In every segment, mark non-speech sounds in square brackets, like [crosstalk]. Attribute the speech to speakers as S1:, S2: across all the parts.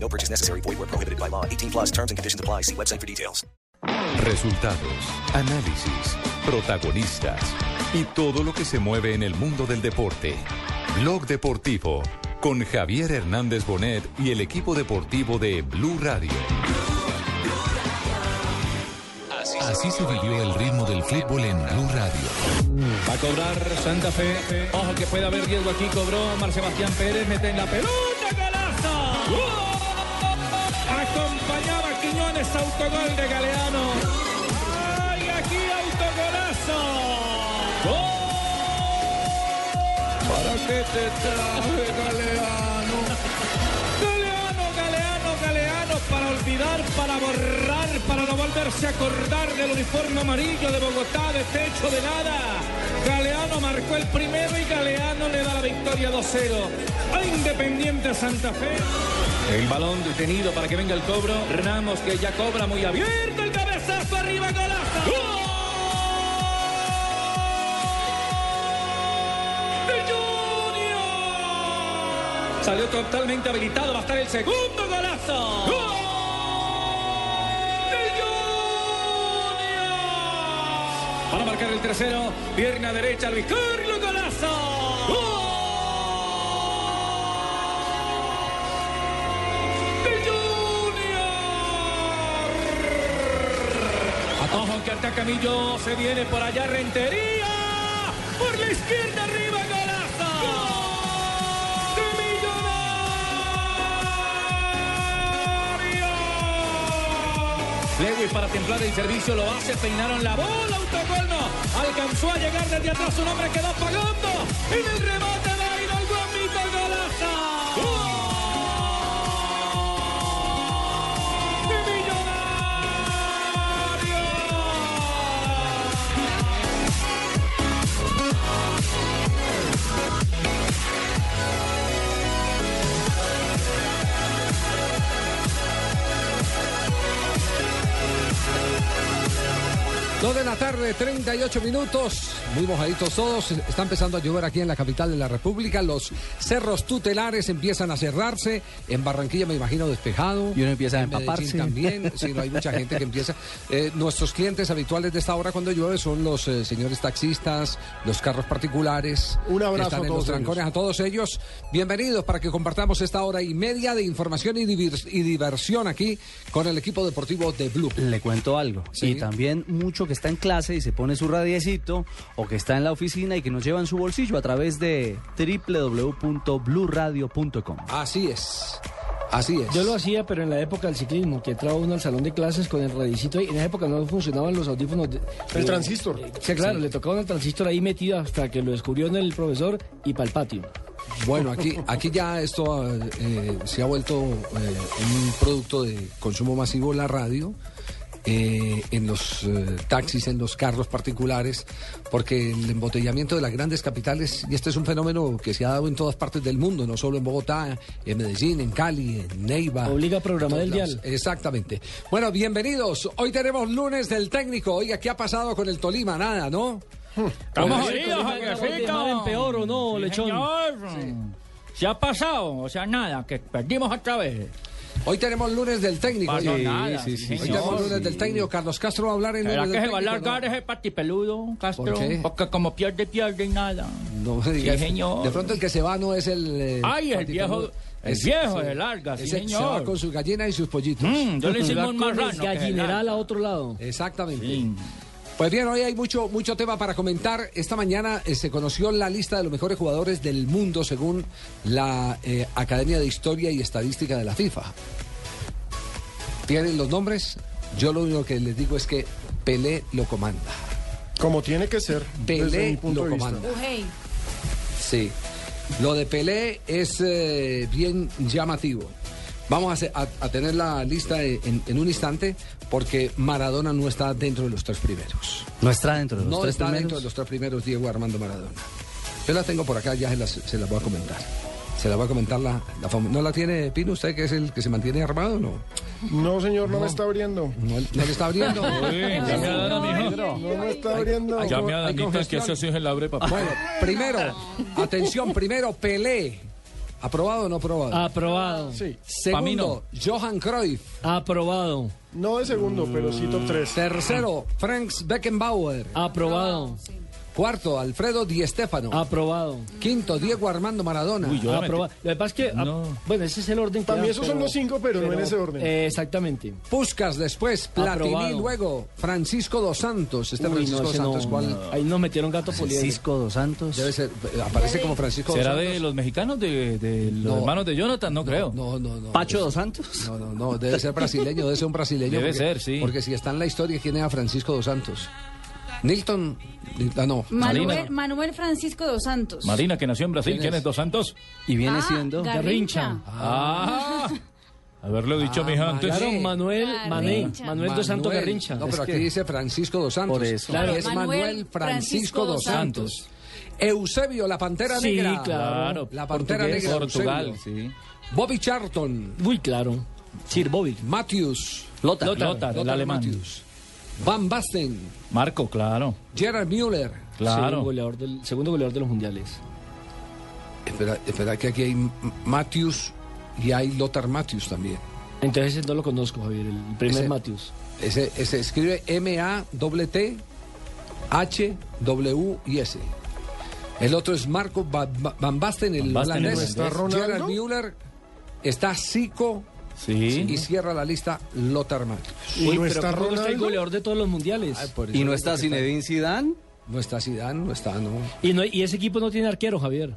S1: No purchase necessary. Void where prohibited by law. 18 plus terms and conditions apply. See website for details.
S2: Resultados, análisis, protagonistas y todo lo que se mueve en el mundo del deporte. Blog Deportivo con Javier Hernández Bonet y el equipo deportivo de Blue Radio. Así se vivió el ritmo del fútbol en Blue Radio.
S3: Va a cobrar Santa Fe. Ojo que puede haber riesgo aquí. Cobró Mar Sebastián Pérez. Mete en la pelota. Golazo. Acompañaba a Quiñones. Autogol de Galeano. ¡Ay, aquí autogolazo! ¡Gol! ¿Para qué te traje, Galeano? Galeano, Galeano, Galeano, para olvidar, para borrar, para no volverse a acordar del uniforme amarillo de Bogotá, de techo de nada. Galeano marcó el primero y Galeano le da la victoria 2-0 a Independiente Santa Fe. El balón detenido para que venga el cobro. Ramos que ya cobra muy abierto el cabezazo arriba, golazo. ¡Gol! Salió totalmente habilitado, va a estar el segundo golazo. ¡Gol del Junior! Para marcar el tercero, pierna derecha, Luis Carlos, golazo. ¡Gol del Junior! Ojo que ataca Millo, se viene por allá Rentería. Por la izquierda arriba, golazo. ¡De Millonarios! Lewis para templar el servicio lo hace, peinaron la bola, autogol no, alcanzó a llegar desde atrás, un hombre quedó pagando, en el remate de ahí el guamito golazo. ¡Gol! ¡De Millonarios!
S4: Dos de la tarde, 38 minutos. Muy mojaditos todos. Está empezando a llover aquí en la capital de la República. Los cerros tutelares empiezan a cerrarse. En Barranquilla, me imagino, despejado.
S5: Y uno empieza a
S4: En Medellín
S5: empaparse. [laughs]
S4: También, sí, no hay mucha gente que empieza. Eh, nuestros clientes habituales de esta hora cuando llueve son los eh, señores taxistas, los carros particulares.
S6: Un abrazo
S4: que Están
S6: a
S4: en los
S6: todos
S4: trancones
S6: ellos.
S4: a todos ellos. Bienvenidos para que compartamos esta hora y media de información y, divir- y diversión aquí con el equipo deportivo de Blue.
S5: Le cuento algo.
S4: Sí.
S5: Y también mucho que está en clase y se pone su radiecito o que está en la oficina y que nos lleva en su bolsillo a través de www.bluradio.com.
S4: Así es. Así es.
S7: Yo lo hacía, pero en la época del ciclismo, que entraba uno al salón de clases con el radicito ahí. En esa época no funcionaban los audífonos. de-
S6: El
S7: eh,
S6: transistor.
S7: eh, sí, claro, le tocaban el transistor ahí metido hasta que lo descubrió en el profesor y para el patio.
S4: Bueno, aquí,
S7: [laughs]
S4: aquí ya esto eh, eh, se ha vuelto eh, un producto de consumo masivo la radio. eh, en los eh, taxis, en los carros particulares, porque el embotellamiento de las grandes capitales, y este es un fenómeno que se ha dado en todas partes del mundo, no solo en Bogotá, en Medellín, en Cali, en Neiva.
S7: Obliga a programar
S4: en todos
S7: el
S4: lados.
S7: dial.
S4: Exactamente. Bueno, bienvenidos. Hoy tenemos lunes del técnico. Oiga, ¿qué ha pasado con el Tolima? Nada, ¿no?
S8: Estamos
S7: Oye,
S8: jodidos,
S7: Tolima,
S8: Jorgecito.
S7: Tolima en peor, ¿o no,
S8: Sí,
S7: Lechón?
S8: señor. Se ha pasado, o sea, nada, que perdimos otra vez.
S4: Hoy tenemos lunes del técnico.
S8: Pasó
S4: Oiga,
S8: nada,
S5: sí,
S8: sí,
S5: sí,
S4: Hoy
S8: señor.
S4: tenemos lunes del técnico. Carlos Castro va a hablar en
S8: ¿Será
S4: lunes
S8: que
S4: del
S8: se va a
S4: técnico,
S8: largar
S4: no?
S8: ese patipeludo, Castro?
S4: ¿Por qué?
S8: Porque como pierde, pierde y nada.
S4: No me diga
S8: Sí,
S4: eso.
S8: señor.
S4: De pronto el que se va no es el. eh,
S8: Ay, el viejo-
S4: patipeludo.
S8: el
S4: Es-
S8: viejo
S4: sí.
S8: se larga, sí,
S4: Es el que Se
S8: señor.
S4: va con su gallina y sus pollitos.
S8: Mm, yo le
S7: Va
S8: hicimos un
S7: con el
S8: marrano. que
S7: gallineral a otro lado.
S4: Exactamente. Pues bien, hoy hay mucho, mucho tema para comentar. Esta mañana eh, se conoció la lista de los mejores jugadores del mundo según la eh, Academia de Historia y Estadística de la FIFA. ¿Tienen los nombres? Yo lo único que les digo es que Pelé lo comanda.
S6: Como tiene que ser, desde mi
S4: Pelé
S6: punto
S4: lo
S6: de vista.
S4: comanda. Sí. Lo de Pelé es eh, bien llamativo. Vamos a, hacer- a- a tener la lista eh, en, en un instante porque Maradona no está dentro de los tres primeros.
S5: No está dentro de los
S4: No
S5: tres
S4: está dentro
S5: primeros.
S4: de los tres primeros Diego Armando Maradona. Yo la tengo por acá, ya se las, se las voy a comentar. Se la voy a comentar la, la fam- ¿No la tiene Pino usted que es el que se mantiene armado o no?
S9: No, señor, no, me está abriendo.
S4: ¿No, no le está abriendo?
S8: Uy, ya me ha dado, mijo.
S9: No me está abriendo.
S8: Ya me ha
S4: Hay
S8: dado, que
S4: congestión.
S8: eso sí es el abre, papá.
S4: Bueno, primero, atención, primero Pelé. ¿Aprobado o no aprobado?
S7: Ah,
S10: Aprobado.
S9: Sí.
S10: pa' mí
S4: Segundo, Johan Cruyff.
S10: Aprobado.
S9: No de segundo, pero sí top 3.
S4: Tercero, Franz Beckenbauer.
S10: Aprobado.
S4: Cuarto, Alfredo Di Stéfano.
S10: Aprobado.
S4: Quinto, Diego Armando Maradona.
S8: Uy, yo la metí.
S7: Aproba- Lo que pasa es que, ah,
S8: No.
S7: bueno, ese es el orden que
S9: Para mí
S7: da,
S9: esos son
S7: pero-
S9: los cinco, pero no en ese orden.
S7: eh, exactamente.
S4: Puscas
S5: Ah,
S4: después, Platini
S7: Aprobado.
S4: luego, Francisco dos Santos. Este
S7: Uy,
S4: Francisco
S7: no, ese
S4: Santos,
S7: no,
S4: ¿cuál?
S7: no. Ahí nos metieron gato poliedro.
S5: Francisco dos Santos.
S4: Debe ser, eh, aparece como Francisco dos
S8: ¿Será
S4: Santos.
S8: de los mexicanos, de, de los
S4: No.
S8: hermanos de Jonathan? No, creo.
S4: No, no, no.
S5: Pacho dos Santos.
S4: No, no, no, debe ser brasileño, debe ser un brasileño.
S8: Debe ser, sí.
S4: Porque si está en la historia, ¿quién era Francisco dos Santos? Nilton. Ah, no.
S8: Marina.
S6: Manuel, Manuel Francisco dos Santos.
S8: Marina, que nació en Brasil,
S4: ¿Quién
S8: ¿quién
S4: es?
S8: es Dos Santos?
S5: Y viene
S6: Ah,
S5: siendo.
S6: Garrincha. [laughs]
S8: Ah, haberlo dicho, mija, antes.
S7: Claro,
S4: Sí.
S7: Manuel,
S6: Garrincha.
S7: Mané,
S6: Manuel.
S7: Manuel dos Santos Garrincha.
S4: No,
S7: Es
S4: pero aquí
S7: que-
S4: dice Francisco dos Santos.
S5: Por eso.
S4: Claro, es
S6: Manuel
S4: Manuel Francisco
S6: Francisco
S4: dos
S6: dos
S4: Santos. Eusebio, la pantera
S7: Sí,
S4: negra.
S7: claro.
S4: La pantera
S7: Portugués.
S4: negra.
S8: Portugal,
S4: Eusebio.
S8: sí.
S4: Bobby Charlton.
S7: Muy claro. Sir Bobby.
S4: Matthews.
S8: Lothar, Lothar, el
S4: Lothar
S8: alemán.
S4: Matthews. Van Basten.
S8: Marco, claro,
S4: Gerard Müller.
S7: Sí,
S8: claro.
S7: goleador del, segundo goleador de los mundiales.
S4: Espera, espera que aquí hay M- Matthews y hay Lothar Matthews también.
S7: Entonces ese no lo conozco, Javier, el primer
S4: Ese-
S7: Matthews.
S4: Ese, ese escribe M-A-T-H-W-I-S. El otro es Marco Ba- Ba- Van Basten, el
S8: Van Basten,
S4: holandés.
S8: el holandés.
S9: ¿Está Ronaldo?
S4: Gerard Müller. Está Zico.
S8: sí.
S4: Y cierra la lista Lothar Matthews.
S9: ¿Y no
S7: pero
S9: está
S7: ¿cómo no está el
S9: Ronaldo?
S7: goleador de todos los mundiales.
S5: Y no está Zinedine Zidane.
S4: No está Zidane, no está, no.
S7: y, no, y ese equipo no tiene arquero, Javier.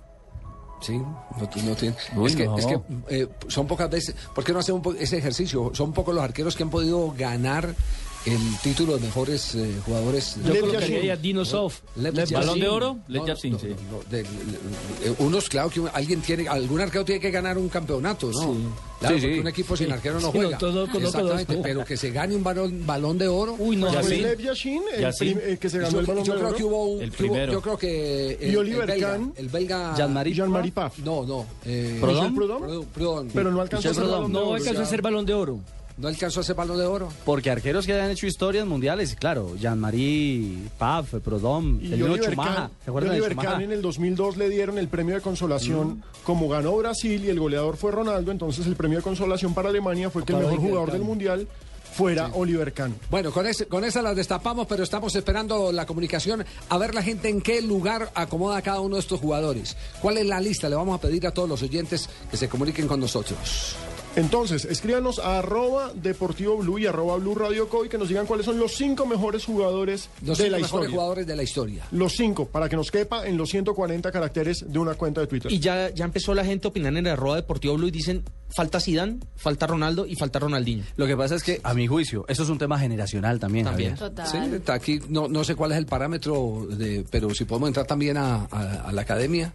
S4: Sí, no, ti- no tiene.
S8: Uy,
S4: es que,
S8: no.
S4: es que, eh, son pocas veces. ¿Por qué no hacemos un po- ese ejercicio? Son pocos los arqueros que han podido ganar el título de mejores eh, jugadores.
S7: Yo
S9: Lev
S7: colocaría
S9: Yashin.
S7: ya Dinosov.
S4: Lev
S7: Lev
S4: Yashin.
S8: ¿Balón de oro?
S4: No,
S8: Lev Yashin,
S4: no,
S8: sí.
S4: no, no, de- le- le- eh, unos, claro, que un- alguien tiene, algún arquero tiene que ganar un campeonato, ¿no? Claro,
S5: Sí, sí.
S4: porque un equipo sin arquero no
S7: Sí, no,
S4: juega.
S7: todo- todo- todo-
S4: Exactamente,
S7: todo.
S4: pero que se gane un balón, balón de oro. Pues
S7: Uy, no,
S8: Ya
S9: Fue
S8: sí.
S7: Javier.
S9: Lev Yashin, el,
S8: Yashin.
S9: prim- eh, que se ganó
S4: Yo,
S9: el balón
S4: yo
S9: de
S4: creo
S9: oro.
S4: que hubo un.
S8: El
S4: que hubo-
S8: primero.
S4: yo creo que.
S9: Y Oliver
S4: belga,
S9: Kahn.
S4: El belga.
S5: Jean-Marie
S9: Jean-Marie Paf.
S4: No, no. eh,
S9: Michel Prudhomme,
S4: Prudhomme, Prudhomme.
S9: Pero no alcanzó a ser
S5: Michel
S9: balón de
S7: No
S9: oro.
S7: alcanzó a
S9: Ya.
S7: ser balón de oro.
S4: No alcanzó ese balón de oro.
S5: Porque arqueros que hayan hecho historias mundiales, claro, Jean-Marie, Paf, Prodom, el
S9: Y
S5: mismo
S9: Oliver
S5: Chumaja,
S9: Kahn,
S5: ¿se acuerdan de
S9: Oliver
S5: Chumaja?
S9: Kahn en el 2002 le dieron el premio de consolación. Como ganó Brasil y el goleador fue Ronaldo, entonces el premio de consolación para Alemania fue que el
S7: Para
S9: mejor
S7: Oliver
S9: jugador del
S7: Kahn.
S9: Mundial fuera Oliver Kahn.
S4: Bueno, con, ese, con esa la destapamos, pero estamos esperando la comunicación a ver la gente en qué lugar acomoda a cada uno de estos jugadores. ¿Cuál es la lista? Le vamos a pedir a todos los oyentes que se comuniquen con nosotros.
S9: Entonces, escríbanos a arroba Deportivo Blue y arroba Blue Radio Co y que nos digan cuáles son los cinco mejores jugadores
S4: Los
S9: de
S4: cinco
S9: la
S4: mejores
S9: historia.
S4: jugadores de la historia.
S9: Los cinco, para que nos quepa en los 140 caracteres de una cuenta de Twitter.
S11: Y ya, ya empezó la gente a opinar en el arroba deportivo blue y dicen falta Zidane, falta Ronaldo y falta Ronaldinho.
S5: Lo que pasa es que, a mi juicio, eso es un tema generacional también,
S4: También.
S5: Javier.
S6: Total.
S4: Sí, está aquí no, no sé cuál es el parámetro, de, pero si podemos entrar también a, a- a la Academia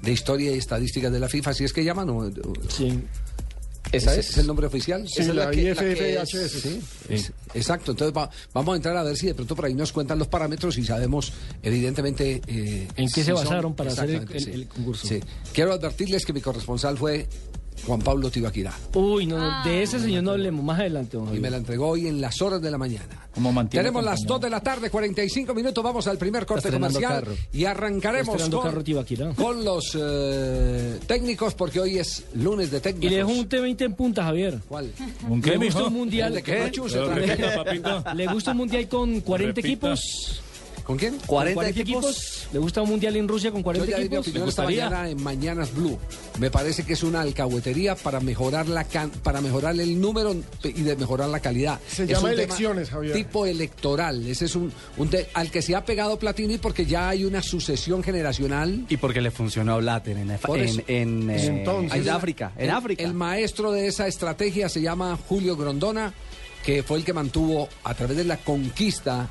S4: de Historia y Estadísticas de la FIFA, si es que llaman. ¿o- o-
S7: Sí.
S4: ¿Ese es el nombre oficial?
S9: Sí,
S4: Esa es
S9: la
S4: que- que
S9: IFFHS.
S4: es, sí, es- exacto. Entonces va- vamos a entrar a ver si de pronto por ahí nos cuentan los parámetros y sabemos, evidentemente... eh,
S7: ¿En qué
S4: si
S7: se basaron para hacer el-
S4: exactamente,
S7: el- el concurso?
S4: sí. Quiero advertirles que mi corresponsal fue Juan Pablo Tibaquirá.
S7: Uy, no, no, de ese señor no hablemos más adelante,
S4: Y
S7: don
S4: me
S7: Javier.
S4: la entregó hoy en las horas de la mañana.
S8: Como mantiene
S4: Tenemos las
S8: compañía.
S4: 2 de la tarde, 45 minutos. Vamos al primer corte
S7: estrenando
S4: comercial
S7: carro.
S4: y arrancaremos
S7: Estrenando
S4: con,
S7: carro Tibaquirá.
S4: con los eh, técnicos porque hoy es lunes de
S7: Y
S4: técnicos.
S7: le dejo un T20 en punta, Javier.
S4: ¿Cuál?
S8: ¿Un qué,
S7: le gusta
S8: mijo?
S7: un mundial.
S4: ¿El de qué? Machu, se
S8: Pero
S4: trae.
S8: repita, papito.
S7: [laughs] Le gusta un mundial con 40
S8: Repita.
S7: equipos.
S4: ¿Con quién?
S5: 40,
S7: Con
S5: equipos.
S7: Le gusta un mundial en Rusia con
S4: Yo
S7: 40
S4: ya di mi
S7: equipos.
S4: opinión esta mañana en Mañanas Blue. Me parece que es una alcahuetería para mejorar la can- para mejorar el número y de mejorar la calidad.
S9: Se
S4: Es
S9: llama
S4: un tema
S9: elecciones, Javier.
S4: Tipo electoral. Ese es un, un te- al que se ha pegado Platini porque ya hay una sucesión generacional.
S5: Y porque le funcionó a Blatter en,
S4: Por eso.
S5: en, en, eh,
S9: Entonces.
S5: en África. En
S4: el,
S5: África.
S4: El maestro de esa estrategia se llama Julio Grondona, que fue el que mantuvo a través de la conquista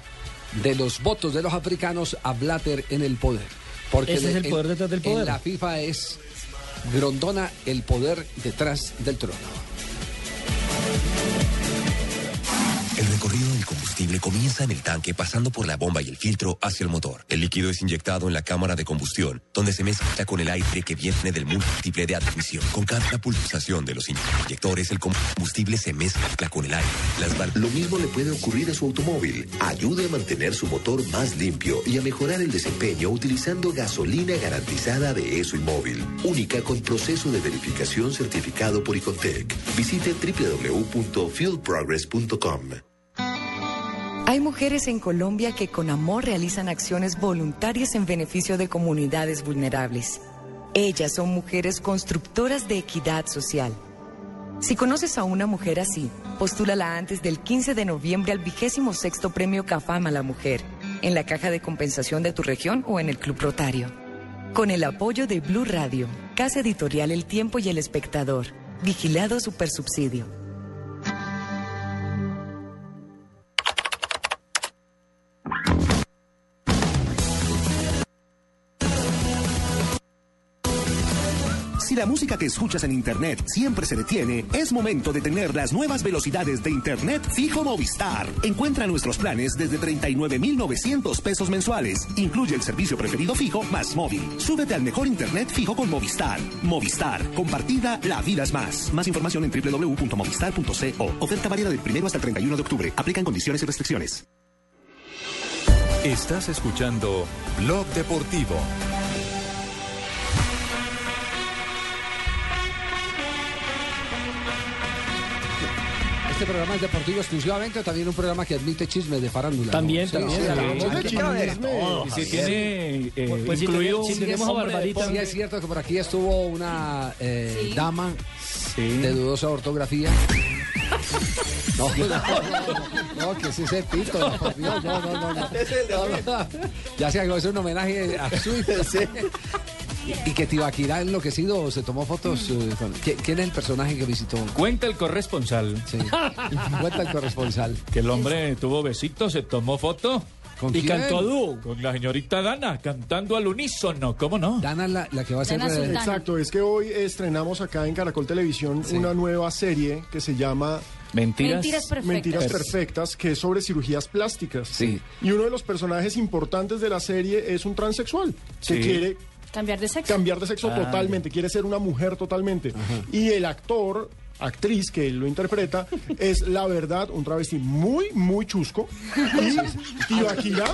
S4: de los votos de los africanos a Blatter en el poder. Porque
S7: Ese es el
S4: en-
S7: poder detrás del
S4: En
S7: poder.
S4: la FIFA es Grondona el poder detrás del trono.
S12: El recorrido del combustible comienza en el tanque pasando por la bomba y el filtro hacia el motor. El líquido es inyectado en la cámara de combustión, donde se mezcla con el aire que viene del múltiple de admisión. Con cada pulsación de los inyectores, el combustible se mezcla con el aire. Las val-
S13: Lo mismo le puede ocurrir a su automóvil. Ayude a mantener su motor más limpio y a mejorar el desempeño utilizando gasolina garantizada de ESO Inmóvil. Única con proceso de verificación certificado por Icontec. Visite www.fieldprogress.com.
S14: Hay mujeres en Colombia que con amor realizan acciones voluntarias en beneficio de comunidades vulnerables. Ellas son mujeres constructoras de equidad social. Si conoces a una mujer así, postúlala antes del 15 de noviembre al 26 Premio Cafama a la Mujer, en la caja de compensación de tu región o en el Club Rotario. Con el apoyo de Blue Radio, Casa Editorial El Tiempo y El Espectador, vigilado Supersubsidio.
S15: Si la música que escuchas en Internet siempre se detiene, es momento de tener las nuevas velocidades de Internet fijo Movistar. Encuentra nuestros planes desde 39,900 pesos mensuales. Incluye el servicio preferido fijo más móvil. Súbete al mejor Internet fijo con Movistar. Movistar, compartida, la vida es más. Más información en www.movistar.co. Oferta válida del primero hasta el 31 de octubre. Aplican condiciones y restricciones.
S2: Estás escuchando Blog Deportivo.
S4: Este programa es deportivo exclusivamente o también un programa que admite chismes de farándula.
S7: También,
S4: Sí,
S7: también,
S4: sí,
S7: también.
S4: sí.
S7: Hay que caber. Todo,
S4: Y
S7: Javier.
S4: si tiene,
S7: Pues-
S4: eh,
S7: pues si
S4: incluido-
S7: tenemos- si
S4: Sí,
S7: tenemos
S4: es
S7: a
S4: hombre,
S7: Barbarita.
S4: Sí, es cierto que por aquí estuvo una eh, dama de dudosa
S16: [laughs]
S4: ortografía. No, no, no, no, que sí ese pito, no, por Dios, no, no, no, no. No, no. [laughs] Ya se es un homenaje a
S16: [laughs]
S4: Swift. Y que Tibaquirá enloquecido se tomó fotos. eh, con- ¿Qui- ¿Quién es el personaje que visitó?
S16: Cuenta el corresponsal.
S4: Cuenta el corresponsal.
S16: Que el hombre tuvo besitos, se tomó foto.
S4: ¿Con
S16: y
S4: quién?
S16: cantó dúo con la señorita Dana, cantando al unísono, ¿cómo no?
S4: Dana la, que va eh,
S9: Exacto, es que hoy estrenamos acá en Caracol Televisión una nueva serie que se llama
S16: Mentiras- Mentiras Perfectas.
S9: Mentiras Perfectas, que es sobre cirugías plásticas.
S4: Sí.
S9: Y uno de los personajes importantes de la serie es un transexual
S16: Sí.
S9: que quiere
S6: Cambiar de sexo.
S9: cambiar de sexo
S6: Ah,
S9: totalmente, quiere ser una mujer totalmente. Y el actor, actriz que lo
S4: [laughs]
S9: interpreta, es la verdad un travesti muy, muy
S4: [laughs]
S9: chusco. Y Tibaquirá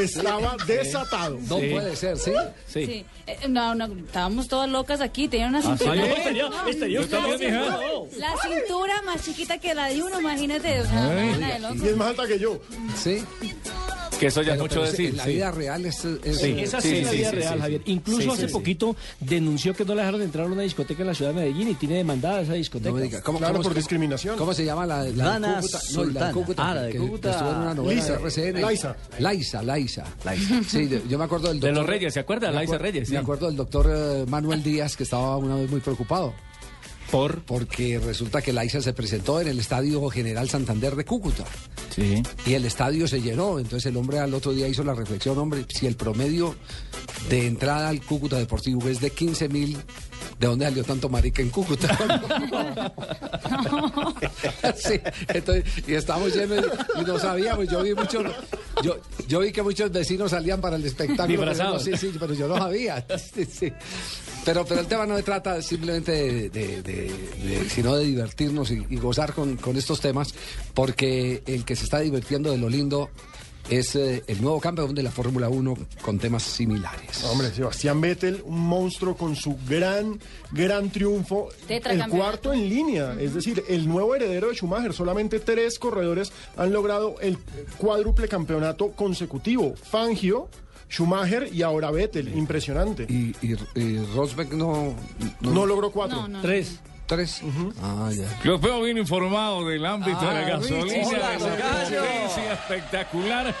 S9: estaba
S6: Sí.
S9: desatado.
S4: No puede ser, ¿sí?
S6: Sí. Eh, no, no, estábamos todas locas aquí, tenía una
S9: Ah,
S6: cintura.
S9: ¿sí?
S6: No,
S9: Estaría-
S6: no,
S9: estaría
S6: la
S9: usted bien,
S6: cintura-
S9: mija.
S6: La cintura más chiquita que la de uno, imagínate. O sea,
S9: Ay.
S6: la de loco.
S9: Y es más alta que yo.
S4: Sí.
S16: Que eso ya es
S4: Pero-
S16: mucho
S4: pero ese-
S16: decir.
S4: En la
S16: sí.
S4: vida real es. es-
S16: Sí, sí,
S7: Esa sí, es la
S16: sí,
S7: vida
S16: sí,
S7: real,
S16: sí,
S7: Javier.
S16: sí.
S7: Incluso
S16: Sí,
S7: hace
S16: sí, sí.
S7: poquito denunció que no le dejaron entrar a una discoteca en la ciudad de Medellín y tiene demandada esa discoteca.
S4: No me diga, ¿cómo- Claro, cómo- por cómo- discriminación. ¿Cómo se llama la, la
S7: Dana
S4: de Cúcuta? No, la
S7: Sultana.
S4: de Cúcuta.
S7: Ah, la de
S4: que-
S7: Cúcuta.
S4: que estuvo en una novela
S7: Liza,
S4: de RCN.
S7: Liza.
S4: Laisa, Laisa. [laughs] Sí, yo, yo me acuerdo del
S16: De
S4: doctor.
S16: los Reyes, ¿se acuerda?
S4: me
S16: Laisa
S4: acuer-
S16: Reyes,
S4: Me
S16: sí.
S4: acuerdo del doctor eh, Manuel Díaz, que estaba una vez muy preocupado.
S16: ¿Por?
S4: Porque resulta que Laisa se presentó en el Estadio General Santander de Cúcuta.
S16: Sí.
S4: Y el estadio se llenó, entonces el hombre al otro día hizo la reflexión, hombre, si el promedio de entrada al Cúcuta Deportivo es de 15 mil, ¿de dónde salió tanto marica en Cúcuta? [laughs] sí, entonces, y estábamos llenos, y no sabíamos, yo vi mucho, yo, yo vi que muchos vecinos salían para el espectáculo. pero yo no-
S16: Disfrazados.
S4: sí, sí, pero yo no sabía. [laughs] Sí, sí. Pero, pero el tema no se trata simplemente de, de- de- de- sino de divertirnos y, y gozar con, con estos temas, porque el que se está divirtiendo de lo lindo es eh, el nuevo campeón de la Fórmula 1 con temas similares.
S9: Hombre, Sebastián Vettel, un monstruo con su gran, gran triunfo. El
S6: Tetracampeonato.
S9: cuarto en línea, es decir, el nuevo heredero de Schumacher. Solamente tres corredores han logrado el cuádruple campeonato consecutivo. Fangio, Schumacher y ahora Vettel. Impresionante.
S4: Y, y- y Rosberg no,
S9: No logró cuatro. No, no,
S4: Tres. ¿Tres? Ah, ya.
S16: Los veo bien informados del ámbito de la
S4: Ah, Richie,
S16: gasolina,
S4: hola,
S16: de
S4: don
S16: esa
S4: Gallo.
S16: potencia espectacular.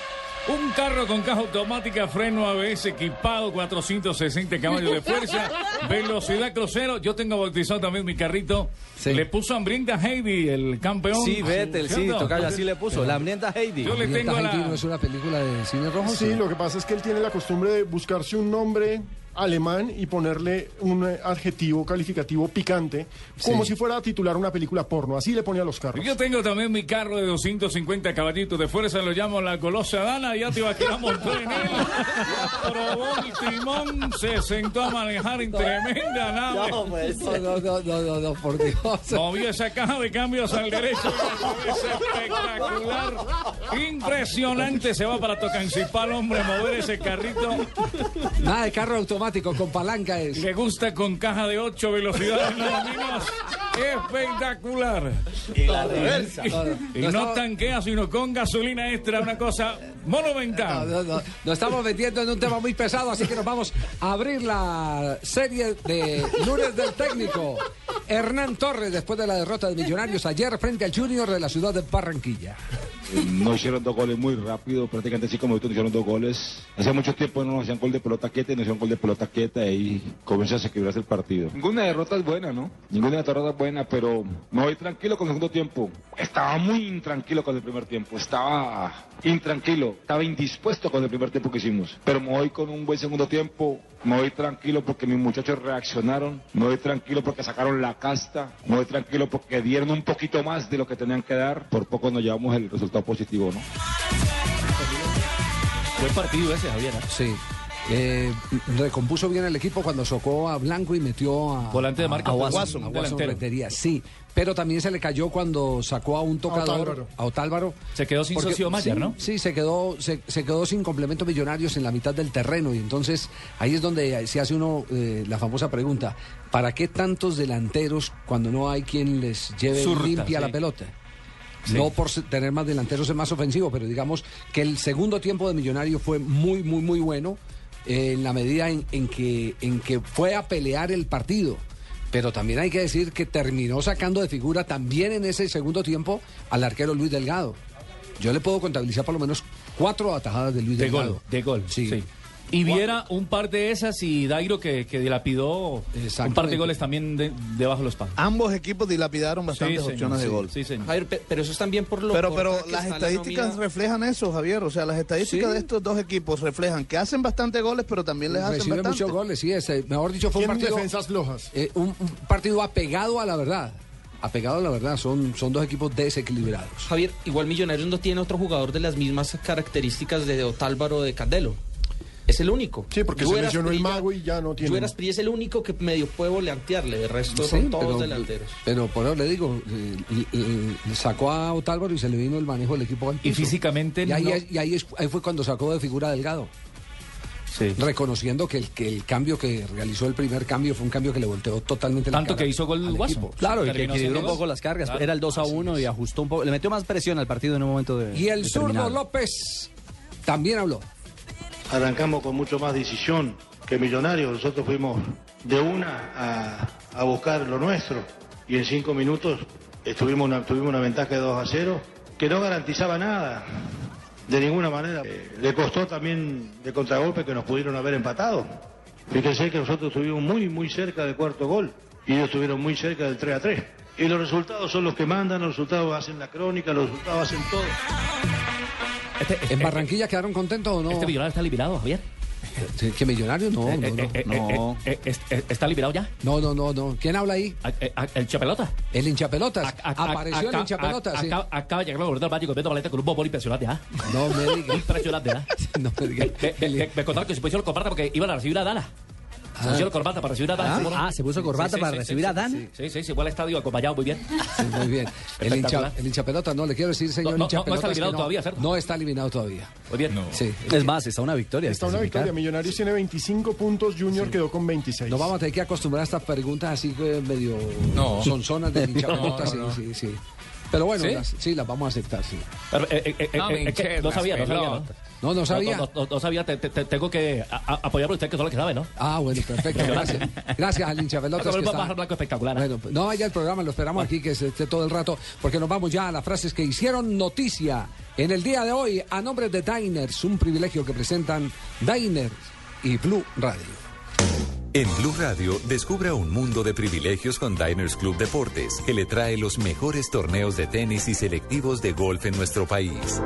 S16: Un carro con caja automática, freno ABS equipado, 460 caballos
S4: [laughs]
S16: de fuerza, velocidad crucero. Yo tengo bautizado también mi carrito. Le puso hambrienta Heidi, el campeón.
S17: Sí, Vettel, sí,
S16: ¿Cierto?
S17: tocayo, así le puso. La hambrienta Heidi.
S16: Yo le tengo
S4: Hambrienta
S16: la-
S4: Heidi no es una película de cine rojo?
S9: Sí, lo que pasa es que él tiene la costumbre de buscarse un nombre alemán y ponerle un eh, adjetivo calificativo picante, como
S16: Sí.
S9: si fuera a titular una película porno. Así le ponía a los carros.
S16: Yo tengo también mi carro de 250 caballitos de fuerza, lo llamo la golosa dana, ya te iba a quedar montón en él. ¿eh? Probó el timón, se sentó a manejar en tremenda nave.
S4: No, pues, no, no, no, no, no, por Dios.
S16: Movió esa caja de cambios al derecho. Es espectacular. Impresionante. Se va para Tocancipal, hombre, mover ese carrito.
S4: Nada de carro automático, con palanca es.
S16: Le gusta con caja de 8 velocidades, nada menos. Espectacular.
S8: Y la reversa.
S16: Y no, tanquea, sino con gasolina extra, una cosa monumental.
S4: No, no, Nos estamos metiendo en un tema muy pesado, así que nos vamos a abrir la serie de lunes del técnico. Hernán Torres, después de la derrota de Millonarios ayer frente al Junior de la ciudad de Barranquilla.
S18: Eh, No hicieron dos goles muy rápido, prácticamente cinco minutos no hicieron dos goles. Hace mucho tiempo no hacían gol de pelota quieta y no hacían gol de pelota quieta y comenzó a desequilibrarse el partido. Ninguna derrota es buena, ¿no? Ninguna derrota es buena, pero me voy tranquilo con el segundo tiempo. Estaba muy intranquilo con el primer tiempo, estaba intranquilo, estaba indispuesto con el primer tiempo que hicimos. Pero me voy con un buen segundo tiempo, me voy tranquilo porque mis muchachos reaccionaron, me voy tranquilo porque sacaron la casta, me voy tranquilo porque dieron un poquito más de lo que tenían que dar. Por poco nos llevamos el resultado positivo, ¿no?
S4: Buen partido ese, Javier. Sí. Eh, recompuso bien el equipo cuando socó a Blanco y metió a.
S8: Volante de marca,
S4: a Watson.
S8: Watson,
S4: a Watson
S8: delantero.
S4: Rentería, sí. Pero también se le cayó cuando sacó a un tocador,
S8: Otálvaro.
S4: a Otálvaro.
S8: Se quedó sin
S4: Porque-
S8: socio Mayer,
S4: sí,
S8: ¿no?
S4: Sí, se quedó, se, se quedó sin complementos millonarios en la mitad del terreno. Y entonces ahí es donde se hace uno eh, la famosa pregunta: ¿para qué tantos delanteros cuando no hay quien les lleve
S8: Surta,
S4: limpia la
S8: sí.
S4: pelota?
S8: Sí.
S4: No por se- tener más delanteros es más ofensivo, pero digamos que el segundo tiempo de Millonario fue muy, muy, muy bueno eh, en la medida en, en que, en que fue a pelear el partido. Pero también hay que decir que terminó sacando de figura también en ese segundo tiempo al arquero Luis Delgado. Yo le puedo contabilizar por lo menos cuatro atajadas de Luis
S8: De
S4: Delgado.
S8: gol, de gol. Sí. Y viera un par de esas y Dairo que, que dilapidó un par de goles también de- debajo de los palos.
S19: Ambos equipos dilapidaron bastantes
S8: señor,
S19: opciones de
S8: sí,
S19: gol.
S8: sí, señor.
S11: Javier, pe- pero eso es también por lo
S19: Pero,
S11: corta
S19: pero
S11: que
S19: las
S11: está la
S19: estadísticas
S11: nómina.
S19: reflejan eso, Javier. O sea, las estadísticas de estos dos equipos reflejan que hacen bastante goles, pero también les hacen
S4: Recibe
S19: bastante.
S4: muchos goles, sí, ese, mejor dicho, fue un
S19: Tienen
S4: partido.
S19: defensas
S4: flojas. un, un partido apegado a la verdad. Apegado a la verdad, son, son dos equipos desequilibrados.
S11: Javier, igual Millonarios no tiene otro jugador de las mismas características de Otálvaro o de Candelo. Es el único. Sí,
S9: porque se lesionó el mago y ya no tiene.
S11: es el único que medio puede volantearle, de resto
S4: Sí,
S11: son todos
S4: pero-
S11: delanteros.
S4: Pero por eso le digo, eh, y- y- sacó a Otálvaro y se le vino el manejo del equipo. al
S11: Y
S4: piso.
S11: físicamente
S4: Y ahí,
S11: no-
S4: y ahí es- ahí fue cuando sacó de figura a Delgado. Reconociendo que el, que el cambio que realizó el primer cambio fue un cambio que le volteó totalmente la
S5: Tanto
S4: cara
S5: que hizo gol
S4: al
S5: Guaspo.
S4: equipo.
S5: Claro, y que
S4: Terminó
S5: equilibró un
S4: siendo
S5: poco las cargas.
S4: Claro.
S5: Era el 2 a 1 y ajustó un poco. Le metió más presión al partido en un momento de.
S4: Y el zurdo
S5: determinado.
S4: López también habló.
S20: arrancamos con mucho más decisión que Millonarios. Nosotros fuimos de una a, a buscar lo nuestro y en cinco minutos estuvimos una, tuvimos una ventaja de 2 a 0 que no garantizaba nada de ninguna manera. Eh, le costó también de contragolpe que nos pudieron haber empatado. Fíjense que nosotros estuvimos muy, muy cerca del cuarto gol y ellos estuvieron muy cerca del 3 a 3. Y los resultados son los que mandan, los resultados hacen la crónica, los resultados hacen todo.
S4: ¿En Barranquilla quedaron contentos o no?
S20: este
S4: millonario está liberado, Javier. ¿Qué millonario? No,
S19: Eh,
S4: no, no. no.
S8: ¿Está liberado ya?
S4: No, no, no, no. ¿Quién habla ahí?
S8: El chapelota.
S4: El hinchapelotas.
S8: Ac-
S4: Apareció el
S8: acá-
S4: hinchapelotas.
S8: ac-
S4: sí.
S8: acaba- Acaba de llegar la gobernadora del Bático, Beto Valente, con un bombón impresionante, ¿ah?
S4: No me digas.
S8: [laughs] Impresionante, ¿ah?
S4: [laughs] No me digas.
S8: Me, me- me- me contaron que se pusieron corbata porque iban a recibir a Dana. Se
S5: Ah.
S8: pusieron corbata para recibir a Dana.
S5: Ah,
S8: ¿cómo no?
S5: ah, se puso corbata para recibir a Dana.
S8: Sí, sí, sí, se fue al estadio acompañado muy bien.
S4: [laughs] Sí, muy bien. El, hincha,
S8: Espectacular.
S4: el hinchapelota, no, le quiero decir, señor
S8: No, no, no,
S4: hinchapelota.
S8: no está eliminado todavía, ¿cierto?
S4: No está eliminado todavía.
S8: Muy bien.
S4: Sí.
S5: Es más, está una victoria.
S4: Está
S9: Está una victoria. Millonarios tiene 25 puntos, Junior quedó con 26.
S4: Nos vamos a tener que acostumbrar a estas preguntas así eh, medio
S9: No.
S4: son
S9: [laughs]
S4: zonas de hinchapelota.
S9: No, no,
S4: sí, sí, sí. Pero bueno,
S8: ¿Sí?
S4: las- sí, las vamos a aceptar, sí.
S8: Pero, eh, eh, eh,
S4: No,
S8: eh,
S4: me
S8: es que
S4: hinché
S8: no
S4: las
S8: sabía, no sabía.
S4: pelotas. No, no sabía.
S8: No, no, no sabía, te- te- te- tengo que a- a- apoyar a usted, que solo que sabe, ¿no?
S4: Ah, bueno, perfecto. Gracias, gracias
S9: [laughs]
S4: al hinchapelota.
S8: Vamos a ver un pájaro blanco espectacular.
S4: Bueno, no vaya el programa, lo esperamos aquí que se esté todo el rato, porque nos vamos ya a las frases que hicieron noticia en el día de hoy a nombre de Diners, un privilegio que presentan Diners y Blue Radio.
S2: En Blue Radio, descubra un mundo de privilegios con Diners Club Deportes, que le trae los mejores torneos de tenis y selectivos de golf en nuestro país.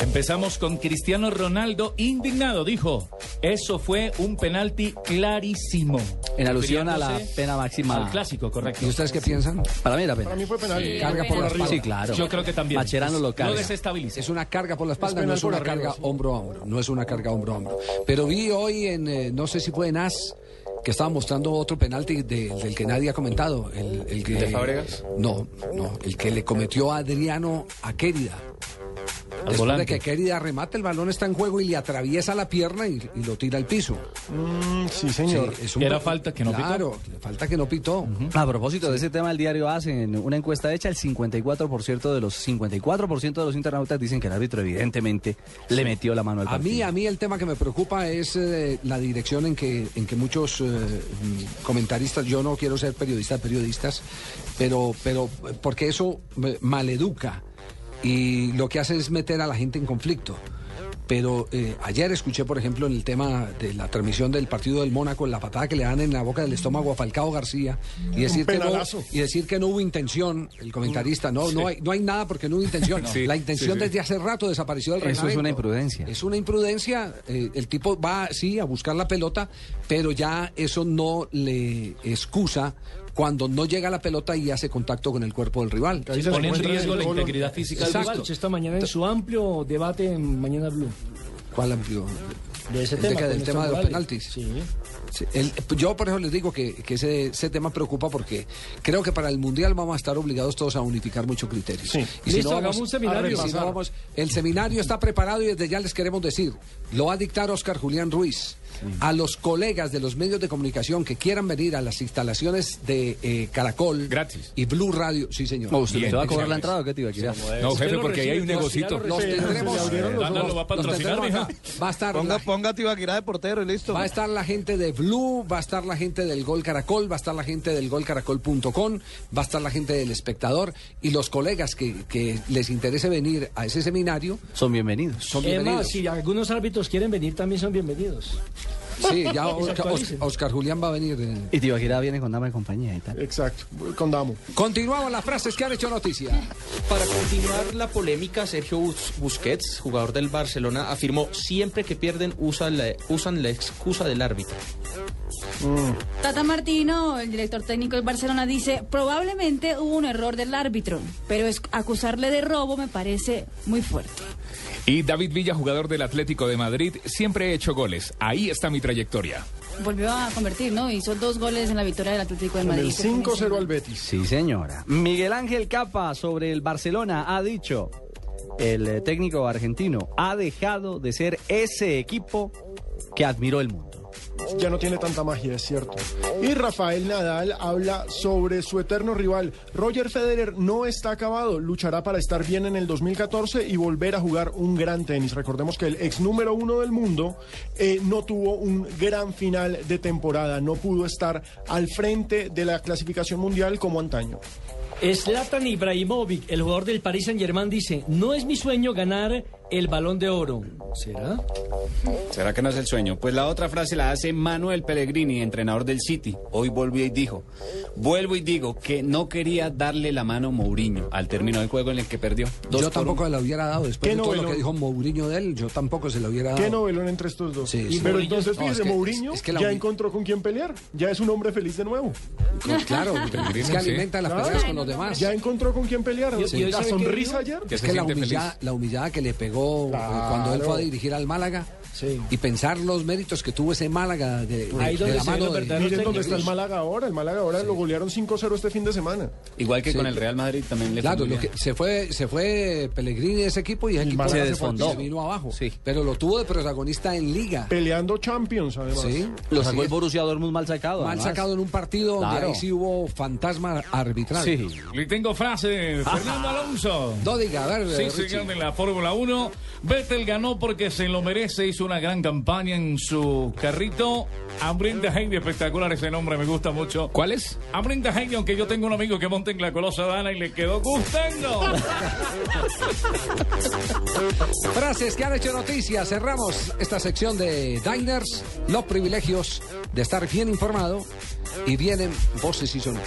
S16: Empezamos con Cristiano Ronaldo indignado. Dijo, eso fue un penalti clarísimo.
S5: En alusión a la
S16: Refiriéndose
S5: pena máxima.
S16: al clásico, correcto.
S5: ¿Y ustedes qué piensan? Para mí era pena.
S9: Para mí fue penal.
S4: Eh,
S5: Sí. Carga por la espalda. Sí, claro.
S16: Yo creo que también.
S5: Macherano lo carga.
S4: Es una carga por la espalda,
S5: Es
S4: no
S5: penal
S4: es
S5: por
S4: una
S5: arriba,
S4: carga
S5: sí.
S4: hombro a hombro. No es una carga hombro a hombro. Pero vi hoy en, eh, no sé si fue en AS, que estaba mostrando otro penalti de- del que nadie ha comentado. El, el que,
S15: ¿De Fábregas?
S4: No,
S21: [laughs]
S4: no. El que le cometió a Adriano a Querida. Después
S16: volante.
S4: de que Querida remate, el balón está en juego y le atraviesa la pierna y, y lo tira al piso.
S9: Mm, sí,
S5: señor. Era falta que no pitó.
S4: claro, falta que no pitó.
S5: A propósito de ese tema, el diario hacen una encuesta hecha, el 54% de los 54% de los internautas dicen que el árbitro evidentemente le metió la mano al
S4: A
S5: partido.
S4: mí, a mí el tema que me preocupa es eh, la dirección en que, en que muchos eh, mm, comentaristas, yo no quiero ser periodista de periodistas, pero, pero eh, porque eso eh, maleduca y lo que hace es meter a la gente en conflicto. Pero eh, ayer escuché, por ejemplo, en el tema de la transmisión del partido del Mónaco, la patada que le dan en la boca del estómago a Falcao García y decir,
S9: Un
S4: que no,
S9: penalazo.
S4: y decir que no hubo intención, el comentarista, no,
S5: Sí.
S4: no, hay, no hay nada porque no hubo intención.
S5: [laughs] Sí,
S4: la
S5: sí,
S4: intención
S5: sí.
S4: desde hace rato desapareció del
S5: Eso es una
S4: reglamento.
S5: imprudencia.
S4: Es una imprudencia, eh, el tipo va, sí, a buscar la pelota, pero ya eso no le excusa cuando no llega la pelota y hace contacto con el cuerpo del rival.
S7: Ahí se
S16: Pone en
S7: encuentra
S16: riesgo
S7: el
S16: la
S7: gol.
S16: integridad física del
S7: Exacto.
S16: rival.
S7: Esta mañana en su amplio debate en Mañana Blue.
S4: ¿Cuál amplió?
S7: De ese
S4: El
S7: tema.
S4: de que-
S7: con
S4: del
S7: estos
S4: tema de los
S7: rivales.
S4: penaltis.
S7: Sí.
S4: Sí, el- yo por eso les digo que, que ese, ese tema preocupa porque creo que para el Mundial vamos a estar obligados todos a unificar muchos criterios. Y
S7: Listo,
S4: vamos
S7: hagamos un
S4: a
S7: seminario.
S4: repasar. Si no
S7: Repasar.
S4: vamos- el seminario está preparado y desde ya les queremos decir, lo va a dictar Oscar Julián Ruiz. A los colegas de los medios de comunicación que quieran venir a las instalaciones de eh, Caracol y Blue Radio, sí señor.
S5: No, usted
S4: Bien.
S5: te va a cobrar la entrada, o ¿qué te iba a quitar?
S4: No, jefe, porque ahí hay un negocito. Los tendremos. Dándalo, va a patrocinar, mija. Va a estar
S19: Ponga,
S4: la-
S19: ponga Tibaquirá de portero y listo.
S4: Va a estar la gente de Blue, va a estar la gente del Gol Caracol, va a estar la gente del golcaracol.com, va a estar la gente del espectador y los colegas que, que les interese venir a ese seminario
S5: Son bienvenidos.
S4: son
S7: Es más,
S4: bienvenidos.
S7: si algunos árbitros quieren venir, también son bienvenidos.
S4: Sí, [laughs] ya
S7: [laughs] Que
S4: Oscar,
S7: se actualicen.
S4: Oscar Julián va a venir. eh.
S5: Y Tibaquirá viene con dama y compañía y tal.
S9: Exacto, con Damo.
S4: Continuamos las frases que han hecho noticia.
S11: Para continuar la polémica, Sergio Bus- Busquets, jugador del Barcelona, afirmó siempre que pierden usan la, usan la excusa del árbitro.
S9: Mm.
S6: Tata Martino, el director técnico del Barcelona, dice, probablemente hubo un error del árbitro, pero es- acusarle de robo me parece muy fuerte.
S22: Y David Villa, jugador del Atlético de Madrid, siempre he hecho goles. Ahí está mi trayectoria.
S6: Volvió a convertir, ¿no? Hizo dos goles en la victoria del Atlético de
S5: Con el
S6: Madrid.
S5: 5-0
S9: al Betis.
S5: Sí, señora. Miguel Ángel Capa sobre el Barcelona ha dicho, el eh, técnico argentino ha dejado de ser ese equipo que admiró el mundo.
S9: ya no tiene tanta magia, es cierto. Y Rafael Nadal habla sobre su eterno rival. Roger Federer no está acabado, luchará para estar bien en el 2014 y volver a jugar un gran tenis. Recordemos que el ex número uno del mundo eh, no tuvo un gran final de temporada, no pudo estar al frente de la clasificación mundial como antaño.
S7: Zlatan Ibrahimovic, el jugador del Paris Saint Germain, dice: No es mi sueño ganar el balón de oro. ¿Será?
S15: ¿Será que no es el sueño? Pues la otra frase la hace Manuel Pellegrini, entrenador del City. Hoy volvió y dijo, vuelvo y digo que no quería darle la mano a Mourinho al término del juego en el que perdió. Dos
S4: Yo
S15: por
S4: tampoco
S15: uno.
S4: la hubiera dado después
S15: ¿Qué
S4: de todo lo
S15: novelón?
S4: que dijo Mourinho de él, yo tampoco se la hubiera dado.
S9: Qué novelón entre estos dos.
S4: Sí,
S9: Y-
S4: sí.
S9: Pero
S4: Mourinho-
S9: entonces,
S4: no, es
S9: fíjese,
S4: que-
S9: Mourinho
S4: es que la
S9: ya
S4: uni-
S9: encontró con quién pelear. Ya es un hombre feliz de nuevo.
S4: Claro, es que alimenta las peleas con los demás.
S9: Ya encontró con quién pelear.
S4: Sí.
S9: La sonrisa ayer.
S4: Es que la humillada, la humillada que le pegó eh, cuando él fue a dirigir al Málaga y pensar los méritos que tuvo ese Málaga de, de-
S9: Ahí
S4: de la mano de,
S9: Miren dónde está el Málaga ahora. El Málaga ahora lo golearon 5-0 este fin de semana.
S15: Igual que
S4: Sí.
S15: con el Real Madrid también le fue
S4: Claro,
S15: muy
S4: lo
S15: bien.
S4: que se fue, se fue Pellegrini de ese equipo y ese equipo
S15: Málaga
S4: se
S15: se desfondó.
S4: desfondó, vino abajo. Pero lo tuvo de protagonista en Liga.
S9: Peleando Champions, además.
S4: Sí.
S5: Lo
S4: Así
S5: sacó el
S4: es.
S5: Borussia Dortmund mal sacado.
S4: Mal
S5: además.
S4: sacado en un partido donde
S5: Claro.
S4: ahí sí hubo fantasma arbitral.
S16: Sí. Le tengo frase, Fernando Alonso.
S4: No diga, a ver,
S16: Sí,
S4: Richie.
S16: señor, de la Fórmula 1. Vettel ganó porque se lo merece. Hizo una gran campaña en su carrito. Ambrinde Heidi, espectacular ese nombre, me gusta mucho.
S15: ¿Cuál es?
S16: Ambrinde Heidi, aunque yo tengo un amigo que monta en la colosa Dana y le quedó gustando.
S4: Frases que han hecho noticia. Cerramos esta sección de Diners. Los privilegios de estar bien informado. Y vienen voces y sonidos.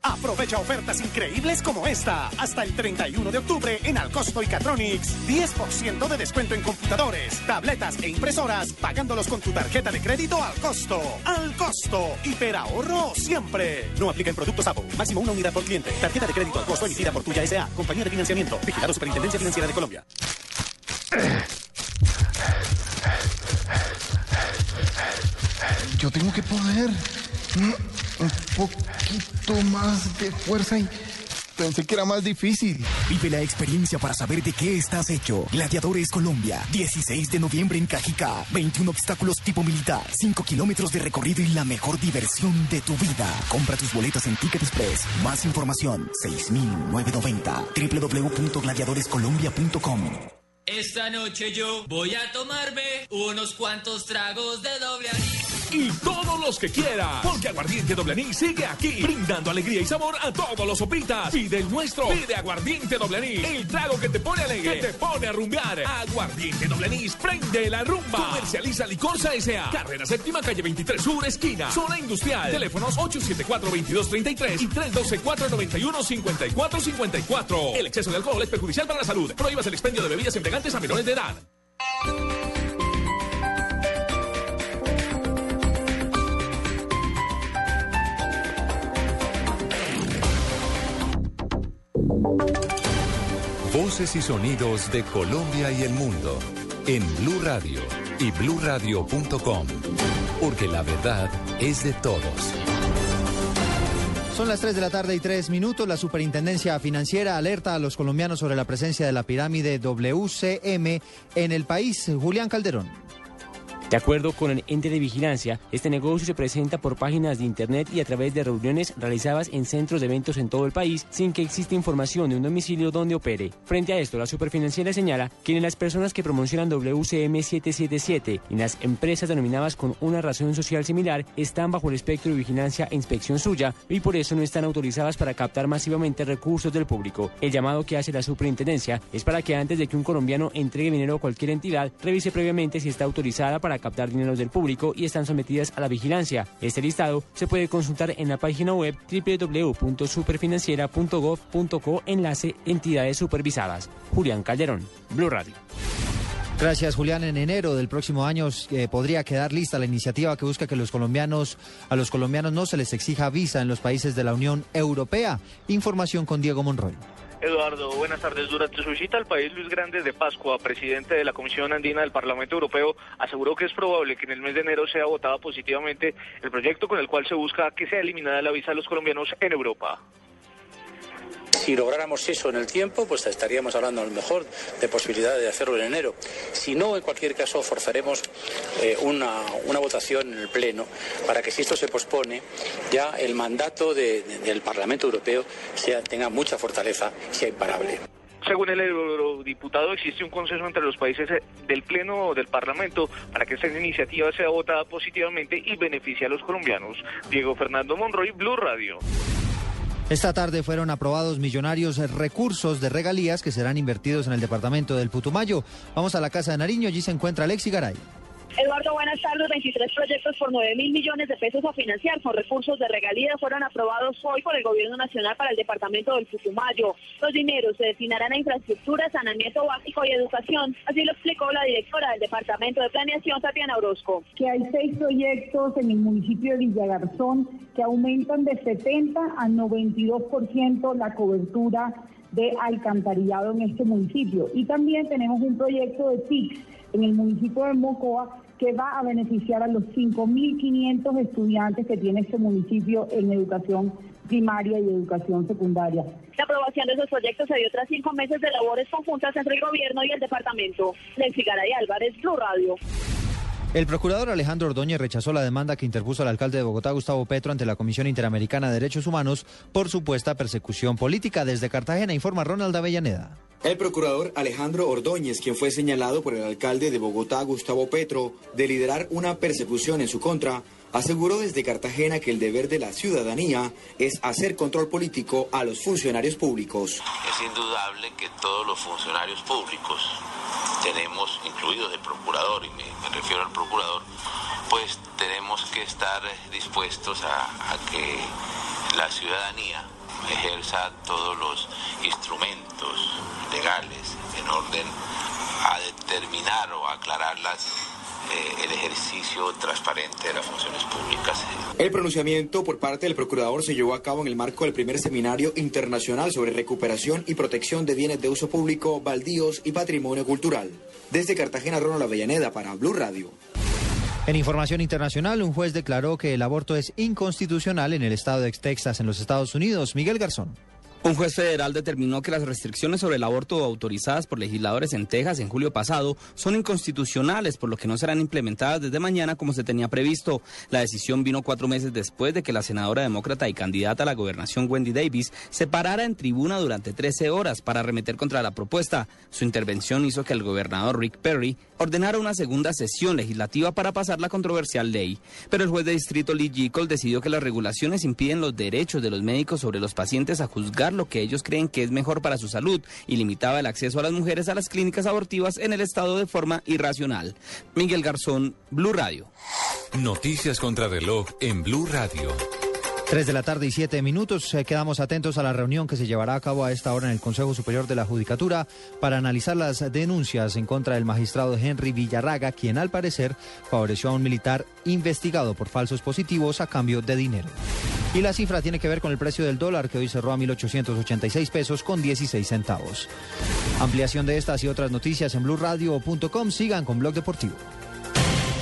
S15: Aprovecha ofertas increíbles como esta. Hasta el 31 de octubre en Alcosto y Catronics. 10% de descuento en computadores, tabletas e impresoras, pagándolos con tu tarjeta de crédito al costo. Al costo. Hiperahorro siempre. No aplica en productos Apple. Máximo una unidad por cliente. Tarjeta de crédito al costo emitida por Tuya S.A. Compañía de financiamiento. Vigilado Superintendencia Financiera de Colombia.
S9: Yo tengo que poder.
S4: ¿eh?
S9: Mm, Un poquito más de fuerza y pensé que era más difícil.
S23: Vive la experiencia para saber de qué estás hecho. Gladiadores Colombia, 16 de noviembre en Cajica. 21 obstáculos tipo militar, 5 kilómetros de recorrido y la mejor diversión de tu vida. Compra tus boletas en Ticket Express. Más información, 6990. www.gladiadorescolombia.com.
S24: Esta noche yo voy a tomarme unos cuantos tragos de doble
S16: Y todos los que quieras. Porque Aguardiente Doble Anís sigue aquí, brindando alegría y sabor a todos los sopitas. Pide el nuestro. Pide Aguardiente Doble Anís, el trago que te pone alegre, que te pone a rumbear. Aguardiente Doble Anís, prende la rumba. Comercializa Licorsa S.A. Carrera Séptima, calle 23 Sur, esquina, zona industrial. Teléfonos 874-2233 y 312-491-5454. El exceso de alcohol es perjudicial para la salud. Prohíbas el expendio de bebidas embriagantes a menores de edad.
S2: Voces y sonidos de Colombia y el mundo en Blue Radio y bluradio.com. Porque la verdad es de todos.
S25: Son las 3 de la tarde y 3 minutos. La Superintendencia Financiera alerta a los colombianos sobre la presencia de la pirámide WCM en el país. Julián Calderón.
S26: De acuerdo con el ente de vigilancia, este negocio se presenta por páginas de internet y a través de reuniones realizadas en centros de eventos en todo el país sin que exista información de un domicilio donde opere. Frente a esto, la superfinanciera señala que en las personas que promocionan WCM777 y en las empresas denominadas con una razón social similar están bajo el espectro de vigilancia e inspección suya y por eso no están autorizadas para captar masivamente recursos del público. El llamado que hace la superintendencia es para que antes de que un colombiano entregue dinero a cualquier entidad, revise previamente si está autorizada para para captar dineros del público y están sometidas a la vigilancia. Este listado se puede consultar en la página web www.superfinanciera.gov.co enlace entidades supervisadas. Julián Calderón, Blue Radio.
S25: Gracias, Julián. En enero del próximo año eh, podría quedar lista la iniciativa que busca que los colombianos, a los colombianos no se les exija visa en los países de la Unión Europea. Información con Diego Monroy.
S27: Eduardo, buenas tardes. Durante su visita al país, Luis Grandes de Pascua, presidente de la Comisión Andina del Parlamento Europeo, aseguró que es probable que en el mes de enero sea votado positivamente el proyecto con el cual se busca que sea eliminada la visa de los colombianos en Europa.
S8: Si lográramos eso en el tiempo, pues estaríamos hablando a lo mejor de posibilidad de hacerlo en enero. Si no, en cualquier caso, forzaremos eh, una, una votación en el Pleno para que si esto se pospone, ya el mandato de- de- del Parlamento Europeo sea, tenga mucha fortaleza, sea imparable.
S27: Según el eurodiputado, existe un consenso entre los países eh, del Pleno del Parlamento para que esta iniciativa sea votada positivamente y beneficie a los colombianos. Diego Fernando Monroy, Blue Radio.
S25: Esta tarde fueron aprobados millonarios recursos de regalías que serán invertidos en el departamento del Putumayo. Vamos a la casa de Nariño, allí se encuentra Alexi Garay.
S28: Eduardo, buenas tardes. 23 proyectos por 9 mil millones de pesos a financiar con recursos de regalías fueron aprobados hoy por el Gobierno Nacional para el Departamento del Putumayo. Los dineros se destinarán a infraestructura, saneamiento básico y educación. Así lo explicó la directora del Departamento de Planeación, Tatiana Orozco.
S29: que hay seis proyectos en el municipio de Villagarzón que aumentan de 70 a 92% la cobertura de alcantarillado en este municipio. Y también tenemos un proyecto de TICS en el municipio de Mocoa que va a beneficiar a los 5.500 estudiantes que tiene este municipio en educación primaria y educación secundaria.
S28: La aprobación de esos proyectos se dio tras cinco meses de labores conjuntas entre el gobierno y el departamento. Lexi Garay Álvarez, Blue Radio.
S25: El procurador Alejandro Ordóñez rechazó la demanda que interpuso el alcalde de Bogotá, Gustavo Petro, ante la Comisión Interamericana de Derechos Humanos por supuesta persecución política. Desde Cartagena informa Ronald Avellaneda.
S30: El procurador Alejandro Ordóñez, quien fue señalado por el alcalde de Bogotá, Gustavo Petro, de liderar una persecución en su contra, aseguró desde Cartagena que el deber de la ciudadanía es hacer control político a los funcionarios públicos.
S31: Es indudable que todos los funcionarios públicos tenemos, incluidos el procurador, y me, me refiero al procurador, pues tenemos que estar eh, dispuestos a, a que la ciudadanía ejerza todos los instrumentos legales en orden a determinar o aclarar las, eh, el ejercicio transparente de las funciones públicas.
S30: El pronunciamiento por parte del procurador se llevó a cabo en el marco del primer seminario internacional sobre recuperación y protección de bienes de uso público, baldíos y patrimonio cultural. Desde Cartagena, Ronald Avellaneda para Blue Radio.
S25: En información internacional, un juez declaró que el aborto es inconstitucional en el estado de Texas, en los Estados Unidos. Miguel Garzón.
S32: Un juez federal determinó que las restricciones sobre el aborto autorizadas por legisladores en Texas en julio pasado son inconstitucionales, por lo que no serán implementadas desde mañana como se tenía previsto. La decisión vino cuatro meses después de que la senadora demócrata y candidata a la gobernación Wendy Davis se parara en tribuna durante 13 horas para arremeter contra la propuesta. Su intervención hizo que el gobernador Rick Perry ordenara una segunda sesión legislativa para pasar la controversial ley. Pero el juez de distrito Lee Gickle decidió que las regulaciones impiden los derechos de los médicos sobre los pacientes a juzgar lo que ellos creen que es mejor para su salud y limitaba el acceso a las mujeres a las clínicas abortivas en el estado de forma irracional. Miguel Garzón, Blue Radio.
S2: Noticias contra reloj en Blue Radio.
S25: 3 de la tarde y 7 minutos. Eh, Quedamos atentos a la reunión que se llevará a cabo a esta hora en el Consejo Superior de la Judicatura para analizar las denuncias en contra del magistrado Henry Villarraga, quien al parecer favoreció a un militar investigado por falsos positivos a cambio de dinero. Y la cifra tiene que ver con el precio del dólar, que hoy cerró a 1.886 pesos con 16 centavos. Ampliación de estas y otras noticias en blurradio.com. Sigan con Blog Deportivo.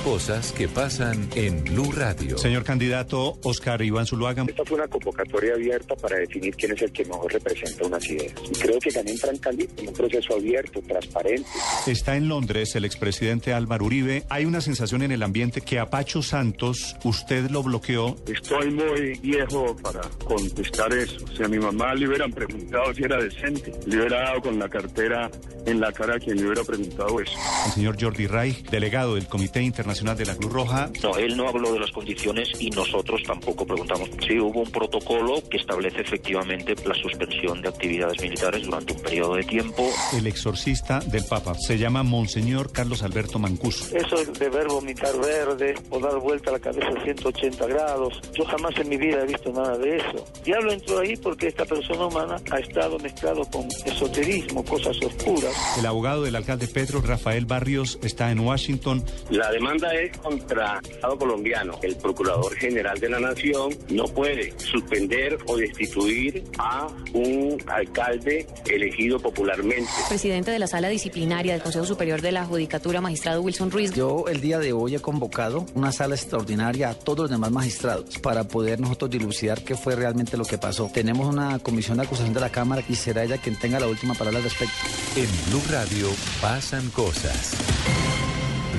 S2: Cosas que pasan en Blue Radio.
S33: Señor candidato Oscar Iván Zuluaga.
S34: Esta fue una convocatoria abierta para definir quién es el que mejor representa unas ideas. Y creo que gané en Francali en un proceso abierto, transparente.
S33: Está en Londres el expresidente Álvaro Uribe. Hay una sensación en el ambiente que a Pacho Santos usted lo bloqueó.
S35: Estoy muy viejo para contestar eso. O sea, a mi mamá le hubieran preguntado si era decente. Le hubiera dado con la cartera en la cara a quien le hubiera preguntado eso.
S33: El señor Jordi Reich, delegado del Comité Internacional de la Cruz Roja.
S15: No, él no habló de las condiciones y nosotros tampoco preguntamos. Sí, hubo un protocolo que establece efectivamente la suspensión de actividades militares durante un periodo de tiempo.
S33: El exorcista del Papa se llama Monseñor Carlos Alberto Mancuso.
S20: Eso de ver vomitar verde o dar vuelta la cabeza a 180 grados, yo jamás en mi vida he visto nada de eso. Diablo entró ahí porque esta persona humana ha estado mezclado con esoterismo, cosas oscuras.
S33: El abogado del alcalde Pedro Rafael Barrios está en Washington.
S15: La demanda es contra el Estado colombiano. El Procurador General de la Nación no puede suspender o destituir a un alcalde elegido popularmente.
S36: Presidente de la Sala Disciplinaria del Consejo Superior de la Judicatura, magistrado Wilson Ruiz.
S5: Yo el día de hoy he convocado una sala extraordinaria a todos los demás magistrados para poder nosotros dilucidar qué fue realmente lo que pasó. Tenemos una comisión de acusación de la Cámara y será ella quien tenga la última palabra al respecto.
S2: En Blue Radio pasan cosas.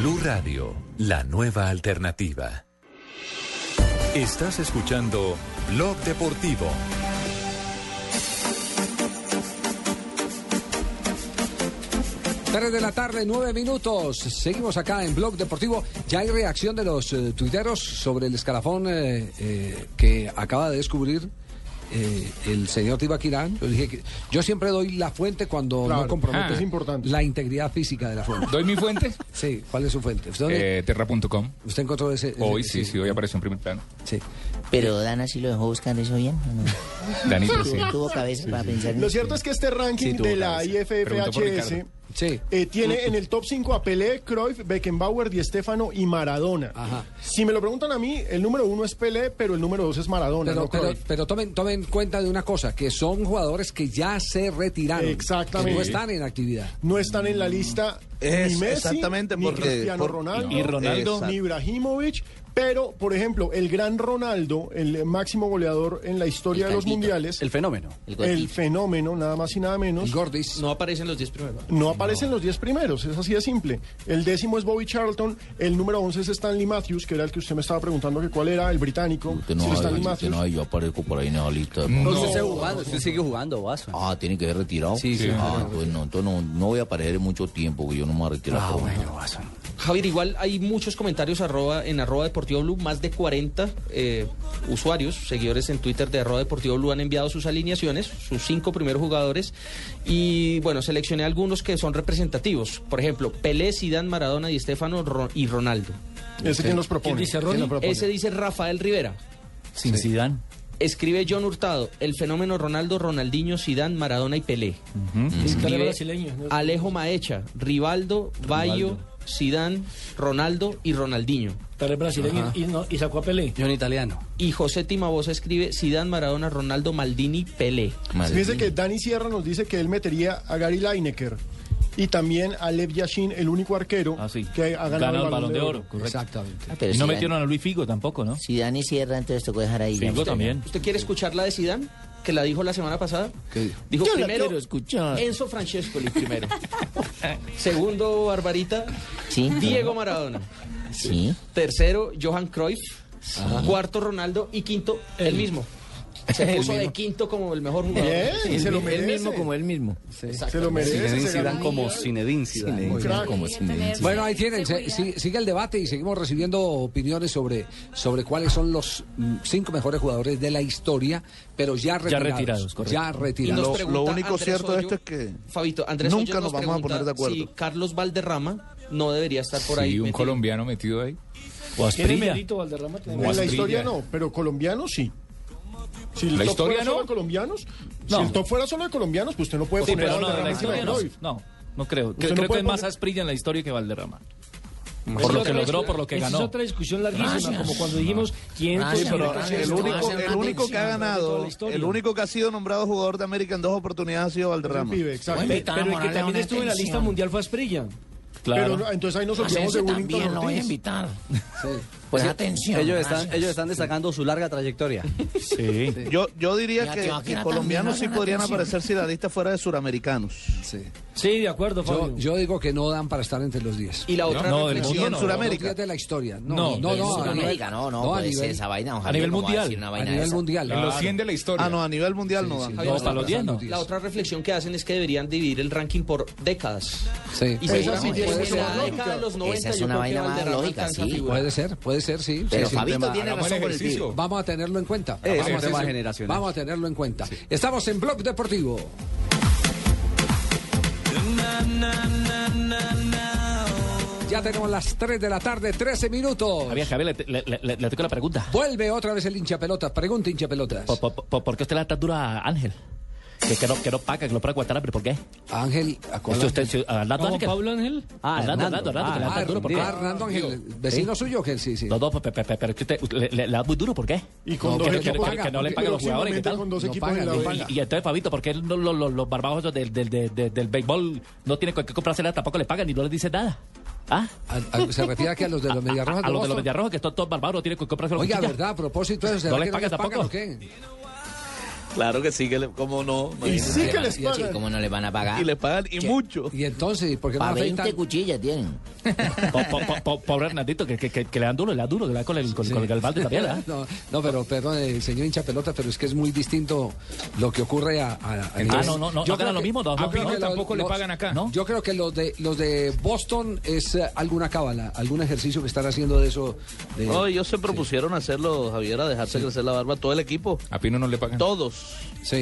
S2: Blue Radio, la nueva alternativa. Estás escuchando Blog Deportivo.
S4: Tres de la tarde, nueve minutos. Seguimos acá en Blog Deportivo. Ya hay reacción de los eh, tuiteros sobre el escalafón eh, eh, que acaba de descubrir eh, el señor Tibaquirán. Yo, dije que- yo siempre doy la fuente cuando
S9: Claro,
S4: no comprometo
S9: es importante.
S4: la integridad física de la fuente.
S33: ¿Doy mi fuente?
S4: Sí, ¿cuál es su fuente? ¿Usted, dónde-
S33: Eh, Terra.com.
S4: usted encontró ese? ese-
S33: Hoy sí, sí, hoy apareció en primer plano.
S4: Sí.
S36: Pero Dana sí lo dejó buscando eso bien. ¿o no?
S33: Danito, sí.
S36: Tuvo cabeza para pensar en
S9: Lo
S36: eso.
S9: cierto es que este ranking
S36: Sí, tuvo
S9: de la
S36: cabeza. Preguntó por
S9: IFFHS
S36: Ricardo.
S9: eh, tiene en el top 5 a Pelé, Cruyff, Beckenbauer, Di Stéfano y Maradona. Si me lo preguntan a mí, el número uno es Pelé, pero el número dos es Maradona.
S4: Pero,
S9: no
S4: pero,
S9: Cruyff.
S4: pero tomen, tomen cuenta de una cosa, que son jugadores que ya se retiraron.
S9: Exactamente.
S4: Que no están en actividad.
S9: No están en la lista
S4: Es-
S9: ni Messi,
S4: exactamente,
S9: ni
S4: porque-
S9: Cristiano
S4: por-
S9: Ronaldo,
S4: y Ronaldo.
S9: ni Ibrahimovic, Pero, por ejemplo, el gran Ronaldo, el máximo goleador en la historia
S7: El
S9: de los
S7: calvito,
S9: mundiales.
S7: el fenómeno, el
S9: El,
S7: gordito.
S9: fenómeno, nada más y nada menos.
S7: No aparecen los 10 primeros.
S9: No aparecen los 10 primeros, es así de simple. El décimo es Bobby Charlton, el número 11 es Stanley Matthews, que era el que usted me estaba preguntando que cuál era, el británico.
S21: Usted no
S9: Sir
S21: hay,
S9: Stanley Matthews.
S21: usted no hay, yo aparezco por ahí en esa lista. de-
S7: No, usted sigue jugando, usted sigue jugando, Vaso.
S21: Ah, tiene que haber retirado.
S7: Sí, sí.
S21: Ah, pues no, entonces no, no voy a aparecer en mucho tiempo, que yo no me voy a retirar. Ah, bueno,
S7: vas a...
S11: Javier, igual hay muchos comentarios arroba- en arroba deportivo blue, más de 40 eh, usuarios, seguidores en Twitter de arroba deportivo blue han enviado sus alineaciones, sus cinco primeros jugadores, y bueno, seleccioné algunos que son representativos, por ejemplo, Pelé, Zidane, Maradona, Di Stefano Ron- y Ronaldo.
S9: ¿Ese quién los propone?
S11: ¿Quién dice,
S9: ¿Quién
S11: Ronnie?
S9: lo propone?
S11: Ese dice Rafael Rivera.
S21: Sin Sidán.
S11: Escribe John Hurtado, el fenómeno Ronaldo, Ronaldinho, Zidane, Maradona y Pelé.
S7: Escribe
S11: Escribe
S7: brasileño, ¿no?
S11: Alejo Maecha, Rivaldo, Bayo, Sidán, Ronaldo y Ronaldinho.
S7: Tal vez brasileño
S11: Ajá.
S7: y, no- y sacó a Pelé. Yo en italiano.
S11: Y José Timabosa escribe Sidán, Maradona, Ronaldo, Maldini, Pelé.
S9: Fíjese que Dani Sierra nos dice que él metería a Gary Lineker y también a Lev Yashin, el único arquero que ha ganado,
S8: Ganado Ah, el Balón de Oro, correcto.
S9: Exactamente.
S36: Ah,
S8: y no metieron a Luis Figo tampoco, ¿no? Si Dani cierra, entonces tocó dejar ahí. Figo también.
S11: ¿Usted quiere escuchar la de Sidán? Que la dijo la semana pasada. Dijo
S8: Yo la
S11: primero
S8: quiero escuchar.
S11: Enzo Francescoli
S8: [laughs]
S11: primero. Segundo, Barbarita.
S8: Sí.
S11: Diego Maradona.
S8: Sí.
S11: Tercero, Johan Cruyff.
S8: Ajá.
S11: Cuarto, Ronaldo. Y quinto, el mismo. Se
S8: El
S11: puso de
S8: mismo.
S11: quinto como el mejor jugador.
S8: Bien,
S11: Sí,
S8: se lo
S11: el
S8: merece.
S11: mismo como
S7: él mismo.
S11: Exacto.
S7: Zinedine
S11: se ganó
S7: Zidane como Zinedine Zidane.
S11: Muy
S7: Crack.
S11: bien, como
S7: Zidane.
S4: Bueno, ahí tienen, se- si- sigue el debate y seguimos recibiendo opiniones sobre, sobre cuáles son los mm, cinco mejores jugadores de la historia, pero ya retirados.
S8: retirados, correcto.
S4: Ya retirados.
S19: Lo- lo, único cierto de este esto es que
S11: Fabito, Andrés
S19: nunca
S11: Hoyos
S19: nos vamos a
S11: pregunta
S19: poner de acuerdo.
S11: Si Carlos Valderrama no debería estar por ahí.
S9: Sí, un
S11: colombiano metido ahí.
S9: Asprilla.
S11: Tiene mérito.
S7: Valderrama
S9: En
S7: tenemos.
S9: la
S7: Guasprilla.
S9: historia no, pero colombianos sí. Si el
S7: ¿La
S9: top
S7: historia
S9: fuera
S7: no?
S9: solo de colombianos,
S8: No.
S9: si el top fuera solo de colombianos, pues usted no puede
S8: Sí,
S9: poner
S8: pero
S9: a
S8: no,
S9: Valderrama
S8: la
S9: encima de
S8: historia no.
S9: Cruyff.
S8: No, no creo.
S9: no
S8: Creo que
S9: puede
S8: es más
S9: poner-
S8: Asprilla en la historia que Valderrama.
S7: Esa
S8: Por
S4: Pues
S8: lo
S7: es
S8: que
S7: otra
S8: logró,
S7: discu-
S8: por lo que
S7: esa
S8: ganó.
S7: Es otra discusión larguísima,
S8: Gracias. Ah.
S7: como cuando dijimos quién
S19: Ah, Sí, pero
S7: considera que es
S19: el único, el único que ha ganado, el único que ha sido nombrado jugador de América en dos oportunidades ha sido Valderrama.
S7: Pero el que también estuvo en la lista mundial fue Asprilla.
S19: Claro. Pero, entonces, ahí nos olvidamos de Willington
S7: también lo voy a
S19: Ortiz.
S7: invitar.
S19: Pues
S7: Sí,
S19: atención,
S7: Ellos
S19: gracias.
S7: están, ellos están destacando su larga trayectoria.
S19: Sí. Yo, yo diría
S7: Mira,
S19: que,
S7: Tibaquira
S19: que
S7: también,
S19: colombianos sí
S7: hagan
S19: podrían
S7: atención.
S19: aparecer si la lista fuera de suramericanos. Sí.
S7: Sí, de acuerdo,
S4: Yo, yo digo que no dan para estar entre los 10.
S19: Y la otra No, del reflexión-
S4: Los
S19: mundo no.
S4: diez
S19: Suramérica.
S4: de la historia. No,
S19: No,
S4: no, no.
S19: del
S4: a nivel-
S19: Suramérica, no, no,
S4: a
S19: puede ser
S4: nivel-
S19: esa vaina, don Javier, ¿cómo va a decir una vaina
S4: a nivel
S19: esa?
S4: mundial.
S19: En los Claro. 100
S4: de la historia.
S19: Ah, no, a nivel mundial no dan.
S11: Javier, la- La otra reflexión que hacen es que deberían dividir el ranking por décadas.
S4: Sí.
S11: Y
S4: Esa sí
S11: seguramente
S4: tiene
S11: en la
S4: lógica.
S11: década de los 90
S4: Esa es
S11: yo
S4: una
S11: creo
S4: vaina
S11: que
S4: más
S11: Valderrama
S4: lógica,
S11: alcanza
S4: sí.
S11: figura.
S4: Puede ser, puede ser, sí.
S11: Pero
S4: sí, sí.
S11: Fabito
S4: Tema-
S11: tiene
S4: hagamos
S11: razón
S4: el
S11: con el
S4: ejercicio.
S11: pibe.
S4: Vamos a tenerlo en cuenta.
S11: Es
S4: vamos, a
S11: un tema
S4: hacer-
S11: generacional.
S4: vamos a tenerlo en cuenta. Estamos en Blog Deportivo. Ya tenemos las 3 de la tarde, 13 minutos.
S8: Javier, Javier, le, le- le- le- le tengo la pregunta.
S4: Vuelve otra vez el hincha pelota. Pregunta, hincha pelotas.
S8: ¿Por, por- por- por qué usted la está dura a Ángel? Que, que no, que no paga, que no paga Guantanamo, ¿pero por qué?
S4: Ángel,
S8: Usted- usted- a Hernando
S7: ¿A Juan
S8: Ángel.
S7: Pablo Ángel?
S8: Ah, Hernando, Hernando, Hernando, que le da
S4: Ah,
S8: tan duro, ¿por qué?
S4: ah, Hernando Ángel, vecino suyo, que sí, sí.
S8: No, no, pe- pe- pe- pero, es que usted usted le, le- le da muy duro, ¿por qué?
S4: Y con
S8: No,
S4: dos
S8: que- que,
S4: equipos
S8: que-
S4: paga,
S8: que no le
S4: porque
S8: pagan los jugadores,
S4: próximamente
S8: ¿qué tal?
S4: con dos No equipos pagan, en la no
S8: y,
S4: paga.
S8: y- y entonces, Fabito, ¿por qué no- los, los, los barbajos del, del, del, del, del béisbol no tienen con qué comprársela, tampoco le pagan y no les dicen nada? ¿Ah?
S4: a- se refiere aquí a los de los Mediarrojas de
S8: [laughs] A los de
S4: Boston.
S8: los Mediarrojas, que están todos barbados, no tienen con qué comprarse los
S4: Oiga,
S8: cuchillas.
S4: ¿verdad? A propósito, ¿será
S8: ¿No les
S4: que
S8: pagan tampoco?
S4: o qué?
S19: Claro que sí, que le, cómo no.
S4: Y sí que les
S19: Y así,
S4: pagan.
S19: ¿Cómo no le van a pagar? Y le pagan y mucho.
S4: Y entonces, ¿por qué no
S19: Pa'
S4: [laughs]
S19: 20
S4: afeitan? cuchillas tienen.
S8: Po- po- po- po- Pobre Hernandito, que, que, que, que le dan duro, le dan duro, que le dan con el, con, con el galbalde también, ¿verdad?
S4: [laughs] no, no, pero perdón, eh, señor hincha pelota, pero es que es muy distinto lo que ocurre a. a- a nivel-
S8: no, no, no,
S4: Yo
S8: no ganan
S4: creo
S8: lo
S4: que-
S8: mismo, no,
S4: yo
S8: no,
S4: creo
S8: no,
S4: que los-
S8: tampoco le
S4: los-
S8: pagan acá.
S4: Yo creo que los de los de Boston es eh, alguna cábala, algún ejercicio que están haciendo de eso. de-
S7: No,
S19: ellos se propusieron hacerlo, Javier, a dejarse crecer la barba todo el equipo.
S7: A Pino no le pagan.
S19: Todos.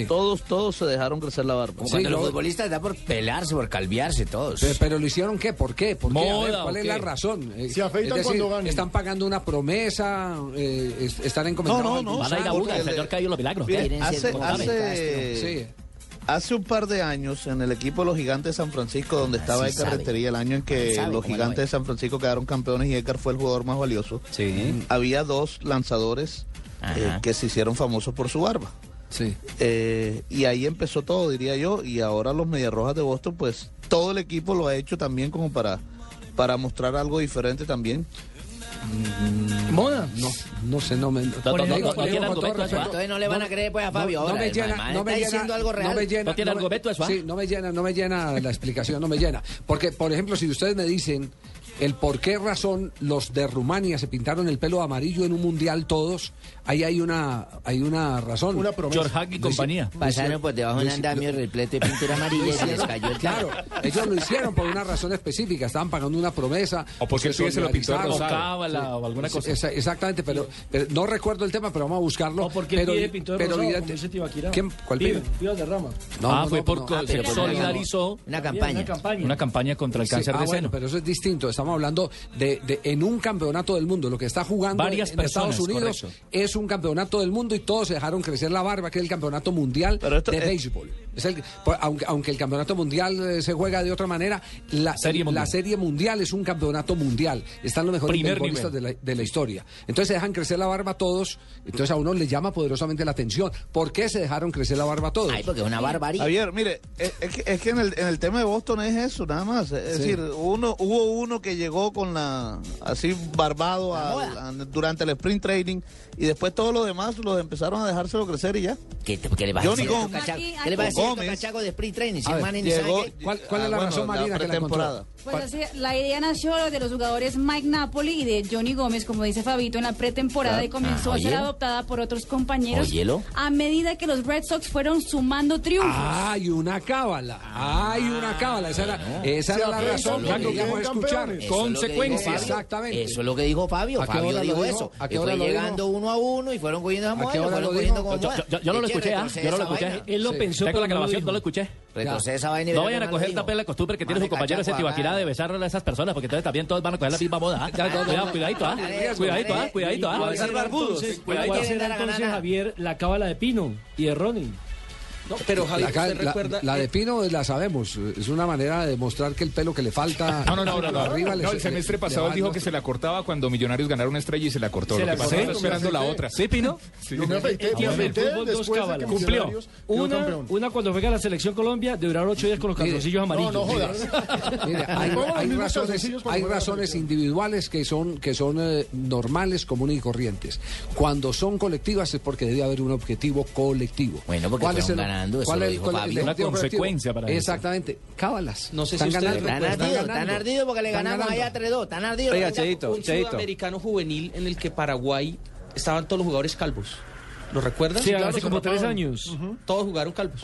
S19: Todos, todos se dejaron crecer la barba.
S4: Como Sí, cuando los lo-
S19: futbolistas da por pelarse, por calviarse todos.
S4: Pe- Pero lo hicieron qué, por qué, por qué, A ver,
S19: Moda,
S4: cuál
S19: ¿o
S4: es
S19: qué?
S4: la razón. Eh,
S19: Se afeitan
S4: es decir,
S19: cuando ganan.
S4: Están pagando una promesa, eh, es- están encomendando.
S19: No, no, no,
S4: algún
S19: van a ir a
S4: santo.
S19: una, el Señor
S8: que ha ido los milagros.
S19: Mire,
S4: Quieren ser
S19: hace,
S4: como
S19: hace-
S4: Fidel Castro.
S19: hace un par de años, en el equipo de los Gigantes de San Francisco, donde estaba
S7: sí
S19: Edgar
S7: sabe.
S19: Rentería, el año en
S7: Ah,
S19: que
S7: sabe
S19: los
S7: cómo no
S19: Gigantes de San Francisco quedaron campeones y Edgar fue el jugador más valioso, mm, había dos lanzadores eh, que se hicieron famosos por su barba. Eh, y ahí empezó todo, diría yo, y ahora los Mediarrojas de Boston, pues todo el equipo lo ha hecho también como para, para mostrar algo diferente también.
S4: ¿Moda? No, no sé, no me.
S37: Por
S4: le
S37: eso,
S4: digo-
S37: cualquier
S4: le digo con todo
S37: argumento
S4: respeto.
S37: eso, entonces no le van a creer, pues, a
S4: ¿ah? No,
S37: Fabio
S4: No,
S37: ahora,
S4: me
S37: el
S4: llena,
S37: man
S4: no me
S37: está
S4: llena-
S37: diciendo algo
S4: No
S37: real.
S4: me llena,
S37: ¿No tiene
S4: me-
S37: argumento eso, ah?
S4: Sí, no me llena, no me llena la explicación, no me llena. Porque, por ejemplo, si ustedes me dicen el por qué razón los de Rumania se pintaron el pelo amarillo en un mundial todos, ahí hay una, hay una razón. Una
S8: promesa. George Hack y compañía.
S37: Pasaron por debajo de un
S4: Luis-
S37: andamio repleto de
S4: [laughs]
S37: pintura amarilla y se les cayó el
S4: Claro, ellos lo hicieron por una razón específica, estaban pagando una promesa.
S8: O porque el
S4: se
S8: pibe se lo pintó de
S4: solidarizaron.
S8: rosado. O cábala, o alguna cosa.
S4: Esa- exactamente, pero, pero no recuerdo el tema, pero vamos a buscarlo. O
S7: porque el pibe pintó de rosado, como dice Tibaquirá.
S4: ¿Quién? ¿Cuál
S7: Pibe,
S4: pibe?
S7: Pibas de rama.
S8: Ah, fue por co- se
S4: pero por una-
S8: solidarizó.
S4: Una campaña.
S8: Una campaña. Una campaña contra el
S4: Sí,
S8: cáncer
S4: ah,
S8: de
S4: bueno,
S8: seno.
S4: pero eso es distinto. Estamos hablando de, de- en un campeonato del mundo. Lo que está jugando
S8: Varias
S4: en
S8: personas,
S4: Estados Unidos
S8: correcto.
S4: es un campeonato del mundo y todos se dejaron crecer la barba, que es el campeonato mundial de béisbol. Es el- por- aunque, aunque el campeonato mundial eh, se juega de otra manera, la
S8: Serie
S4: la
S8: mundial.
S4: serie mundial es un campeonato mundial. Están los mejores
S8: Primer
S4: beisbolistas de la, de la historia. Entonces se dejan crecer la barba a todos. Entonces a uno le llama poderosamente la atención. ¿Por qué se dejaron crecer la barba a todos? Ay, porque es una barbaridad.
S19: Javier, mire, es, es que, es que en, el, en el tema de Boston es eso, nada más. eh. Es
S4: Sí.
S19: decir, uno, hubo uno que llegó con la así barbado al- al- durante el sprint training y después todos los demás los empezaron a dejárselo crecer y ya.
S37: ¿Qué, le vas a
S19: Johnny
S37: decir a estos
S19: Gómez.
S37: cachacos? ¿Qué le vas a decir a estos
S19: Gómez.
S37: cachacos de sprint training? Si
S19: A
S37: el
S19: ver,
S37: man ni
S19: llegó-
S37: sabe qué-
S4: ¿Cuál, cuál es la
S19: Ah, bueno,
S4: razón,
S19: la
S4: Marina, que la
S19: pretemporada.
S4: encontró?
S38: Pues así, la idea nació de los jugadores Mike Napoli y de Johnny Gómez, como dice Fabito, en la pretemporada
S37: Claro.
S38: y comenzó
S37: Ah,
S38: a ser
S37: óyelo.
S38: adoptada por otros compañeros
S37: Óyelo.
S38: a medida que los Red Sox fueron sumando triunfos.
S37: Ah.
S4: Hay una cábala, hay una cábala. Esa era, esa era la razón que queríamos escuchar.
S37: Consecuencias.
S4: Exactamente.
S37: Eso es lo que dijo Fabio.
S4: ¿A qué
S37: Fabio
S4: hora lo
S37: dijo
S4: dijo?
S37: eso.
S4: ¿A qué
S37: Que
S4: hora
S37: fue
S4: lo dijo?
S37: llegando uno a uno y fueron cogiendo a
S4: ¿A qué
S37: moda,
S4: hora
S37: fueron
S4: lo
S37: cogiendo
S4: dijo?
S37: como
S4: Yo-
S37: moda.
S4: yo- yo no lo
S37: Eche,
S4: escuché, ¿ah?
S37: retrocede
S4: Yo no lo
S37: esa
S4: escuché.
S37: vaina.
S4: Él lo pensó,
S8: Tengo
S4: pero
S8: la
S4: no lo
S8: grabación,
S4: dijo.
S8: no lo escuché.
S4: Retrocede
S37: esa vaina y
S8: No
S37: verá
S8: vayan a
S37: que
S8: coger
S37: no lo
S8: también la costumbre que tiene
S37: Mande
S8: su compañero ese
S37: cachaco,
S8: tibaquirá de besarle a esas personas, porque entonces también todos van a coger la misma moda. ¿ah?
S7: no, no,
S8: Cuidado,
S7: no.
S8: Cuidadito, ah. Cuidadito, ah. Cuidadito, ah.
S7: ¿Cuál será entonces, cuál
S8: Cuidadito.
S7: será entonces, Javier, la cábala de Pino y de Ronin? No,
S4: La ca- la, la de Pino eh, la sabemos. Es una manera de demostrar que el pelo que le falta.
S22: [laughs] No, no, no, no. no.
S4: arriba le-
S22: No,
S4: le-
S22: el semestre
S4: le
S22: pasado
S4: va
S22: él dijo
S4: al-
S22: que se la cortaba cuando Millonarios ganaron una estrella y se la cortó.
S4: Se
S22: Lo
S4: la
S22: que pasa es que
S4: cortó,
S22: está esperando
S4: me
S22: la
S4: afeité.
S22: otra. ¿Sí, Pino? Sí.
S7: Yo me afeité, me afeité después de que Cumplió.
S22: Millonarios quedó
S7: Una,
S22: campeón.
S7: una cuando juega la selección Colombia, de durar ocho días con los calzoncillos amarillos.
S4: no
S7: jodas.
S4: Mira, hay, hay razones, hay razones individuales que son, que son eh, normales, comunes y corrientes. Cuando son colectivas es porque debe haber un objetivo colectivo. Bueno,
S37: porque fueron ganando, eso lo dijo Fabio. Una consecuencia para eso.
S4: Exactamente. Cábalas.
S37: No sé
S4: Están
S37: si ustedes
S4: ganando,
S37: están
S4: están
S37: ardidos,
S4: ganando.
S37: están ardidos porque le
S4: Están
S37: ganamos
S4: ganando.
S37: allá 3-2. Están ardidos.
S11: Oiga,
S37: los
S11: Cheito,
S37: muchachos.
S11: un sudamericano juvenil en el que Paraguay estaban todos los jugadores calvos. ¿Lo recuerdan?
S7: Sí, Sí, claro, hace se como rapaban. tres años.
S11: Todos jugaron calvos.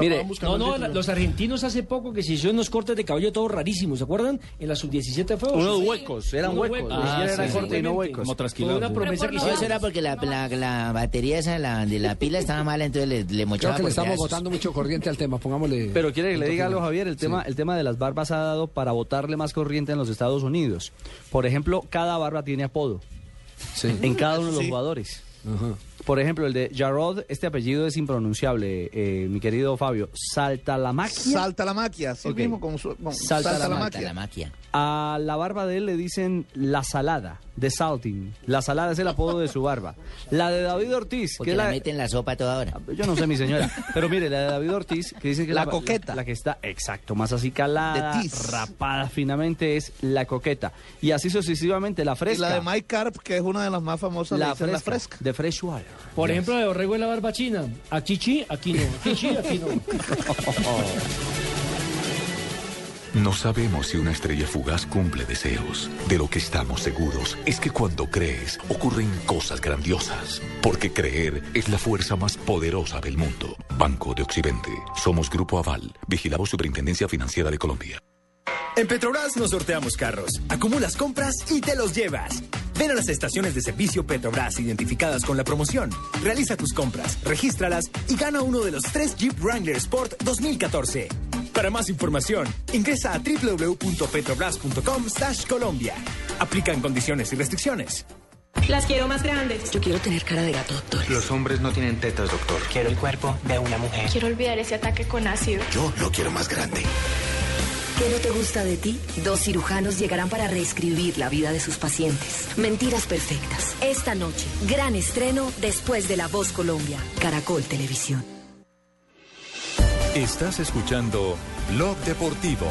S7: Mire, no, no, la- los argentinos hace poco que se hicieron unos cortes de cabello todos rarísimos, ¿se acuerdan? En la sub-17 fue
S11: Unos
S7: Sí.
S11: huecos, eran
S7: Unos
S11: huecos.
S37: Ah,
S7: y
S37: sí,
S7: era
S37: sí,
S7: cortemente.
S37: sí, no huecos.
S7: Como Fue una promesa que
S37: Eso
S7: hicieron.
S37: era porque la, la, la batería esa de la, de la pila estaba mala, entonces le, le
S4: Creo
S37: mochaba
S4: que le
S37: por
S4: estamos
S37: pedazos.
S4: botando mucho corriente al tema, pongámosle.
S5: Pero quiere que le
S4: punto
S5: diga algo,
S4: final.
S5: Javier, el,
S4: Sí.
S5: tema, el tema de las barbas ha dado para votarle más corriente en los Estados Unidos. Por ejemplo, cada barba tiene apodo en cada uno de los
S4: Sí.
S5: jugadores. Por ejemplo, el de Jarod, este apellido es impronunciable, eh, mi querido Fabio. Saltalamaquia.
S19: Salta la maquia, sí
S5: Ok.
S19: mismo, como su- como-
S5: Salta la maquia.
S19: maquia.
S5: A la barba de él le dicen la salada, de salting. La salada es el apodo de su barba. La de David Ortiz,
S37: Porque
S5: que
S37: la
S5: la, Ah,
S37: meten en la sopa toda hora.
S5: yo no sé, mi señora. Pero mire, la de David Ortiz, que dice que
S37: La
S5: es
S37: coqueta.
S5: La, que está, exacto, más así calada,
S37: De tiz.
S5: rapada finamente, es la coqueta. Y así sucesivamente, la
S19: Y
S5: fresca.
S19: la de Mike Carp, que es una de las más famosas, la,
S5: la
S19: dicen
S5: fresca,
S19: la fresca.
S5: De Freshwater.
S7: Por ejemplo, de Orrego es la barba china. Aquí sí, aquí no. Aquí sí, aquí [laughs] no.
S39: No sabemos si una estrella fugaz cumple deseos. De lo que estamos seguros es que cuando crees ocurren cosas grandiosas. Porque creer es la fuerza más poderosa del mundo. Banco de Occidente. Somos Grupo Aval. Vigilamos Superintendencia Financiera de Colombia.
S15: En Petrobras nos sorteamos carros, acumulas compras y te los llevas. Ven a las estaciones de servicio Petrobras identificadas con la promoción. Realiza tus compras, regístralas y gana uno de los tres Jeep Wrangler Sport 2014. Para más información, ingresa a www.petrobras.com Colombia. Aplican condiciones y restricciones.
S3: Las quiero más grandes. Yo quiero tener cara de gato.
S16: Los hombres no tienen tetas, doctor. Quiero el cuerpo de una mujer.
S3: Quiero olvidar ese ataque con ácido.
S16: Yo lo quiero más grande.
S26: ¿Qué no te gusta de ti? Dos cirujanos llegarán para reescribir la vida de sus pacientes. Mentiras perfectas. Esta noche, gran estreno después de La Voz Colombia. Caracol Televisión.
S2: Estás escuchando Blog Deportivo.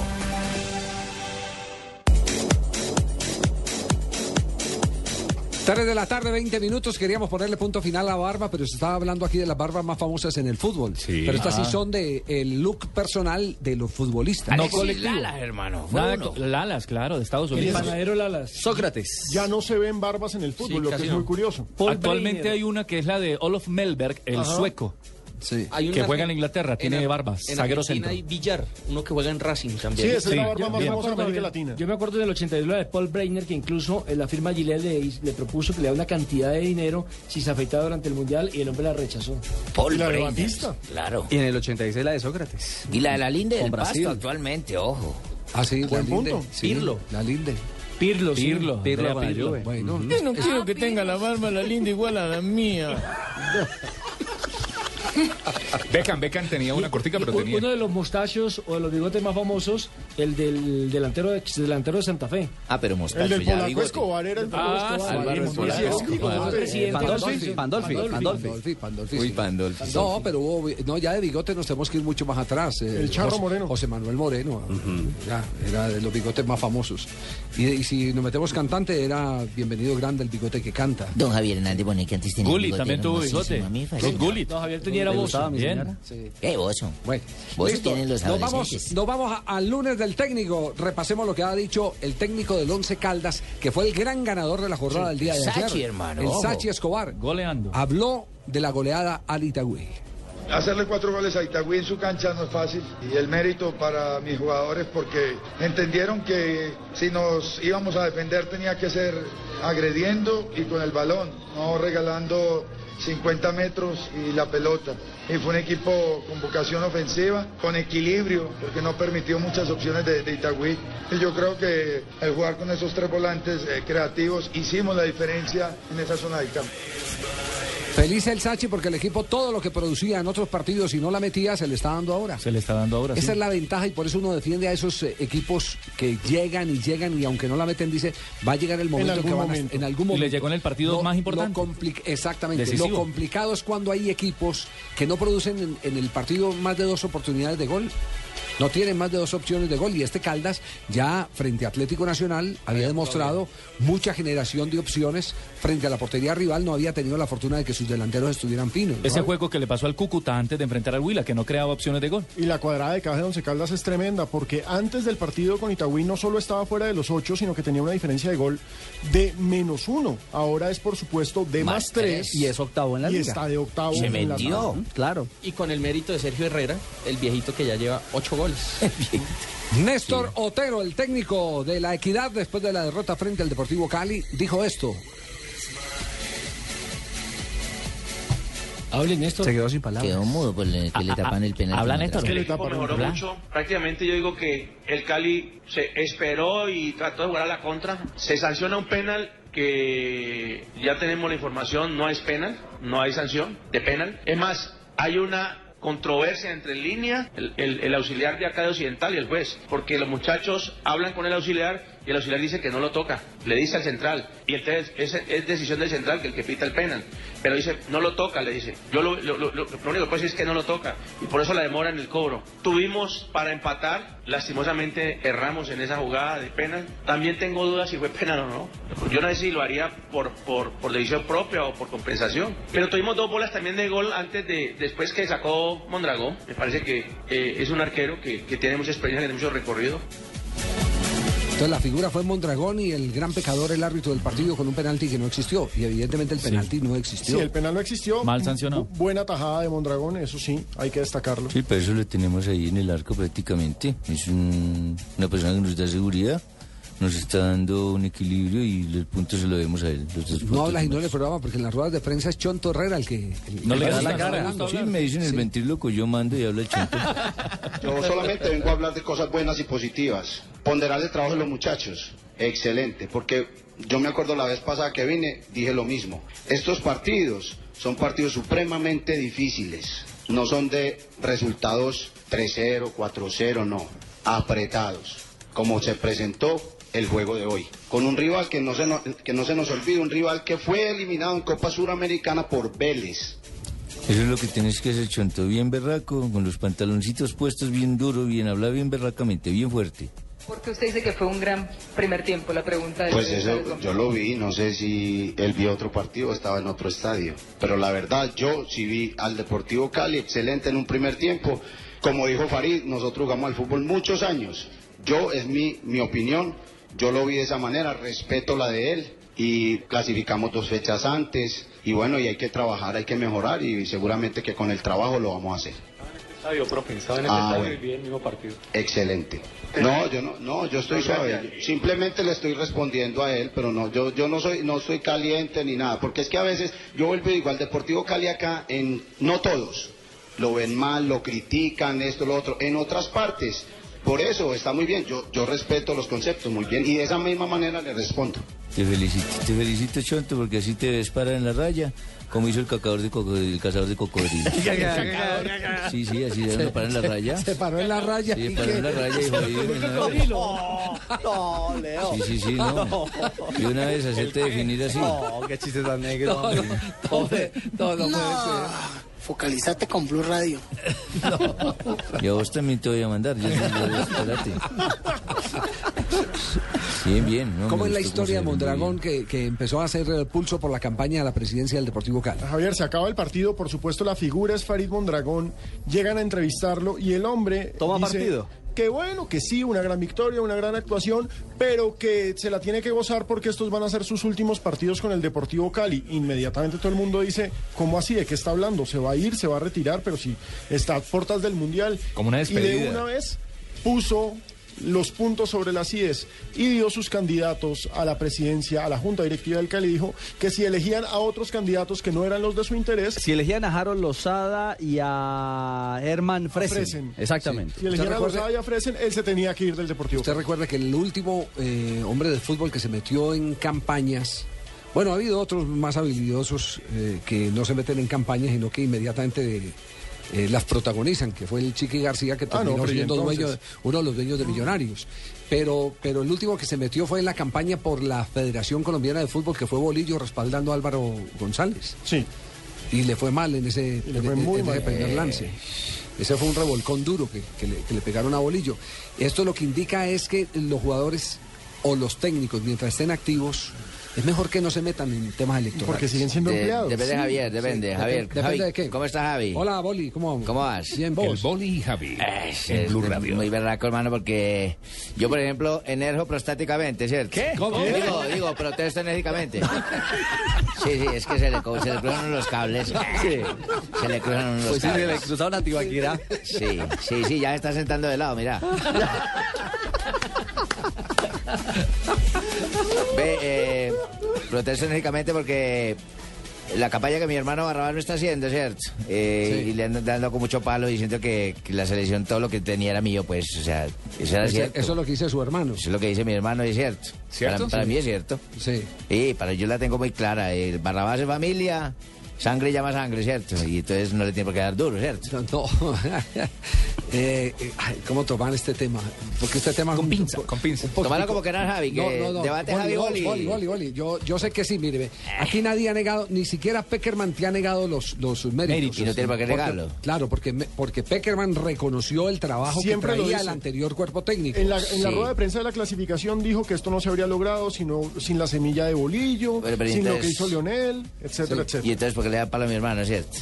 S4: 3 de la tarde, 20 minutos. Queríamos ponerle punto final a barba, pero se estaba hablando aquí de las barbas más famosas en el fútbol. Pero estas
S8: Ah.
S4: sí son del look personal de los futbolistas.
S36: Ah,
S8: No colectivo. Nada co- Lalas, claro, de Estados
S4: El
S8: Unidos.
S4: panadero
S7: Lalas.
S8: Sócrates.
S9: Ya no se ven barbas en el fútbol, lo que es muy curioso.
S8: Actualmente hay una que es la de Olof Melberg, el
S9: Ajá.
S8: sueco.
S11: Hay
S8: que
S11: una-
S8: juega en Inglaterra, tiene
S11: Ar-
S8: barbas,
S11: En
S8: zaguero
S11: Argentina
S8: centro.
S11: hay Villar, uno que juega en Racing también.
S7: Yo- yo me acuerdo bien. Yo me acuerdo del 82 de Paul Breiner, que incluso eh, la firma Gillette le, hiz- le propuso que le diera una cantidad de dinero si se afeitaba durante el Mundial y el hombre la rechazó.
S5: Paul
S7: Y la de
S5: Breiner,
S7: Batista.
S5: Claro.
S37: Y en el 86 la de Sócrates.
S5: Y la de la Linde
S37: Con
S5: del Pasto
S37: Brasil.
S5: actualmente, ojo.
S4: Ah, sí, la
S5: Buen
S4: Linde.
S5: punto.
S4: sí,
S5: Pirlo.
S4: La Linde.
S7: Pirlo,
S5: sí. Pirlo, Andrea
S4: para la
S5: Pirlo.
S4: Juve. Bueno,
S40: Yo no quiero que tenga la barba la linda igual a la mía.
S22: Beckham, Beckham tenía una cortica, pero
S7: Un-
S22: tenía.
S7: Uno de los mostachos o de los bigotes más famosos, el del delantero de, delantero de Santa Fe.
S5: Ah, pero
S9: El del
S5: ya,
S9: Polaco
S5: bigote.
S9: Escobar era el Polaco
S7: Ah,
S9: Escobar.
S5: Álvaro
S9: Álvaro
S5: Escobar.
S9: Escobar.
S5: Escobar.
S9: Escobar.
S5: Presidente.
S4: Pandolfi,
S5: Pandolfi,
S4: Pandolfi,
S5: Pandolfi.
S4: Pandolfi, Pandolfi,
S5: Uy,
S4: sí.
S5: Pandolfi.
S4: No, pero hubo- no, ya de bigote nos tenemos que ir mucho más atrás. eh,
S9: El Charro
S4: José-
S9: Moreno.
S4: José Manuel Moreno. ah, ya, era de los bigotes más famosos. Y, y si nos metemos cantante, era bienvenido grande el bigote que canta.
S36: Don Javier Hernández Bonet, que antes tenía
S4: Gulli
S36: bigote,
S4: también
S36: era
S4: tuvo
S36: hermosísimo,
S4: bigote.
S36: a mí me
S4: Don
S36: fascina.
S4: Gulli. No, Javier tenía era
S36: ¿Te
S4: bozo.
S36: gustaba mi
S4: Bien.
S36: señora?
S4: Sí.
S36: Qué bozo.
S4: Bueno,
S36: Vos
S4: listo.
S36: tienen los
S4: nos vamos,
S36: adolescentes.
S4: nos vamos a- al lunes del técnico. Repasemos lo que ha dicho el técnico del Once Caldas, que fue el gran ganador de la jornada
S5: Sí.
S4: del día de
S5: Sachi,
S4: ayer.
S5: hermano,
S4: El
S5: ojo.
S4: Sachi Escobar. Goleando. Habló de la goleada al Itagüí.
S35: Hacerle cuatro goles a Itagüí en su cancha no es fácil y el mérito para mis jugadores porque entendieron que si nos íbamos a defender tenía que ser agrediendo y con el balón, no regalando 50 metros y la pelota. Y fue un equipo con vocación ofensiva, con equilibrio, porque no permitió muchas opciones de, de Itagüí. Y yo creo que al jugar con esos tres volantes eh, creativos hicimos la diferencia en esa zona del campo.
S4: Feliz el Sachi porque el equipo todo lo que producía en otros partidos y no la metía se le está dando ahora.
S8: Se le está dando ahora.
S4: Esa
S8: sí.
S4: es la ventaja y por eso uno defiende a esos eh, equipos que llegan y llegan y aunque no la meten dice va a llegar el momento en
S8: algún
S4: que van a-
S8: momento.
S4: en algún
S8: Y le
S4: momento.
S8: llegó en el partido más importante.
S4: lo compli- exactamente. Lo
S8: Decisivo.
S4: complicado es cuando hay equipos que no producen en, en el partido más de dos oportunidades de gol. No tienen más de dos opciones de gol y este Caldas ya frente a Atlético Nacional había demostrado mucha generación de opciones frente a la portería rival no había tenido la fortuna de que sus delanteros estuvieran finos. ¿no?
S8: Ese juego que le pasó al Cúcuta antes de enfrentar al Huila, que no creaba opciones de gol.
S9: Y la cuadrada de caja de Once Caldas es tremenda, porque antes del partido con Itagüí no solo estaba fuera de los ocho, sino que tenía una diferencia de gol de menos uno. Ahora es, por supuesto, de más, tres.
S37: Y es octavo en la
S9: Y
S37: liga.
S9: está de octavo Se en la metió. tabla.
S37: Ujú, Claro.
S11: Y con el mérito de Sergio Herrera, el viejito que ya lleva ocho goles.
S4: Néstor Otero, el técnico de la Equidad, después de la derrota frente al Deportivo Cali, dijo esto.
S7: Hablen esto.
S36: Se quedó sin palabras. ¿eh? Quedó mudo, pues le, que le tapan el penal.
S8: habla Néstor.
S36: Que
S41: El equipo mejoró mucho. Prácticamente yo digo que el Cali se esperó y trató de jugar a la contra. Se sanciona un penal que ya tenemos la información, no es penal, no hay sanción de penal. Es más, hay una controversia entre línea, el, el- el auxiliar de acá de Occidental y el juez, porque los muchachos hablan con el auxiliar y el auxiliar dice que no lo toca, le dice al central, y entonces es, es decisión del central que el que pita el penal, pero dice, no lo toca, le dice, yo lo, lo- lo- lo- lo único que puedo decir es que no lo toca, y por eso la demora en el cobro. Tuvimos para empatar, lastimosamente erramos en esa jugada de penal, también tengo dudas si fue penal o no, yo no sé si lo haría por, por, por decisión propia o por compensación, pero tuvimos dos bolas también de gol antes de, después que sacó Mondragón, me parece que eh, es un arquero que, que tiene mucha experiencia, tiene mucho recorrido,
S4: Entonces la figura fue Mondragón y el gran pecador, el árbitro del partido, con un penalti que no existió. Y evidentemente el penalti no existió.
S9: Sí, el penal no existió.
S4: Mal sancionado.
S9: Bu- Buena tajada de Mondragón, eso sí, hay que destacarlo.
S21: Sí, pero eso lo tenemos ahí en el arco prácticamente. Es un- una persona que nos da seguridad, nos está dando un equilibrio y los puntos se lo demos a él. los dos
S4: No
S21: puntos.
S4: hablas y no le programa porque en las ruedas de prensa es Chon Torrera el que... el
S21: No
S4: que
S21: le
S4: está
S21: das la
S4: hablando,
S21: cara.
S4: hablando.
S21: Sí, me dicen el ventríloco, yo mando y habla el chonto.
S42: Yo solamente vengo a hablar de cosas buenas y positivas. Ponderar el trabajo de los muchachos. Excelente, porque yo me acuerdo la vez pasada que vine, dije lo mismo. Estos partidos son partidos supremamente difíciles. No son de resultados 3-0, 4-0, no. Apretados, como se presentó el juego de hoy. Con un rival que no se nos, que no se nos olvide, un rival que fue eliminado en Copa Suramericana por Vélez.
S21: Eso es lo que tienes que hacer, chonto. Bien berraco, con los pantaloncitos puestos bien duro, bien habla bien berracamente, bien fuerte.
S14: Porque usted dice que fue un gran primer tiempo, la pregunta es...
S42: Pues eso yo lo vi, no sé si él vio otro partido, estaba en otro estadio. Pero la verdad, yo sí vi al Deportivo Cali excelente en un primer tiempo. Como dijo Farid, nosotros jugamos al fútbol muchos años. Yo, es mi, mi opinión, yo lo vi de esa manera, respeto la de él y clasificamos dos fechas antes. Y bueno, y hay que trabajar, hay que mejorar y seguramente que con el trabajo lo vamos a hacer.
S15: Estadio, profe, estaba en
S42: el
S15: el
S42: Ah, estadio bueno.
S15: y vi el mismo partido.
S42: Excelente. No, yo no, no, yo estoy suave. Simplemente le estoy respondiendo a él, pero no, yo, yo no soy, no soy caliente ni nada, porque es que a veces yo vuelvo y digo al Deportivo Cali acá, en no todos, lo ven mal, lo critican, esto, lo otro, en otras partes. Por eso está muy bien, yo, yo respeto los conceptos muy bien y de esa misma manera le respondo.
S21: Te felicito, te felicito, Chonto, porque así te ves para en la raya, como hizo el, cacador de coco- [laughs] el cazador de cocodrilos. sí, sí, así de uno para en la raya.
S4: Se paró en la raya.
S21: Sí,
S4: y
S21: paró en la
S4: que-
S21: raya y jodido.
S4: No,
S3: no, Leo.
S21: Sí, sí, sí, no. Y una vez hacerte definir así.
S3: No, qué chiste tan negro.
S21: hombre.
S4: No, no, puede
S8: Focalizate con
S4: [laughs]
S8: Blue Radio.
S21: Y a vos también te voy a mandar. Yo, yo- yo- espérate. Bien, bien. no,
S4: ¿Cómo
S21: me
S4: es la
S21: gustó
S4: historia de
S21: cómo se-
S4: Mondragón que, que empezó a hacer eh, pulso por la campaña de la presidencia del Deportivo Cali?
S9: Javier, se acaba el partido, por supuesto la figura es Farid Mondragón, llegan a entrevistarlo y el hombre
S3: Toma
S9: dice
S3: partido.
S9: que bueno, que sí, una gran victoria, una gran actuación, pero que se la tiene que gozar porque estos van a ser sus últimos partidos con el Deportivo Cali. Inmediatamente todo el mundo dice, ¿cómo así? ¿De qué está hablando? ¿Se va a ir? ¿Se va a retirar? Pero sí, está a puertas del Mundial.
S22: Como una
S9: Y de
S22: despedida.
S9: una vez puso los puntos sobre las IES y dio sus candidatos a la presidencia, a la Junta Directiva del Cali, dijo que si elegían a otros candidatos que no eran los de su interés,
S5: Si elegían a Harold Lozada y a Herman Fresen.
S9: Fresen.
S5: Exactamente.
S9: si elegían a Lozada y a Fresen, él se tenía que ir del Deportivo.
S4: Usted recuerda que el último eh, hombre de fútbol que se metió en campañas, bueno, ha habido otros más habilidosos eh, que no se meten en campañas, sino que inmediatamente eh, las protagonizan, que fue el Chiqui García, que
S9: Ah, no,
S4: terminó
S9: pero ¿y
S4: siendo dueño,
S9: entonces?
S4: uno de los dueños de Millonarios. Pero, pero el último que se metió fue en la campaña por la Federación Colombiana de Fútbol, que fue Bolillo respaldando a Álvaro González.
S9: Sí.
S4: Y le fue mal en ese,
S9: le fue
S4: en- en
S9: muy
S4: ese
S9: mal.
S4: primer lance. Ese fue un revolcón duro que, que le, que le pegaron a Bolillo. Esto lo que indica es que los jugadores o los técnicos, mientras estén activos, es mejor que no se metan en temas electorales.
S9: Porque siguen siendo
S4: De-
S9: empleados.
S4: depende,
S9: Sí,
S4: Javier,
S9: sí.
S4: depende,
S9: Dep-
S4: Javier.
S9: depende
S4: Javi,
S9: de qué.
S37: ¿Cómo estás, Javi?
S4: Hola, Boli, ¿cómo vamos?
S37: ¿Cómo vas?
S4: Bien, ¿vos? El
S37: Boli y Javi.
S4: en Blue
S37: Radio. Muy berraco, hermano, porque yo, por ejemplo, enerjo prostáticamente, ¿cierto? ¿Qué?
S4: ¿Cómo?
S37: Digo, digo, protesto enérgicamente. Sí, sí, es que se le, co- se le cruzaron los cables. Sí. Se le cruzaron los
S5: Pues sí,
S37: cables.
S5: se le cruzaron a Tibaquirá.
S37: Sí, sí, sí, ya me está sentando de lado, mira. Ve, eh, protesto enérgicamente porque la campaña que mi hermano Barrabás me está haciendo, ¿cierto? Eh, Y le andan dando con mucho palo diciendo que, que la selección todo lo que tenía era mío, pues, o sea, eso era
S4: Ese-
S37: cierto.
S4: eso es lo que dice su hermano.
S37: Eso es lo que dice mi hermano, es cierto.
S4: ¿Cierto?
S37: Para, para
S4: Sí.
S37: mí es cierto.
S4: Sí.
S37: Y para yo la tengo muy clara. El Barrabás es familia, sangre llama sangre, ¿cierto? Y entonces no le tiene por qué dar duro, ¿cierto?
S4: No. [laughs] Eh, eh, ay, ¿Cómo toman este tema? Porque este tema... Con pinza, con pinza.
S37: Tómalo como que no, Javi, que debate Javi Boli.
S4: Boli, Boli, Boli. Yo, yo sé que sí, mire, ve, aquí nadie ha negado, ni siquiera Peckerman te ha negado los, los méritos.
S37: Méritos. Y no tiene por qué
S4: Porque-
S37: negarlo.
S4: Claro, porque, me- porque Peckerman reconoció el trabajo
S9: Siempre lo
S4: que traía
S9: dice.
S4: el anterior cuerpo técnico.
S9: En la, en la
S4: Sí.
S9: rueda de prensa de la clasificación dijo que esto no se habría logrado sino, sin la semilla de bolillo,
S37: Pero, pero
S9: sin lo que
S37: entonces-
S9: hizo Leonel, etcétera, etcétera.
S37: Y entonces porque le da palo a mi hermano, ¿cierto?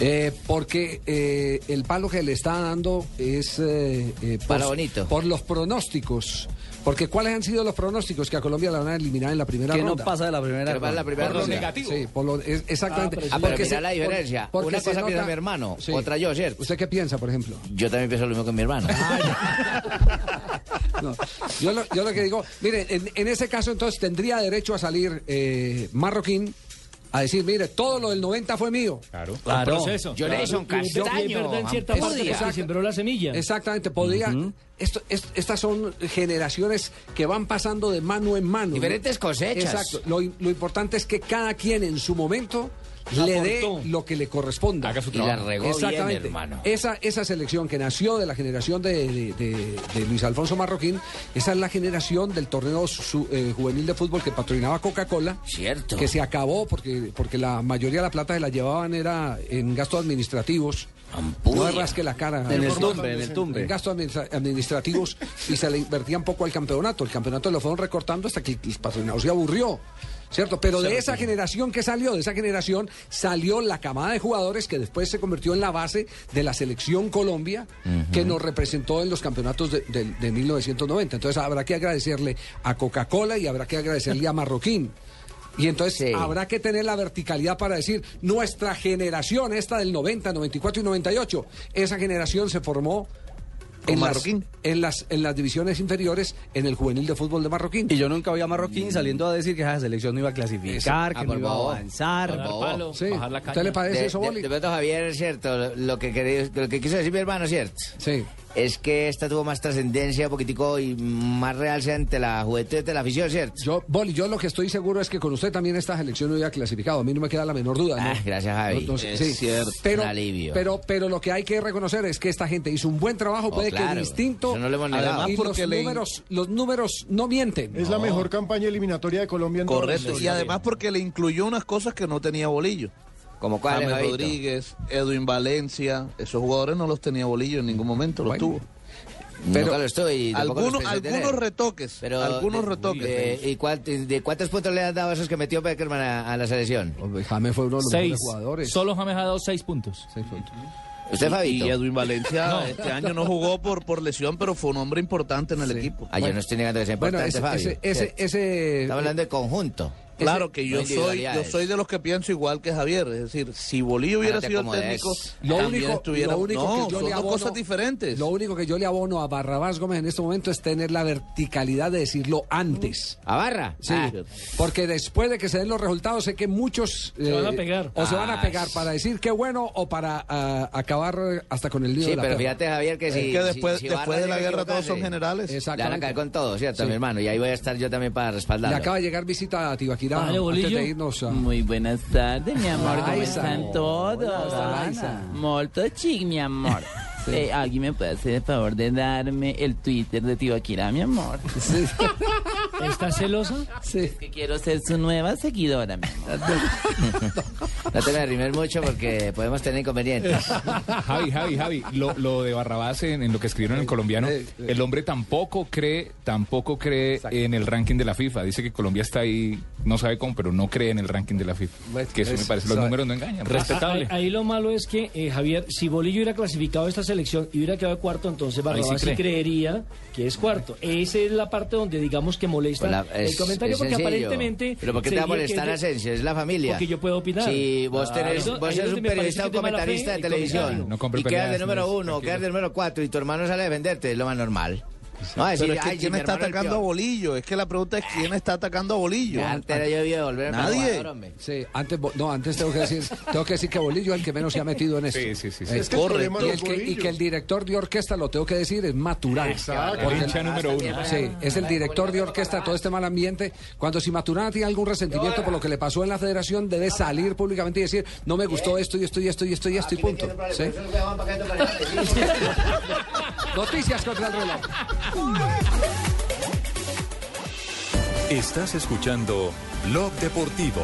S4: Eh, porque eh, el palo que le está dando es eh, eh, por,
S37: Palo bonito.
S4: por los pronósticos. Porque ¿cuáles han sido los pronósticos que a Colombia la van a eliminar en la primera
S5: Que no
S4: ronda?
S5: pasa de la primera
S37: Que no pasa de la primera
S4: Por lo
S37: ronda.
S4: negativo. Sí, por lo- es- exactamente.
S37: Ah, pero sí. Ah, pero mira
S4: se-
S37: la
S4: por-
S37: diferencia.
S4: porque
S37: Una
S4: se
S37: cosa piensa
S4: nota-
S37: mi hermano, otra yo, ¿cierto?
S4: ¿Usted qué piensa, por ejemplo?
S37: Yo también pienso lo mismo que mi hermano.
S4: No, Yo lo, yo lo que digo, mire, en, en ese caso entonces tendría derecho a salir eh, Marroquín a decir, mire, todo lo del 90 fue mío. Claro,
S7: Claro. proceso. Yo le hice un
S4: Yo-
S7: castaño,
S4: es verdad, en cierta
S7: Ampudia.
S4: parte, porque
S7: Exacto.
S4: sembró la semilla. Exactamente, podría... esto, es- estas son generaciones que van pasando de mano en mano. ¿no?
S37: Diferentes cosechas.
S4: Exacto. Lo, im- lo importante es que cada quien en su momento le dé
S37: Aportó.
S4: lo que le corresponda.
S37: Haga su Y la trabajo. regó bien, hermano.
S4: Esa, esa selección que nació de la generación de, de- de- de Luis Alfonso Marroquín, esa es la generación del torneo su- eh, juvenil de fútbol que patrocinaba Coca-Cola.
S37: Cierto.
S4: Que se acabó porque, porque la mayoría de la plata que la llevaban era en gastos administrativos. No rasque la cara.
S5: En el tumbe, en el tumbe.
S4: En gastos administra- administrativos y se le invertían poco al campeonato. El campeonato lo fueron recortando hasta que el patrocinador se aburrió. ¿Cierto? Pero de esa generación que salió, de esa generación, salió la camada de jugadores que después se convirtió en la base de la selección Colombia que nos representó en los campeonatos de, de- de 1990. Entonces habrá que agradecerle a Coca-Cola y habrá que agradecerle a Marroquín. Y entonces habrá que tener la verticalidad para decir, nuestra generación, esta del 90, 94 y 98, esa generación se formó
S5: ¿Con
S4: en las,
S5: Marroquín?
S4: en, las, en las divisiones inferiores, en el juvenil de fútbol de Marroquín.
S5: Y yo nunca vi a Marroquín saliendo a decir que esa selección no iba a clasificar,
S4: Eso.
S5: que
S4: Ah,
S5: no
S4: por
S5: iba
S4: favor.
S5: a avanzar.
S4: Por
S8: Oh,
S4: favor. Sí. ¿Usted le parece
S37: De-
S4: eso,
S37: de-
S4: Boli?
S37: De pronto, Javier, es cierto, lo- lo que, quería- lo que quiso decir mi hermano, ¿cierto?
S4: Sí.
S37: Es que esta tuvo más trascendencia, un poquitico, y más realce ante la juventud de la afición, ¿cierto?
S4: Yo, Boli, yo lo que estoy seguro es que con usted también esta selección hubiera clasificado. A mí no me queda la menor duda. ¿no?
S37: Ah, gracias, Javi.
S4: No, no sé,
S37: Es
S4: sí.
S37: cierto,
S4: Pero,
S37: un alivio.
S4: Pero, pero lo que hay que reconocer es que esta gente hizo un buen trabajo.
S37: Oh,
S4: puede que
S37: claro.
S4: distinto.
S37: Eso no lo hemos negado.
S4: Además,
S37: Y
S4: los,
S37: porque le-
S4: números, los números no mienten.
S9: Es la mejor campaña eliminatoria de Colombia en toda la
S19: Correcto. Y
S9: historia.
S19: además porque le incluyó unas cosas que no tenía Bolillo.
S37: Como
S19: James
S37: cuáles, Javito?
S19: Rodríguez, Edwin Valencia, esos jugadores no los tenía Bolillo en ningún momento, los tuvo.
S37: Pero, Nunca lo estoy. y tampoco
S19: algunos,
S37: los pensé tener.
S19: algunos retoques,
S37: Pero
S19: algunos
S37: de-
S19: retoques.
S37: de- ¿Y cuál- de cuántos puntos le has dado a esos que metió Beckerman a, a la selección?
S4: James Pues fue uno
S8: Seis. Solo James ha dado seis puntos.
S4: Seis puntos.
S37: Usted,
S19: Y-
S37: Fabito.
S19: Y Edwin Valencia
S8: No.
S19: este año no jugó por, por lesión, pero fue un hombre importante en el equipo.
S37: Ah, yo no estoy negando que sea
S4: Bueno,
S37: importante,
S4: ese-
S37: Fabio.
S4: ese- ese-
S37: ¿cierto? Estamos hablando de conjunto.
S19: Claro
S37: Ese-
S19: que yo
S37: no
S19: soy, yo
S37: individualidades.
S19: soy de los que pienso igual que Javier, es decir, si Bolillo hubiera
S37: Ahora te
S19: sido el
S37: acomodes.
S19: técnico,
S4: Lo
S19: también
S4: único,
S19: estuviera-
S4: lo único
S19: no,
S4: que yo
S19: son
S4: le
S19: dos
S4: abono,
S19: cosas diferentes.
S4: Lo único que yo le abono a Barrabás Gómez en este momento es tener la verticalidad de decirlo antes.
S37: ¿A Barra?
S4: Sí.
S37: Ah.
S4: Porque después de que se den los resultados, sé que muchos. eh,
S37: Se van a pegar.
S4: O se van a
S37: Ah,
S4: pegar
S37: sí.
S4: para decir qué bueno o para ah, acabar hasta con el lío
S37: Sí,
S4: de la
S37: pero
S4: perra.
S37: fíjate, Javier, que
S4: Es
S37: si.
S4: que
S37: si-
S4: después-
S37: si
S4: después
S37: Barra
S4: de la
S37: llega a
S4: guerra todos son
S37: equivocarse,
S4: generales.
S37: Le van a
S4: Exactamente.
S37: caer con todo, ¿cierto,
S4: Sí.
S37: mi hermano? Y ahí voy a estar yo también para
S4: Le
S37: respaldarlo.
S4: acaba de llegar visita a Tibaquirá
S37: Vale,
S4: antes
S37: bolillo.
S4: de irnos a-
S36: Muy buenas tardes, mi amor. ¿Cómo
S4: Laisa.
S36: están todos? Molto chic, mi amor. Eh, ¿Alguien me puede hacer el favor de darme el Twitter de Tibaquirá, mi amor? [laughs]
S8: ¿Estás celosa?
S4: Sí.
S36: Ah, que quiero ser su nueva seguidora, mi amor.
S8: [laughs]
S37: No te me arrimes mucho porque podemos tener inconvenientes.
S22: Ah, Javi, Javi, Javi, lo, lo de Barrabás en, en lo que escribieron en el colombiano, el hombre tampoco cree, tampoco cree en el ranking de la FIFA. Dice que Colombia está ahí, no sabe cómo, pero no cree en el ranking de la FIFA. Que eso me
S8: es-
S22: parece, los
S8: sabe.
S22: números no engañan.
S8: Ah, Ahí, ahí lo malo es que, eh, Javier, si Bolillo hubiera clasificado esta selección y hubiera quedado cuarto, entonces Barrabás
S22: sí
S8: sí,
S22: cree.
S8: creería que es cuarto. Esa es la parte donde digamos que molesta
S37: Pues la-
S8: el comentario
S37: es
S8: porque
S37: sencillo.
S8: aparentemente...
S37: Pero ¿por qué te va a
S8: sería que
S37: molestar
S8: yo-
S37: Asensio? Es la familia.
S8: Porque yo puedo opinar.
S37: Si vos,
S8: Ah,
S37: tenés,
S8: eso-
S37: vos
S8: ahí es
S37: sos
S8: donde
S37: un
S8: me parece
S37: periodista
S8: que
S37: o
S8: es de mala
S37: comentarista
S8: fe
S37: de
S8: el
S37: televisión
S8: comentario. No
S22: compre
S37: y quedas de
S22: peleas,
S37: número
S4: pues,
S22: Luis,
S37: uno, o quedas de número cuatro y tu hermano sale a defenderte, es lo más normal. No,
S19: Pero
S37: decir,
S19: es que
S37: "Ay, si
S19: ¿quién
S37: mi
S19: está
S37: hermano es el
S19: atacando a
S37: peor".
S19: Bolillo? Es que la pregunta es ¿quién está atacando a Bolillo?
S37: Ya, antes era yo debía volver para
S19: Nadie.
S37: jugador, hombre.
S4: Sí, antes, bo- no, antes tengo que decir, [laughs] tengo que decir que Bolillo es el que menos se ha metido en esto.
S22: Sí, sí, sí, sí.
S4: Eh,
S22: Es que el problema
S4: y,
S22: de
S4: el
S22: los
S4: que, y
S22: bolillos.
S4: que el director de orquesta, lo tengo que decir, es Maturana.
S22: Exacto. El hincha número uno.
S4: Sí, es el director de orquesta, todo este mal ambiente. Cuando si Maturana tiene algún resentimiento por lo que le pasó en la federación, debe salir públicamente y decir, no me gustó esto y esto y esto y esto y esto y punto. Sí. Noticias contra el reloj.
S2: Estás escuchando Blog Deportivo.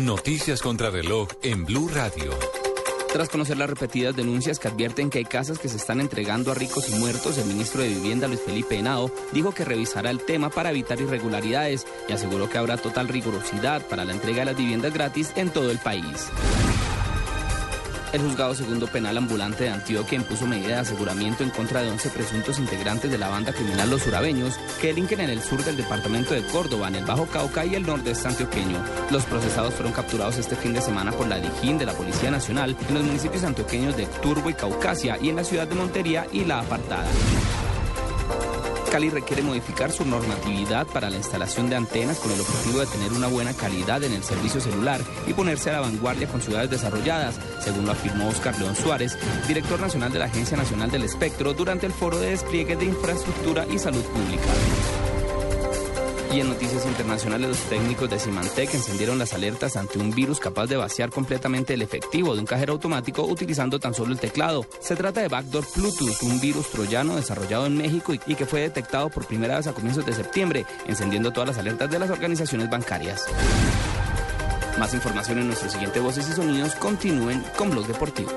S2: Noticias contra reloj en Blue Radio.
S32: Tras conocer las repetidas denuncias que advierten que hay casas que se están entregando a ricos y muertos, el ministro de Vivienda, Luis Felipe Henao, dijo que revisará el tema para evitar irregularidades y aseguró que habrá total rigurosidad para la entrega de las viviendas gratis en todo el país. El juzgado segundo penal ambulante de Antioquia impuso medida de aseguramiento en contra de 11 presuntos integrantes de la banda criminal Los Urabeños, que delinquen en el sur del departamento de Córdoba, en el Bajo Cauca y el nordeste antioqueño. Los procesados fueron capturados este fin de semana por la Dijín de la Policía Nacional en los municipios antioqueños de Turbo y Caucasia y en la ciudad de Montería y La Apartada. Cali requiere modificar su normatividad para la instalación de antenas con el objetivo de tener una buena calidad en el servicio celular y ponerse a la vanguardia con ciudades desarrolladas, según lo afirmó Oscar León Suárez, director nacional de la Agencia Nacional del Espectro, durante el foro de despliegue de infraestructura y salud pública. Y en noticias internacionales, los técnicos de Symantec encendieron las alertas ante un virus capaz de vaciar completamente el efectivo de un cajero automático utilizando tan solo el teclado. Se trata de Backdoor Bluetooth, un virus troyano desarrollado en México y, y que fue detectado por primera vez a comienzos de septiembre, encendiendo todas las alertas de las organizaciones bancarias. Más información en nuestro siguiente Voces y Sonidos. Continúen con Blog Deportivos.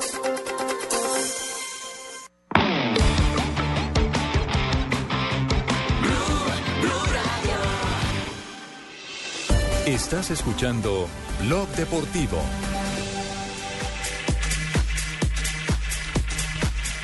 S2: Estás escuchando Blog Deportivo.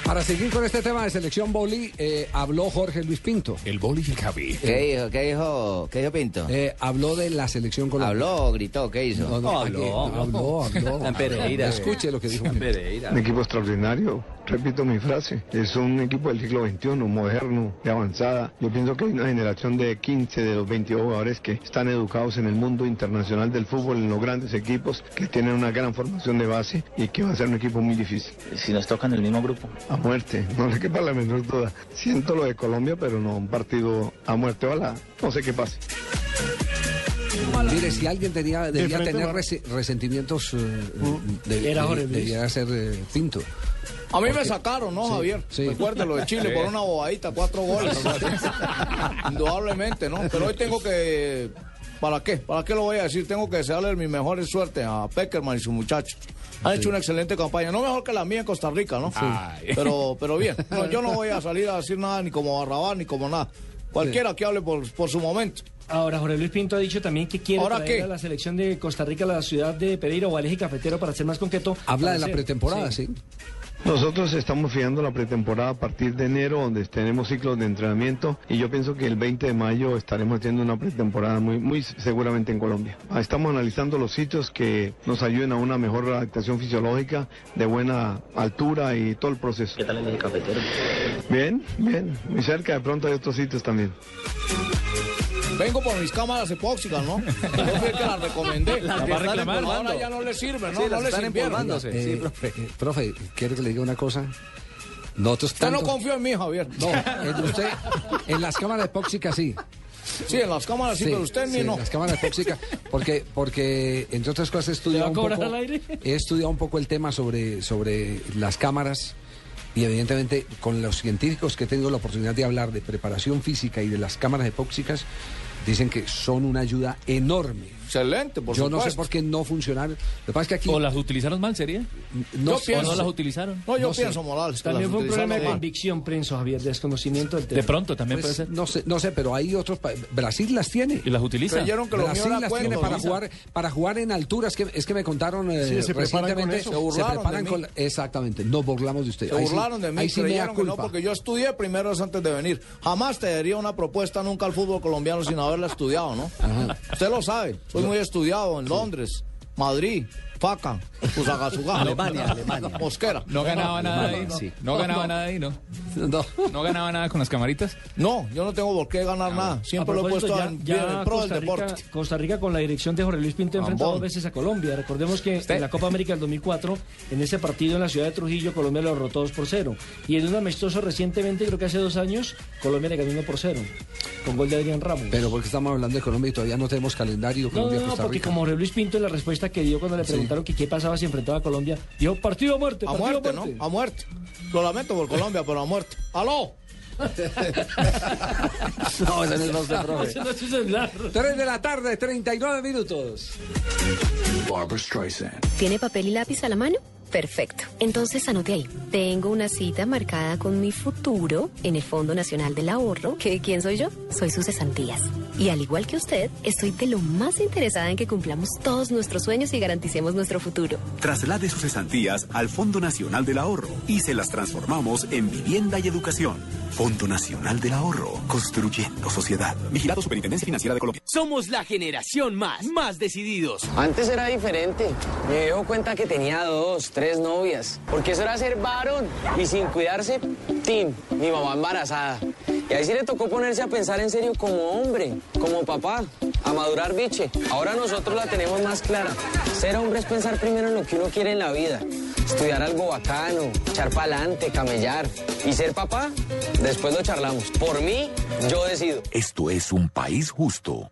S4: Para seguir con este tema de selección boli, eh, habló Jorge Luis Pinto.
S22: El boli y el Javi.
S37: ¿Qué dijo? ¿Qué dijo? ¿Qué dijo Pinto?
S4: Eh, habló de la selección colombiana.
S37: Habló, gritó, ¿qué hizo?
S4: No, no, habló, habló, habló. Escuche lo que dijo. Pinto.
S43: Un equipo extraordinario, repito mi frase, es un equipo del siglo XXI, moderno, de avanzada. Yo pienso que hay una generación de 15 de los 22 jugadores que están educados en el mundo internacional del fútbol, en los grandes equipos, que tienen una gran formación de base y que va a ser un equipo muy difícil.
S44: Si nos tocan el mismo grupo.
S43: A muerte, no le quepa la menor duda. Siento lo de Colombia, pero no, un partido a muerte, ojalá, no sé qué pase.
S4: Mire, si alguien tenía, debía
S43: frente,
S4: tener
S43: ¿no?
S4: resi- resentimientos, eh,
S40: Uh,
S4: de-
S7: Era
S4: de-
S7: Jorge Luis.
S4: debía ser eh, Pinto.
S40: A mí me
S4: Porque-
S40: sacaron, ¿no,
S4: Sí,
S40: Javier?
S4: sí.
S40: Recuérdalo de Chile por
S4: Sí.
S40: una bobadita,
S4: [laughs]
S40: cuatro goles. Indudablemente, ¿no? Pero hoy tengo que. ¿Para qué? ¿Para qué lo voy a decir? Tengo que desearle mi mejor suerte a Peckerman y sus muchachos. Han
S4: Sí.
S40: hecho una excelente campaña, no mejor que la mía en Costa Rica, ¿no?
S4: Sí. Ay.
S40: Pero, pero bien, No, yo no voy a salir a decir nada ni como Barrabás ni como nada. Cualquiera que hable por, por su momento.
S7: Ahora, Jorge Luis Pinto ha dicho también que quiere
S40: ¿Ahora
S7: traer
S40: qué?
S7: a la selección de Costa Rica a la ciudad de Pereira o al eje cafetero para ser más concreto.
S4: Habla de la
S7: Para ser-
S4: pretemporada, sí.
S43: Nosotros estamos fijando la pretemporada a partir de enero, donde tenemos ciclos de entrenamiento, y yo pienso que el 20 de mayo estaremos haciendo una pretemporada muy, muy seguramente en Colombia. Ah, Estamos analizando los sitios que nos ayuden a una mejor adaptación fisiológica, de buena altura y todo el proceso. ¿Qué tal en el cafetero? Bien, bien, muy cerca, de pronto hay otros sitios también.
S40: Vengo por mis cámaras epóxicas,
S4: [laughs]
S40: ¿no? Yo fui el que las recomendé.
S4: Las
S40: Las
S4: que están
S40: están
S4: empolvando.
S40: ahora ya no les sirven, ¿no?
S4: Sí,
S40: no
S4: las
S40: les
S4: están
S40: sirvieron.
S4: empolvándose. Eh, eh, profe, ¿quiere que le diga una cosa? Nosotros
S40: Usted no
S4: tanto-
S40: confía en mí, Javier.
S4: No, en usted, en las cámaras epóxicas sí.
S40: Sí, en las cámaras sí, pero usted ni
S4: sí,
S40: no.
S4: en las cámaras epóxicas, porque, porque entre otras cosas he estudiado,
S7: ¿Le va a
S4: un
S7: cobrar
S4: poco,
S7: al aire?
S4: he estudiado un poco el tema sobre, sobre las cámaras y evidentemente con los científicos que tengo la oportunidad de hablar de preparación física y de las cámaras epóxicas, dicen que son una ayuda enorme.
S40: Excelente, por
S4: Yo
S40: supuesto.
S4: no sé por qué no funcionaron. Lo que pasa es que aquí...
S16: ¿O las utilizaron mal, sería?
S4: No
S16: ¿O
S4: sé.
S16: no las utilizaron?
S4: sé.
S7: También fue un problema de convicción, Prenso Javier, desconocimiento del tema.
S16: De pronto también
S4: Pues,
S16: puede ser.
S4: No sé, no sé, pero hay otros. pa- Brasil las tiene.
S16: ¿Y las utiliza?
S4: Creyeron que lo Brasil
S16: mío era
S4: las
S16: cuento,
S4: tiene
S16: ¿no?
S4: para jugar, para jugar en alturas. que, es que me contaron eh,
S16: Sí, se preparan con
S4: recientemente.
S16: eso. Se burlaron
S4: preparan
S40: de
S4: con
S40: mí.
S4: la- exactamente, nos burlamos de ustedes.
S40: Se
S4: Ahí sí-
S40: burlaron de mí,
S4: ahí sí me da
S40: creyeron que no,
S4: culpa.
S40: porque yo estudié primero eso antes de venir. Jamás te daría una propuesta nunca al fútbol colombiano sin haberla estudiado, ¿no? Usted lo sabe, soy muy estudiado en Londres, Madrid, Faca, Fusagasugá. [laughs]
S22: Alemania, Alemania.
S40: Mosquera.
S22: No ganaba nada ahí,
S40: Alemania,
S22: ¿no?
S40: sí.
S22: No ganaba nada ahí, ¿no?
S4: No.
S22: ganaba nada con las camaritas?
S40: No, yo no tengo por qué ganar nada. Siempre
S7: A
S40: lo he
S7: propósito,
S40: puesto
S7: ya-
S40: en,
S7: ya
S40: en pro del
S7: Costa Rica-
S40: deporte.
S7: Costa Rica con la dirección de Jorge Luis Pinto enfrentó
S40: Ambón.
S7: dos veces a Colombia. Recordemos que en la Copa América del 2004, en ese partido en la ciudad de Trujillo, Colombia lo derrotó 2 por 0. Y en un amistoso recientemente, creo que hace dos años, Colombia le ganó 1 por 0. Con gol de Adrián Ramos.
S4: Pero porque estamos hablando de Colombia y todavía no tenemos calendario
S7: No,
S4: Colombia
S7: no, no,
S4: Costa
S7: porque
S4: Rica.
S7: como Jorge Luis Pinto en la respuesta que dio cuando le preguntaron que qué pasaba si enfrentaba a Colombia, dijo partido a muerte,
S40: A
S7: partido
S40: muerte, ¿no? A muerte. Lo lamento por Colombia, pero a muerte. ¡Aló!
S4: [laughs]
S40: [laughs]
S4: No, ese no es nuestro profe.
S7: Ese no es su celular.
S4: 3 de la tarde, 39 minutos. Barbara Streisand.
S38: ¿Tiene papel y lápiz a la mano? Perfecto. Entonces anote ahí. Tengo una cita marcada con mi futuro en el Fondo Nacional del Ahorro. ¿Que, ¿Quién soy yo? Soy sus cesantías. Y al igual que usted, estoy de lo más interesada en que cumplamos todos nuestros sueños y garanticemos nuestro futuro.
S44: Traslade sus cesantías al Fondo Nacional del Ahorro y se las transformamos en vivienda y educación. Fondo Nacional del Ahorro, construyendo sociedad. Vigilado Superintendencia Financiera de Colombia.
S45: Somos la generación más, más decididos.
S11: Antes era diferente. Me dio cuenta que tenía dos, tres novias. Porque eso era ser varón. Y sin cuidarse, Tim, mi mamá embarazada. Y ahí sí le tocó ponerse a pensar en serio como hombre, como papá, a madurar biche. Ahora nosotros la tenemos más clara. Ser hombre es pensar primero en lo que uno quiere en la vida. Estudiar algo bacano, echar pa'lante, camellar. Y ser papá, después lo charlamos. Por mí, yo decido.
S15: Esto es un país justo.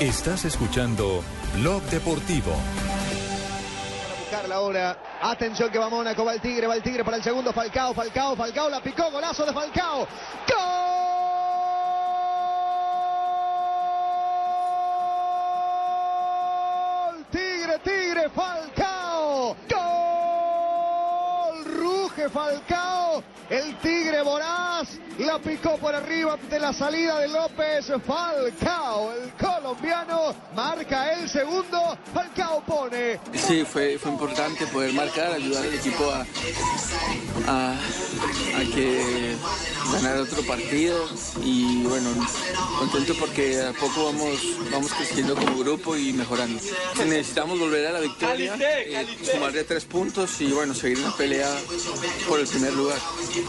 S2: Estás escuchando Blog Deportivo.
S46: buscarla ahora. Atención que va Mónaco, va el Tigre, va el Tigre para el segundo. Falcao, Falcao, Falcao, la picó, golazo de Falcao. ¡Gol! Tigre, Tigre, Falcao. ¡Gol! Ruge Falcao. El Tigre voraz la picó por arriba ante la salida de López Falcao. El colombiano marca el segundo. Falcao pone
S16: Sí, fue, fue importante poder marcar, ayudar al equipo a, a, a que ganar otro partido y bueno, contento porque a poco vamos, vamos creciendo como grupo y mejorando. Necesitamos volver a la victoria, eh, sumar de tres puntos y bueno, seguir en la pelea por el primer lugar.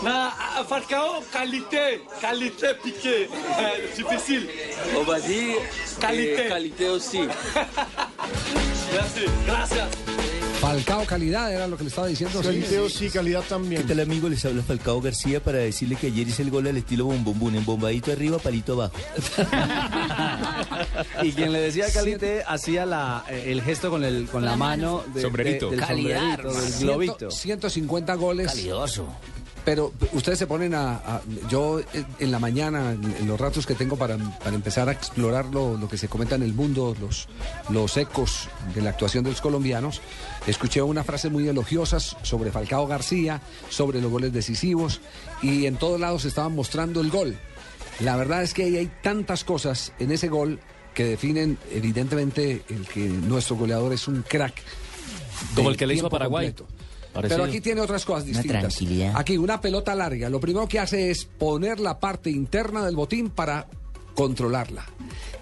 S25: Nada, Falcao, calité, calité piqué. Eh, Difícil.
S16: O Basí,
S25: Calité.
S16: eh, Caliteo
S25: [laughs]
S16: sí.
S25: Gracias, gracias.
S4: Falcao calidad era lo que le estaba diciendo.
S9: Calidad sí, calidad también.
S31: ¿Qué tal amigo? Les habla Falcao García para decirle que ayer hice el gol al estilo bombombón, embombadito arriba, palito abajo.
S5: Y quien le decía caliente hacía la, eh, el gesto con, el, con la mano. de-
S4: Sombrerito.
S5: de- del sombrerito, del globito.
S4: 150 goles. Calidoso. Pero ustedes se ponen a, a- yo eh, en la mañana, en en los ratos que tengo para, para empezar a explorar lo, lo que se comenta en el mundo, los, los ecos de la actuación de los colombianos, escuché una frase muy elogiosa sobre Falcao García, sobre los goles decisivos y en todos lados estaban mostrando el gol. La verdad es que ahí hay tantas cosas en ese gol que definen evidentemente el que nuestro goleador es un crack.
S8: Como
S4: del
S8: el que le hizo a
S4: tiempo
S8: Paraguay.
S4: completo.
S8: Parecido.
S4: Pero aquí tiene otras cosas
S8: Una
S4: distintas.
S8: tranquilidad.
S4: Aquí una pelota larga. Lo primero que hace es poner la parte interna del botín para controlarla.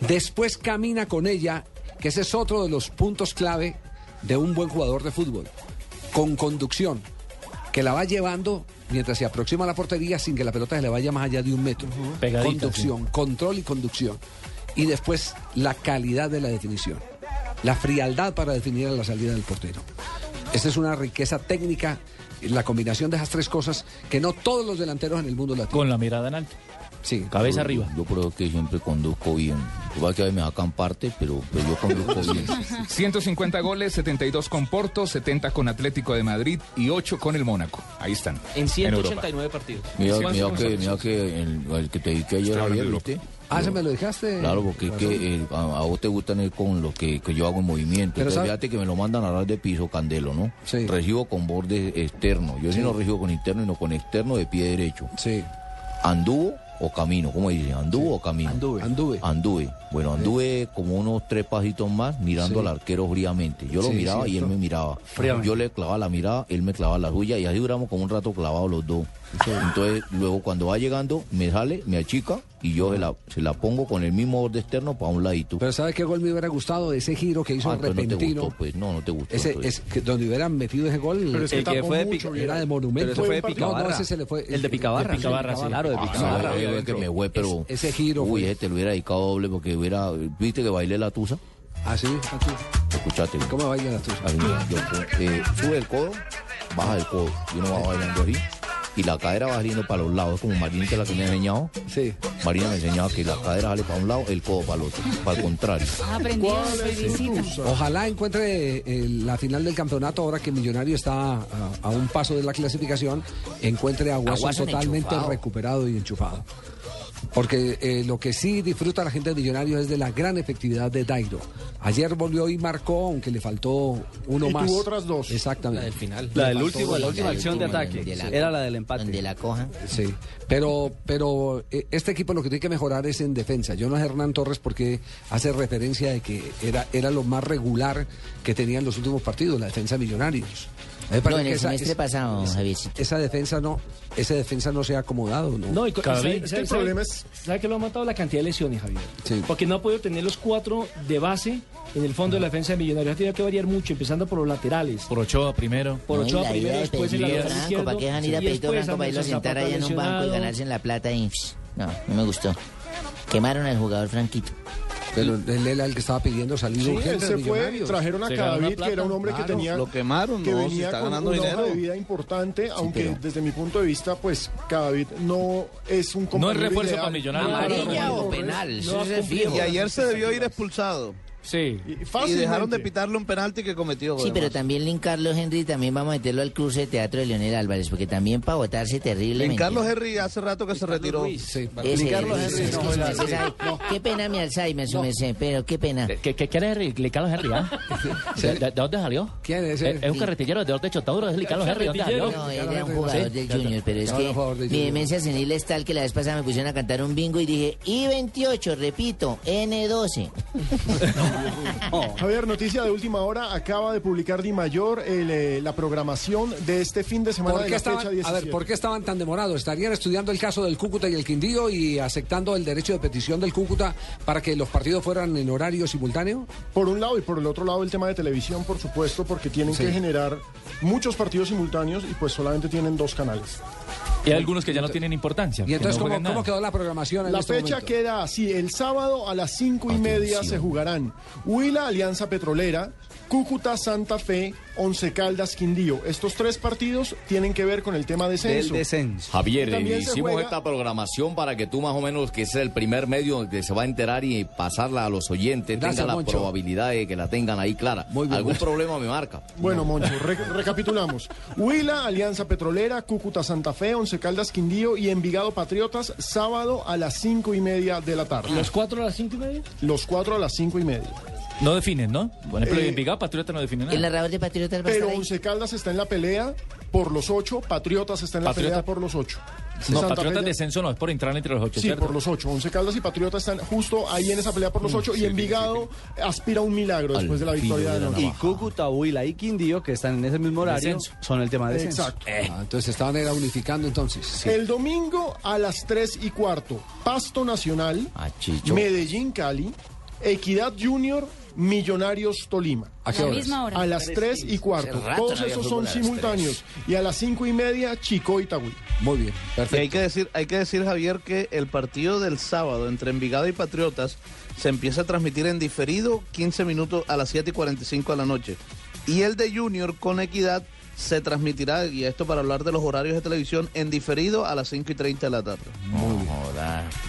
S4: Después camina con ella, que ese es otro de los puntos clave de un buen jugador de fútbol. Con conducción, que la va llevando mientras se aproxima a la portería sin que la pelota se le vaya más allá de un metro.
S7: Pegadita,
S4: conducción, control y conducción. Y después la calidad de la definición. La frialdad para definir a la salida del portero. Esta es una riqueza técnica, la combinación de esas tres cosas que no todos los delanteros en el mundo la tienen. Con
S8: la mirada en alto.
S4: Sí.
S8: Cabeza arriba.
S31: Yo creo que siempre conduzco bien. Lo que a veces me sacan parte, pero, pero yo
S22: [laughs] Pues
S31: conduzco bien.
S22: 150 goles, 72 con Porto, 70 con Atlético de Madrid y 8 con el Mónaco. Ahí están.
S7: En
S22: Europa.
S7: 189 partidos.
S31: Mira,
S22: Sí,
S31: mira
S22: más o
S31: que,
S22: menos.
S31: mira que el, el que te dije ayer,
S4: Está hablando
S31: Javier,
S4: de
S31: ¿viste?
S4: Ah, se me lo dejaste.
S31: Claro, porque es que eh, a, a vos te gustan ir con lo que, que yo hago en movimiento.
S4: Pero
S31: Entonces,
S4: sabe-
S31: fíjate que me lo mandan a ras de piso, Candelo, ¿no? Recibo con borde externo. Yo
S4: Sí.
S31: sí no recibo con interno, sino con externo de pie derecho.
S4: Sí.
S31: Anduvo o camino, ¿cómo dice? Anduvo o camino. Anduve.
S4: Anduve.
S31: Bueno, anduve como unos tres pasitos más mirando
S4: Sí.
S31: al arquero fríamente. Yo lo
S4: Sí,
S31: miraba y él
S4: cierto.
S31: me miraba.
S4: Fríamente.
S31: Yo le clavaba la mirada, él me clavaba la suya y así duramos como un rato clavados los dos. Entonces, luego cuando va llegando, me sale, me achica y yo se la, se la pongo con el mismo borde externo para un ladito.
S4: Pero ¿sabes qué gol me hubiera gustado? Ese giro que hizo
S31: Ah, entonces no te
S4: repentino.
S31: gustó, pues. No, no te gustó.
S4: Ese,
S31: entonces.
S4: es que donde hubieran metido ese gol,
S31: Pero es que El que tapó fue de mucho,
S4: pica-
S31: Vidal.
S4: era de
S31: Pero
S4: monumento.
S31: ese fue de
S4: No, no,
S31: Picabarra.
S4: ese se le fue.
S31: El de Picabarra.
S4: De Picabarra, Claro, de
S31: Ah,
S4: Picabarra.
S31: no, yo que me fue, pero...
S4: ese giro.
S31: Uy, ese te lo hubiera dedicado doble porque hubiera... ¿Viste que bailé la tusa?
S4: Ah, sí,
S31: Escuchate.
S4: ¿Cómo baila la tusa?
S31: eh, sube el codo, baja el codo. Y uno va bailando así. Y la cadera va saliendo para los lados, como Marina que la que me ha enseñado.
S4: Sí.
S31: Marina me enseñaba que la cadera sale para un lado, el codo para el otro. Para el contrario.
S26: Aprendido,
S4: ¿Cuál es
S26: felicito.
S4: tu uso? Ojalá encuentre eh, la final del campeonato ahora que Millonario está a, a un paso de la clasificación, encuentre a Guasón
S31: Guasón
S4: totalmente
S31: enchufado.
S4: recuperado y enchufado. Porque eh, lo que sí disfruta la gente de Millonario es de la gran efectividad de Dairo. Ayer volvió y marcó, aunque le faltó uno
S9: Y
S4: más.
S9: tuvo otras dos.
S4: Exactamente. La del final.
S5: La del último, la última acción de ataque. Era la del empate. Donde
S31: la coja.
S4: Sí, pero, pero eh, este equipo lo que tiene que mejorar es en defensa. Yo no sé Hernán Torres porque hace referencia de que era, era lo más regular que tenían los últimos partidos, la defensa de millonarios. A mí me parece
S37: No, en
S4: que
S37: el
S4: esa-
S37: semestre
S4: esa-
S37: pasado,
S4: esa, esa defensa no, esa defensa no se ha acomodado. No,
S7: No, y co- ¿sabe- sabe- sabe- James. ¿Sabe que lo ha matado la cantidad de lesiones, Javier? Porque no ha podido tener los cuatro de base en el fondo de la defensa de Millonarios. Ha tenido que variar mucho, empezando por los laterales.
S8: Por Ochoa primero.
S7: Por
S36: No, y
S7: Ochoa
S36: la
S7: primero,
S36: idea de
S7: después el
S36: pedir
S7: lateral
S36: Pues Franco,
S7: izquierdo,
S36: ¿para qué dejan ir a
S7: y
S36: pedir
S7: después
S36: Franco para irlo a
S7: Anderson
S36: sentar
S7: Zapata
S36: allá en un banco y
S7: lesionado.
S36: ganarse en la plata? Y, pss, no, no me gustó. Quemaron al jugador Franquito.
S4: Pero él era el que estaba pidiendo salir
S9: Sí,
S4: urgente
S9: él
S4: de
S9: se fue,
S4: Millonarios.
S9: trajeron a Cadavid, que era un hombre que
S4: Claro,
S9: tenía...
S4: lo
S19: quemaron,
S9: que
S19: no, se
S9: venía
S19: está
S9: con
S19: ganando
S9: una hoja
S19: dinero.
S9: de vida importante, aunque
S19: pero-
S9: desde mi punto de vista, pues Cadavid no es un compañero
S8: refuerzo
S9: ideal.
S8: para Millonarios. Amarilla o penal, eso es fijo.
S19: Y ayer se
S8: [laughs]
S19: debió ir expulsado.
S8: Sí.
S19: Y dejaron de pitarle un penalti que cometió.
S36: Sí, pero
S19: además.
S36: también Lin Carlos Henry también vamos a meterlo al cruce de teatro de Leonel Álvarez, porque también para votarse terrible.
S19: En Carlos Henry hace rato que se retiró. Sí,
S36: Ese,
S19: Carlos Henry
S36: ese, es
S19: no,
S36: que su
S19: era-
S36: merced sabe. Qué pena mi Alzheimer, su merced, pero qué pena.
S8: ¿Qué, qué, qué era Henry? ¿Lee Carlos Henry? ah? ¿De, de- de dónde salió? Eh,
S4: ¿Quién es?
S8: Es, un carretillero de orden chotaduro, es Lee Carlos Henry. ¿Dónde salió?
S36: No, era un jugador del Junior, [laughs] pero es
S8: No, era un jugador
S36: que
S8: del
S36: mi
S8: Junior.
S36: demencia senil es tal que la vez pasada me pusieron a cantar un bingo y dije I28, repito, N12.
S9: Javier, noticia de última hora. Acaba de publicar Di Mayor el, eh, la programación de este fin de semana
S4: ¿Por
S9: de
S4: qué
S9: la
S4: estaban-
S9: fecha
S4: a
S9: 17.
S4: ver, ¿por qué estaban tan demorados? Estarían estudiando el caso del Cúcuta y el Quindío y aceptando el derecho de petición del Cúcuta para que los partidos fueran en horario simultáneo.
S9: Por un lado y por el otro lado el tema de televisión, por supuesto, porque tienen
S4: Sí.
S9: que generar muchos partidos simultáneos y pues solamente tienen dos canales.
S8: Y hay algunos que ya no tienen importancia.
S4: Y entonces, ¿cómo, cómo
S8: quedó?
S4: quedó la programación en
S9: La
S4: este
S9: fecha
S4: momento?
S9: queda así. El sábado a las cinco y media se jugarán Huila, Alianza Petrolera, Cúcuta, Santa Fe, Once Caldas, Quindío. Estos tres partidos tienen que ver con el tema descenso.
S31: Javier, ¿eh?
S9: Y también se
S31: hicimos
S9: juega-
S31: esta programación para que tú más o menos, que es el primer medio que se va a enterar y pasarla a los oyentes,
S9: Gracias,
S31: tenga la
S9: Moncho.
S31: probabilidad de que la tengan ahí clara. Algún problema me marca.
S9: Bueno, Moncho,
S31: [laughs]
S9: re- recapitulamos. Huila, Alianza Petrolera, Cúcuta Santa Fe, Once Caldas Quindío y Envigado Patriotas, sábado a las cinco y media de la tarde.
S7: ¿Los cuatro a las cinco y media?
S9: Los cuatro a las cinco y media.
S8: No definen, ¿no? Por ejemplo,
S9: Eh,
S8: en Vigado Patriota no define nada.
S36: narrador de Patriotas
S9: Pero Once Caldas está en la pelea por los ocho, Patriotas está en la
S8: Patriota-
S9: pelea por los ocho.
S8: No,
S9: Santa Fe
S8: Patriota
S9: ya-
S8: descenso no, es por entrar entre los ocho,
S9: Sí,
S8: ¿cierto? Mm,
S9: por los ocho. Once Caldas y Patriotas están justo ahí en esa pelea por los ocho y Envigado aspira a un milagro después de la victoria de
S47: Y
S9: anoche.
S47: Cúcuta, Huila y Quindío, que están en ese mismo horario,
S9: Descenso. Eh.
S47: son el tema de descenso.
S9: Exacto.
S8: Eh.
S4: Ah, entonces estaban era unificando entonces. Sí.
S9: El domingo a las 3 y cuarto, Pasto Nacional,
S19: Ah,
S4: Chicho.
S9: Medellín Cali, Equidad Junior, Millonarios Tolima.
S4: ¿A qué La horas? misma hora.
S9: A las 3 y cuarto.
S19: Hace rato
S9: Todos
S19: no había
S9: esos
S19: fútbol
S9: son
S19: a las
S9: simultáneos. Y a las 5 y media, Chico Itagüí.
S4: Muy bien,
S19: Y hay que decir, hay que decir, Javier, que el partido del sábado entre Envigado y Patriotas se empieza a transmitir en diferido 15 minutos a las 7 y 45 de la noche. Y el de Junior con Equidad se transmitirá, y esto para hablar de los horarios de televisión, en diferido a las 5 y 30 de la tarde.
S4: Muy bien.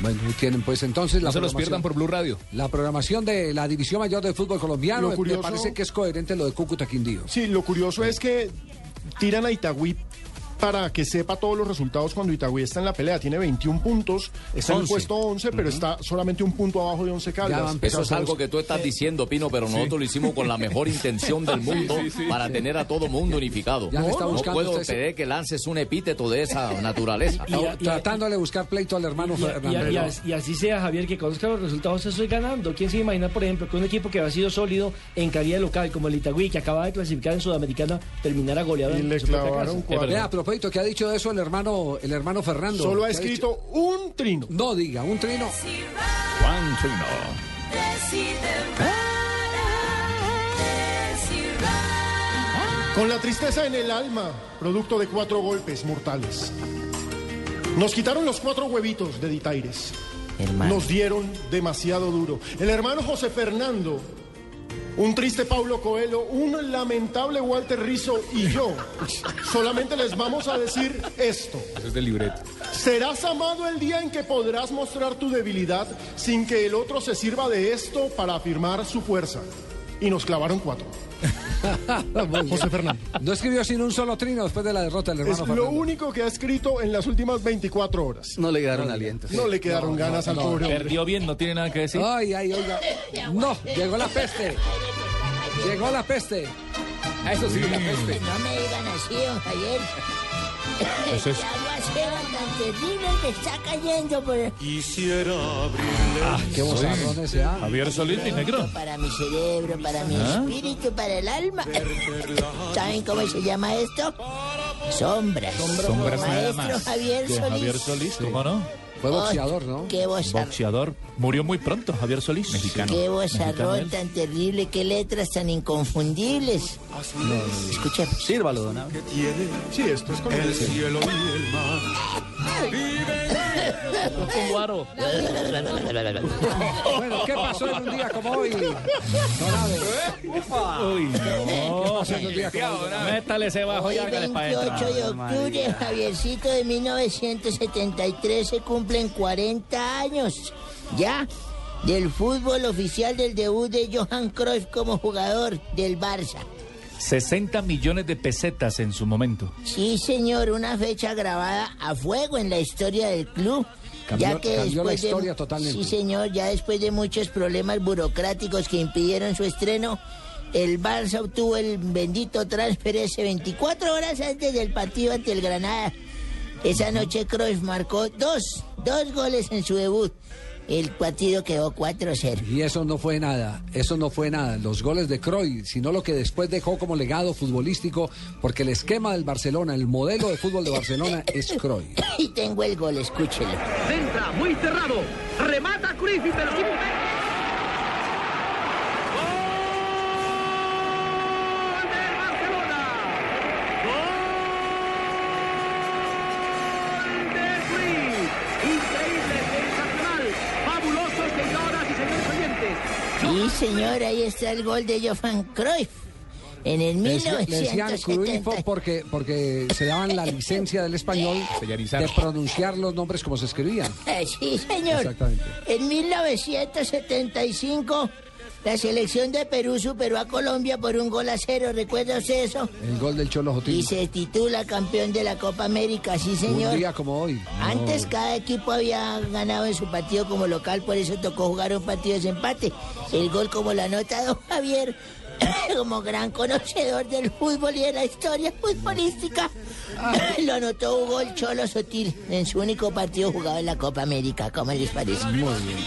S4: Bueno, tienen pues entonces la
S19: No se los
S4: programación-
S19: pierdan por
S4: Blue Radio. La programación de la División Mayor del Fútbol Colombiano
S9: Lo
S4: me-
S9: curioso-
S4: me parece que es coherente lo de Cúcuta Quindío.
S9: Sí, lo curioso es que tiran a Itagüí para que sepa todos los resultados cuando Itagüí está en la pelea. Tiene 21 puntos, está en el
S31: 11.
S9: puesto 11, pero está solamente un punto abajo de 11 Caldas.
S31: Eso es algo que tú estás diciendo, Pino, pero nosotros lo hicimos con la mejor intención del
S9: Sí,
S31: mundo
S9: sí, sí.
S31: para tener a todo mundo unificado.
S4: Ya le está
S31: No, no
S4: buscando
S31: puedo
S4: usted ese-
S31: pedir que lances un epíteto de esa
S9: [laughs]
S31: naturaleza.
S4: Está
S9: eh,
S4: tratándole de buscar pleito al hermano
S7: Y, y-
S4: Fernando.
S7: y- y as- y así sea, Javier, que conozca los resultados, eso es ganando. ¿Quién se imagina, por ejemplo, que un equipo que ha sido sólido en calidad local, como el Itagüí, que acaba de clasificar en Sudamericana, terminara goleado en su propia casa?
S4: Vea, a propósito, ¿qué ha dicho de eso el hermano, el hermano Fernando?
S9: Solo ha
S4: ¿Qué
S9: escrito un trino.
S4: No diga, un trino.
S22: Juan
S4: [laughs]
S22: Trino.
S9: Con la tristeza en el alma, producto de cuatro golpes mortales. Nos quitaron los cuatro huevitos de Ditaires. Nos dieron demasiado duro. El hermano José Fernando, un triste Paulo Coelho, un lamentable Walter Rizzo y yo solamente les vamos a decir esto.
S22: Eso es del libreto.
S9: Serás amado el día en que podrás mostrar tu debilidad sin que el otro se sirva de esto para afirmar su fuerza. Y nos clavaron cuatro. José Fernando.
S4: Ah, No escribió sino un solo trino después de la derrota del
S9: Es
S4: hermano
S9: lo
S4: Fernando.
S9: único que ha escrito en las últimas 24 horas.
S47: No le quedaron alientos.
S9: No le quedaron ganas al pobre hombre.
S8: Perdió bien, no tiene nada que decir.
S4: Ay, ay, oiga. No, llegó la peste. Llegó la peste. A eso sí, la peste.
S48: No me digan así, don Javier.
S4: Eso es-
S48: El aguacero tan terrible que está cayendo por el...
S16: Quisiera
S48: Ah,
S4: qué bozarrón ese, ah.
S16: Javier Solís, mi negro.
S48: Para mi cerebro, para mi
S16: ¿Ah?
S48: espíritu, para el alma. [laughs] ¿Saben cómo se llama esto? Sombras.
S16: Sombras nada
S48: Maestro
S16: más.
S48: Javier
S16: De
S48: Solís.
S16: Javier Solís, ¿cómo no?
S4: Fue boxeador, ¿no?
S48: Qué bozarrón.
S8: Boxeador. Murió muy pronto, Javier Solís. Mexicano.
S48: Qué
S8: Mexicano
S48: bozarrón
S8: él.
S48: tan terrible, qué letras tan inconfundibles. Escucha.
S8: Sírvalo, donado.
S9: Sí, esto es con el cielo y el mar.
S8: Guaro.
S4: Bueno, ¿qué
S25: [laughs]
S4: pasó en un día como hoy?
S8: Uy, no. Métale ese bajo
S48: Hoy
S8: y hágale para
S48: 28 de octubre, Javiercito de 1973, se cumplen 40 años ya del fútbol oficial del debut de Johan Cruyff como jugador del Barça.
S8: 60 millones de pesetas en su momento.
S48: Sí, señor, una fecha grabada a fuego en la historia del club.
S8: Cambió-
S4: cambió la
S48: de-
S4: historia totalmente.
S48: Sí, señor, ya después de muchos problemas burocráticos que impidieron su estreno, el Barça obtuvo el bendito transfer ese 24 horas antes del partido ante el Granada. Esa noche Cruyff marcó dos, dos goles en su debut. El partido quedó 4-0.
S4: Y eso no fue nada, eso no fue nada, los goles de Croy, sino lo que después dejó como legado futbolístico, porque el esquema del Barcelona, el modelo de fútbol de Barcelona es Croy.
S48: Y tengo el gol, escúchelo.
S21: Centra, muy cerrado. Remata Cruyff y pero... Increíble, sensacional, fabuloso, señoras y señores oyentes.
S48: Sí, señor, ahí está el gol de Johan Cruyff. En el
S4: Le decía- le decían
S48: 1970.
S4: Cruyffo porque, porque se daban la licencia del español de pronunciar los nombres como se escribían.
S48: Eh, Sí, señor.
S4: Exactamente.
S48: En 1975, la selección de Perú superó a Colombia por un gol a cero. ¿Recuerda usted eso?
S4: El gol del Cholo Jotín.
S48: Y se titula campeón de la Copa América, sí,
S4: Un
S48: señor.
S4: día como hoy.
S48: Antes cada equipo había ganado en su partido como local, por eso tocó jugar un partido de empate. El gol como lo anota don Javier, [coughs] como gran conocedor del fútbol y de la historia futbolística, [coughs] lo anotó un gol Cholo Sotil en su único partido jugado en la Copa América, ¿cómo les parece?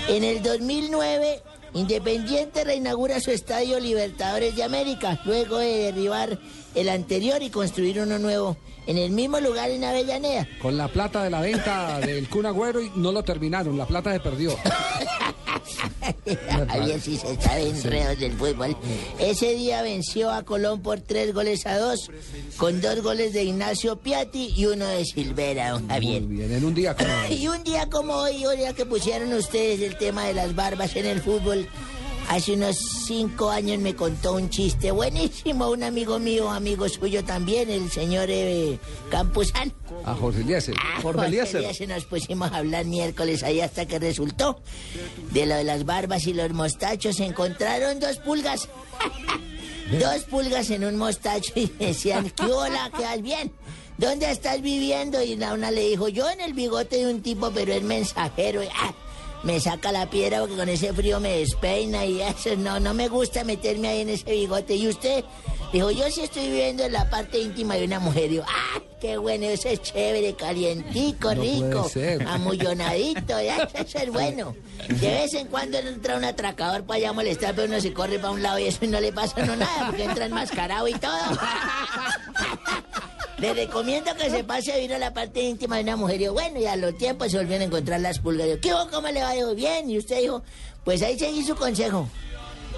S48: En el 2009, Independiente reinaugura su estadio Libertadores de América, luego de derribar el anterior y construir uno nuevo en el mismo lugar en Avellaneda.
S4: Con la plata de la venta del Kun Agüero y no lo terminaron, la plata se perdió.
S48: [laughs] Javier sí se sabe enredos del fútbol. Ese día venció a Colón por tres goles a dos, con dos goles de Ignacio Piatti y uno de Silvera, don Javier.
S4: Muy bien, en un día como hoy.
S48: [laughs] Y un día como hoy, hoy día que pusieron ustedes el tema de las barbas en el fútbol, hace unos cinco años me contó un chiste buenísimo, un amigo mío, amigo suyo también, el señor eh, Campuzano. Ah,
S4: A Jorge Eliezer.
S48: Jorge Eliezer nos pusimos a hablar miércoles ahí hasta que resultó de lo de las barbas y los mostachos. Se encontraron dos pulgas. dos pulgas en un mostacho y decían, ¿qué hola? ¿Quedas bien? ¿Dónde estás viviendo? Y la una le dijo, yo en el bigote de un tipo, pero es mensajero. Y, ah, me saca la piedra porque con ese frío me despeina y eso. No, no me gusta meterme ahí en ese bigote. ¿Y usted? Dijo, yo sí estoy viviendo en la parte íntima de una mujer. Y yo, ah, qué bueno, eso es chévere, calientico,
S4: No puede
S48: rico,
S4: ser.
S48: amullonadito, ya, eso es bueno. De vez en cuando entra un atracador para allá a molestar, pero uno se corre para un lado y eso no le pasa no nada, porque entra enmascarado y todo. Le recomiendo que se pase a vivir a la parte íntima de una mujer. Y yo, bueno, y a los tiempos se volvieron a encontrar las pulgas. Yo, ¿qué hubo? ¿Cómo le va? Digo, bien. Y usted dijo, pues ahí seguí su consejo.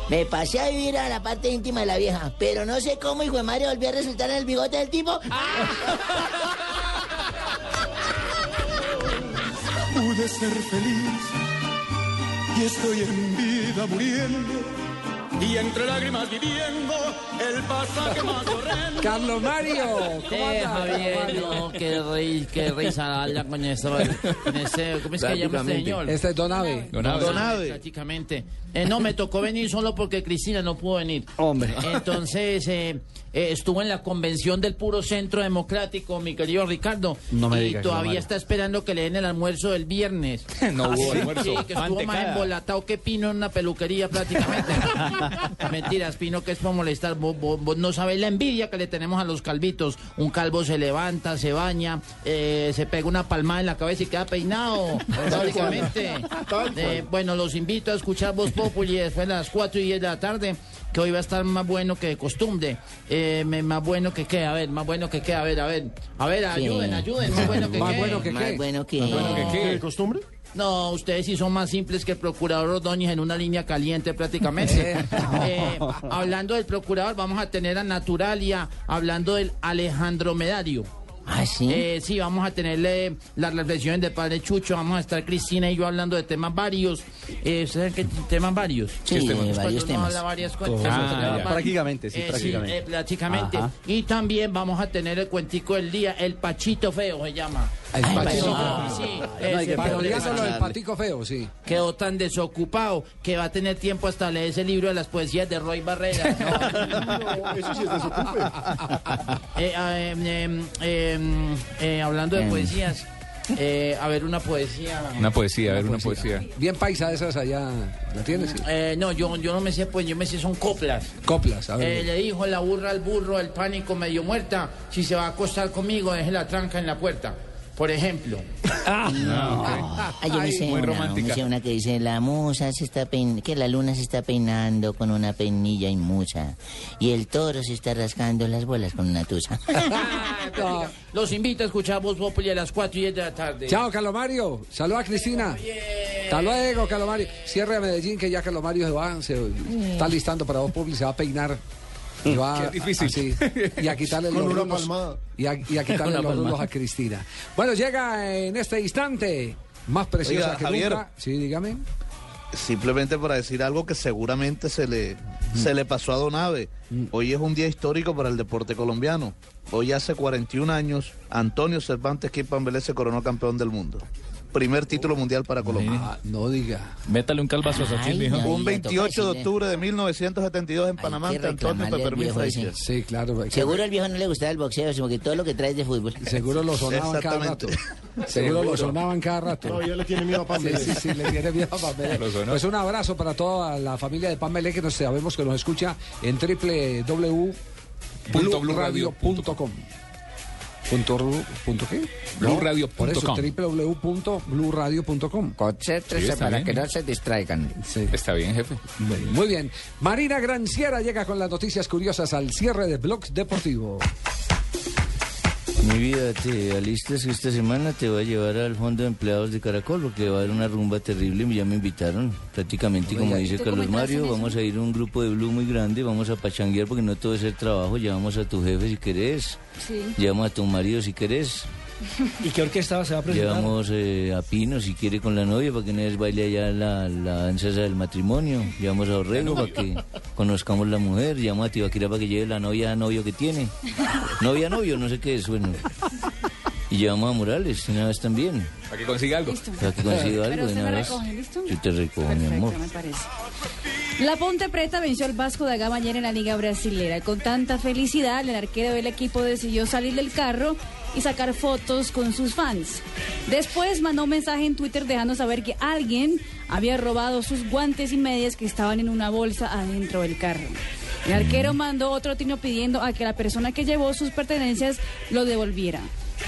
S48: Me pasé a vivir a la parte íntima de la vieja, pero no sé cómo, hijo de madre, volví a resultar en el bigote del tipo.
S25: Pude ser feliz y estoy en vida muriendo y entre lágrimas viviendo el pasaje más horrendo.
S4: Carlos Mario, ¿cómo
S49: Eh,
S4: andas,
S49: Javier,
S4: Carlos
S49: no, qué, rey, qué risa darla con eso. Con ese, ¿Cómo es que se llama este
S4: Prácticamente.
S49: señor?
S4: Este es Don Ave. Don Ave. Don Ave.
S49: Prácticamente. Eh, no, me tocó venir solo porque Cristina no pudo venir.
S4: Hombre.
S49: Entonces, eh, eh, estuvo en la convención del Puro Centro Democrático, mi querido Ricardo.
S4: No me
S49: y
S4: diga,
S49: todavía
S4: Giovanna.
S49: está esperando que le den el almuerzo del viernes.
S4: [laughs]
S49: Ah,
S4: No hubo
S49: Sí,
S4: almuerzo.
S49: Sí, que estuvo más
S4: Mantecada.
S49: embolatado que Pino en una peluquería prácticamente. Mentiras, Pino, que es para molestar. Vos vos, vos- vos no sabés la envidia que le tenemos a los calvitos. Un calvo se levanta, se baña, eh, se pega una palmada en la cabeza y queda peinado. prácticamente. Eh, bueno, los invito a escuchar Voz Populi después de las 4 y 10 de la tarde, que hoy va a estar más bueno que de costumbre. Eh, me- más bueno que qué, a ver, más bueno que qué, a ver, a ver. A ver, ayuden, ayuden, más bueno que
S48: Más
S49: qué.
S48: bueno que Más qué. bueno que- Más bueno que qué. ¿De
S49: costumbre? No, ustedes sí son más simples que el procurador Ordóñez en una línea caliente prácticamente. Eh, hablando del procurador, vamos a tener a Naturalia hablando del Alejandro Medario.
S48: Ah, sí.
S49: Eh, sí, vamos a tenerle las reflexiones de Padre Chucho, vamos a estar Cristina y yo hablando de temas varios. Eh, ¿Saben qué temas varios?
S48: Sí, ¿Qué temas? de varios
S49: Cuando uno
S48: temas.
S49: habla varias
S48: Todo.
S49: cosas,
S48: Ah,
S49: se le va
S48: ya.
S49: mal.
S5: Prácticamente, sí,
S49: Eh,
S5: prácticamente.
S49: eh, prácticamente.
S5: Ajá.
S49: Y también vamos a tener el cuentico del día, el Pachito Feo se llama.
S4: El
S49: Ay,
S4: patico
S49: Pachito
S4: feo.
S49: Feo, sí.
S4: No hay que
S49: Ese
S4: parodiar
S49: pobre
S4: solo el
S49: Pachito.
S4: patico feo, sí.
S49: Quedó tan desocupado que va a tener tiempo hasta leer ese libro de las poesías de Roy Barrera.
S4: [laughs]
S9: Eso sí es desocupe.
S49: [laughs] Eh, ah, em, em, em, eh, hablando de
S22: Em.
S49: poesías, eh, a ver una poesía.
S22: Una poesía, a ver, una poesía.
S4: Bien paisa esas allá, ¿la tienes? Sí.
S49: Eh, no, yo, yo no me sé, pues yo me sé son coplas.
S4: Coplas, a ver.
S49: Eh, le dijo la burra al burro, el pánico medio muerta, si se va a acostar conmigo, deje la tranca en la puerta. Por ejemplo. [laughs]
S48: Ah, yo me sé
S49: muy
S48: una,
S49: romántica.
S48: me sé una que dice la musa se está pein- que la luna se está peinando con una peinilla y musa y el toro se está rascando las bolas con una tusa.
S49: Los invito a escuchar Voz Populi a las 4 y 10 de la tarde.
S4: Chao, Calomario. Salud a Cristina. Hasta luego, Calomario. Cierre a Medellín, que ya Calomario se va, se está listando para Voz Populi, se va a peinar. Y va
S22: Mm. Qué difícil.
S4: así, y a quitarle
S22: Con
S4: los
S22: una
S4: rulos,
S22: palmada.
S4: y a, y a
S22: Una
S4: quitarle los
S22: palmada.
S4: rulos a Cristina. Bueno, llega en este instante, más preciosa
S19: Oiga,
S4: que
S19: Javier.
S4: nunca. Sí, dígame.
S19: Simplemente para decir algo que seguramente se le, se le pasó a Donave.
S4: Mm.
S19: Hoy es un día histórico para el deporte colombiano. Hoy hace 41 años, Antonio Cervantes Kimpambelé se coronó campeón del mundo. Primer título mundial para Colombia.
S4: Ah, no diga.
S22: Métale un calvazo a Xochitl, mijo.
S19: un 28 de octubre de 1972 en Panamá, ante Antonio
S48: reclamarle al
S19: Peppermint
S48: viejo ese.
S19: Freixas.
S4: Sí, claro.
S48: Seguro al viejo no le gustaba el boxeo, sino que todo lo que trae es de fútbol.
S4: Seguro lo sonaban cada rato.
S9: [laughs]
S22: [laughs]
S4: Seguro lo sonaban cada rato.
S9: Todavía le tiene miedo a Pamela.
S4: Sí, sí, sí, le tiene miedo a Pamela.
S9: Lo sonó.
S4: Pues un abrazo para toda la familia de Pamela que nos sabemos que nos escucha en www.bluradio.com. Punto ru- punto qué? Por eso,
S37: Bluradio.com.
S4: www.bluradio.com.
S37: Concéntrese para que no se distraigan.
S22: Está bien, jefe.
S4: Muy bien. Marina Granciera llega con las noticias curiosas al cierre de Blog Deportivo.
S31: Mi vida, te alistas que esta semana te voy a llevar al fondo de empleados de Caracol porque va a haber una rumba terrible y ya me invitaron. Prácticamente, como dice
S6: ¿Tú
S31: Carlos
S6: cómo entras en
S31: Mario,
S6: eso?
S31: vamos a ir un grupo de Blue muy grande, vamos a pachanguear porque no todo es el trabajo, llevamos a tu jefe si querés,
S6: Sí.
S31: llevamos a tu marido si querés,
S7: ¿Y qué orquesta se va a presentar?
S31: llevamos eh, a Pino si quiere con la novia para que no les baile allá la, la danza esa del matrimonio, llevamos a Orrego para que conozcamos la mujer, llevamos a Tibaquira para que lleve la novia a novio que tiene, novia novio, no sé qué es, bueno. Y llevamos a Morales, una vez también.
S22: Para que consiga algo.
S31: Para que consiga algo,
S6: Pero
S31: de
S6: usted me
S31: una vez.
S6: recoge, ¿listo?
S31: Yo te recojo, mi
S6: Perfecto,
S31: amor.
S6: me parece. La Ponte Preta venció al Vasco da Gama ayer en la Liga Brasilera. Con tanta felicidad, el arquero del equipo decidió salir del carro y sacar fotos con sus fans. Después mandó un mensaje en Twitter dejando saber que alguien había robado sus guantes y medias que estaban en una bolsa adentro del carro. El arquero mandó otro tino pidiendo a que la persona que llevó sus pertenencias lo devolviera,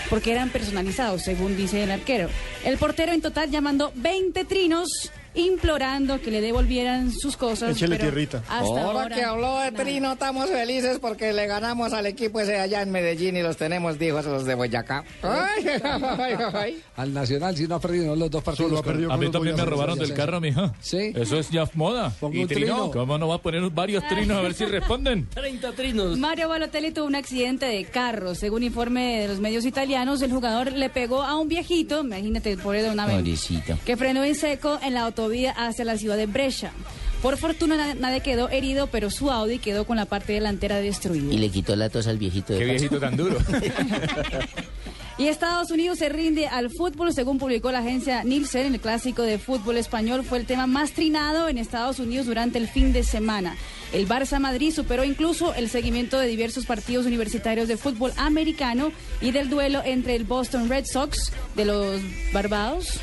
S6: porque eran personalizados, según dice el arquero. El portero en total ya mandó 20 trinos implorando que le devolvieran sus cosas.
S9: Échele
S6: pero
S9: tierrita.
S6: Hasta
S36: Oh.
S37: ahora,
S6: ahora
S37: que habló de Trino, estamos felices porque le ganamos al equipo ese allá en Medellín y los tenemos, dijo, los de Boyacá.
S36: [laughs]
S37: Ay, ay, ay.
S4: Al Nacional, si no ha perdido ¿no? los dos partidos.
S22: A mí también me robaron del carro, mija.
S4: Sí.
S22: Eso es ya moda.
S4: Ponga
S22: y
S4: un
S22: trino.
S4: trino.
S22: ¿Cómo no va a poner varios trinos a ver
S4: [laughs]
S22: si responden?
S7: 30 trinos.
S6: Mario Balotelli tuvo un accidente de carro. Según informe de los medios italianos, el jugador le pegó a un viejito, imagínate, pobre de una vez,
S31: Pobrecito.
S6: que frenó en seco en la autovía hacia la ciudad de Brescia. Por fortuna na- nadie quedó herido, pero su Audi quedó con la parte delantera destruida.
S48: Y le quitó la tos al viejito. De
S22: Qué
S48: paso.
S22: viejito tan
S36: [laughs]
S22: duro.
S6: Y Estados Unidos se rinde al fútbol, según publicó la agencia Nielsen, el clásico de fútbol español fue el tema más trinado en Estados Unidos durante el fin de semana. El Barça Madrid superó incluso el seguimiento de diversos partidos universitarios de fútbol americano y del duelo entre el Boston Red Sox de los Barbados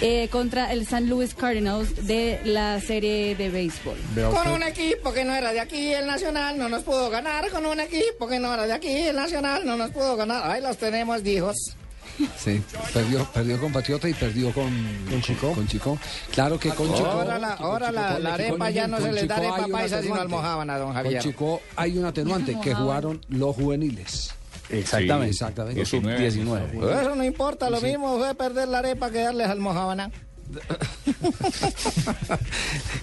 S6: eh, contra el San Luis Cardinals de la serie de béisbol.
S36: Con un equipo que no era de aquí, el Nacional no nos pudo ganar. Con un equipo que no era de aquí, el Nacional no nos pudo ganar. Ahí los tenemos, dijos.
S4: Sí, perdió, perdió con Patriota y perdió con, con Chico. Con, Chico. Claro que con Chico.
S36: Ahora la, ahora la- la arepa ya no se les da arepa paisa sino almojábana, don Javier.
S4: Con Chico hay un atenuante que
S36: Almojábana.
S4: jugaron los juveniles.
S5: Exactamente.
S4: Sí, exactamente.
S5: Los sub- 19.
S36: Eso no importa, lo
S4: Sí.
S36: mismo fue perder la arepa que darles almojábana.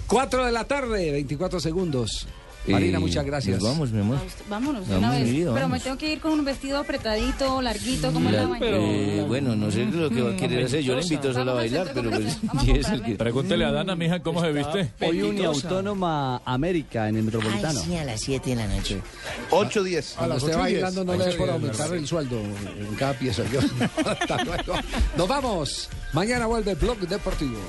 S4: 4 de la tarde, 24 segundos. Marina,
S31: Eh,
S4: muchas gracias.
S31: nos vamos, mi amor.
S6: Vámonos,
S31: Vamos,
S6: una vez.
S31: mi vida,
S6: Pero me
S31: vamos.
S6: tengo que ir con un vestido apretadito, larguito, como en la
S31: La-
S6: mañana.
S31: eh, bueno, no sé lo que va a querer hacer. Yo le invito solo a bailar, pero pues. [laughs] y es el que-
S8: Pregúntele a Dana, mija, cómo se viste.
S5: Hoy Uniautónoma América en el Metropolitano.
S48: Ay, sí, a las 7 de la noche.
S5: 8, 10.
S4: Cuando esté bailando no le dé por aumentar el sueldo en cada pieza. [laughs] Yo- Hasta luego. Nos vamos. Mañana vuelve Blog Deportivo.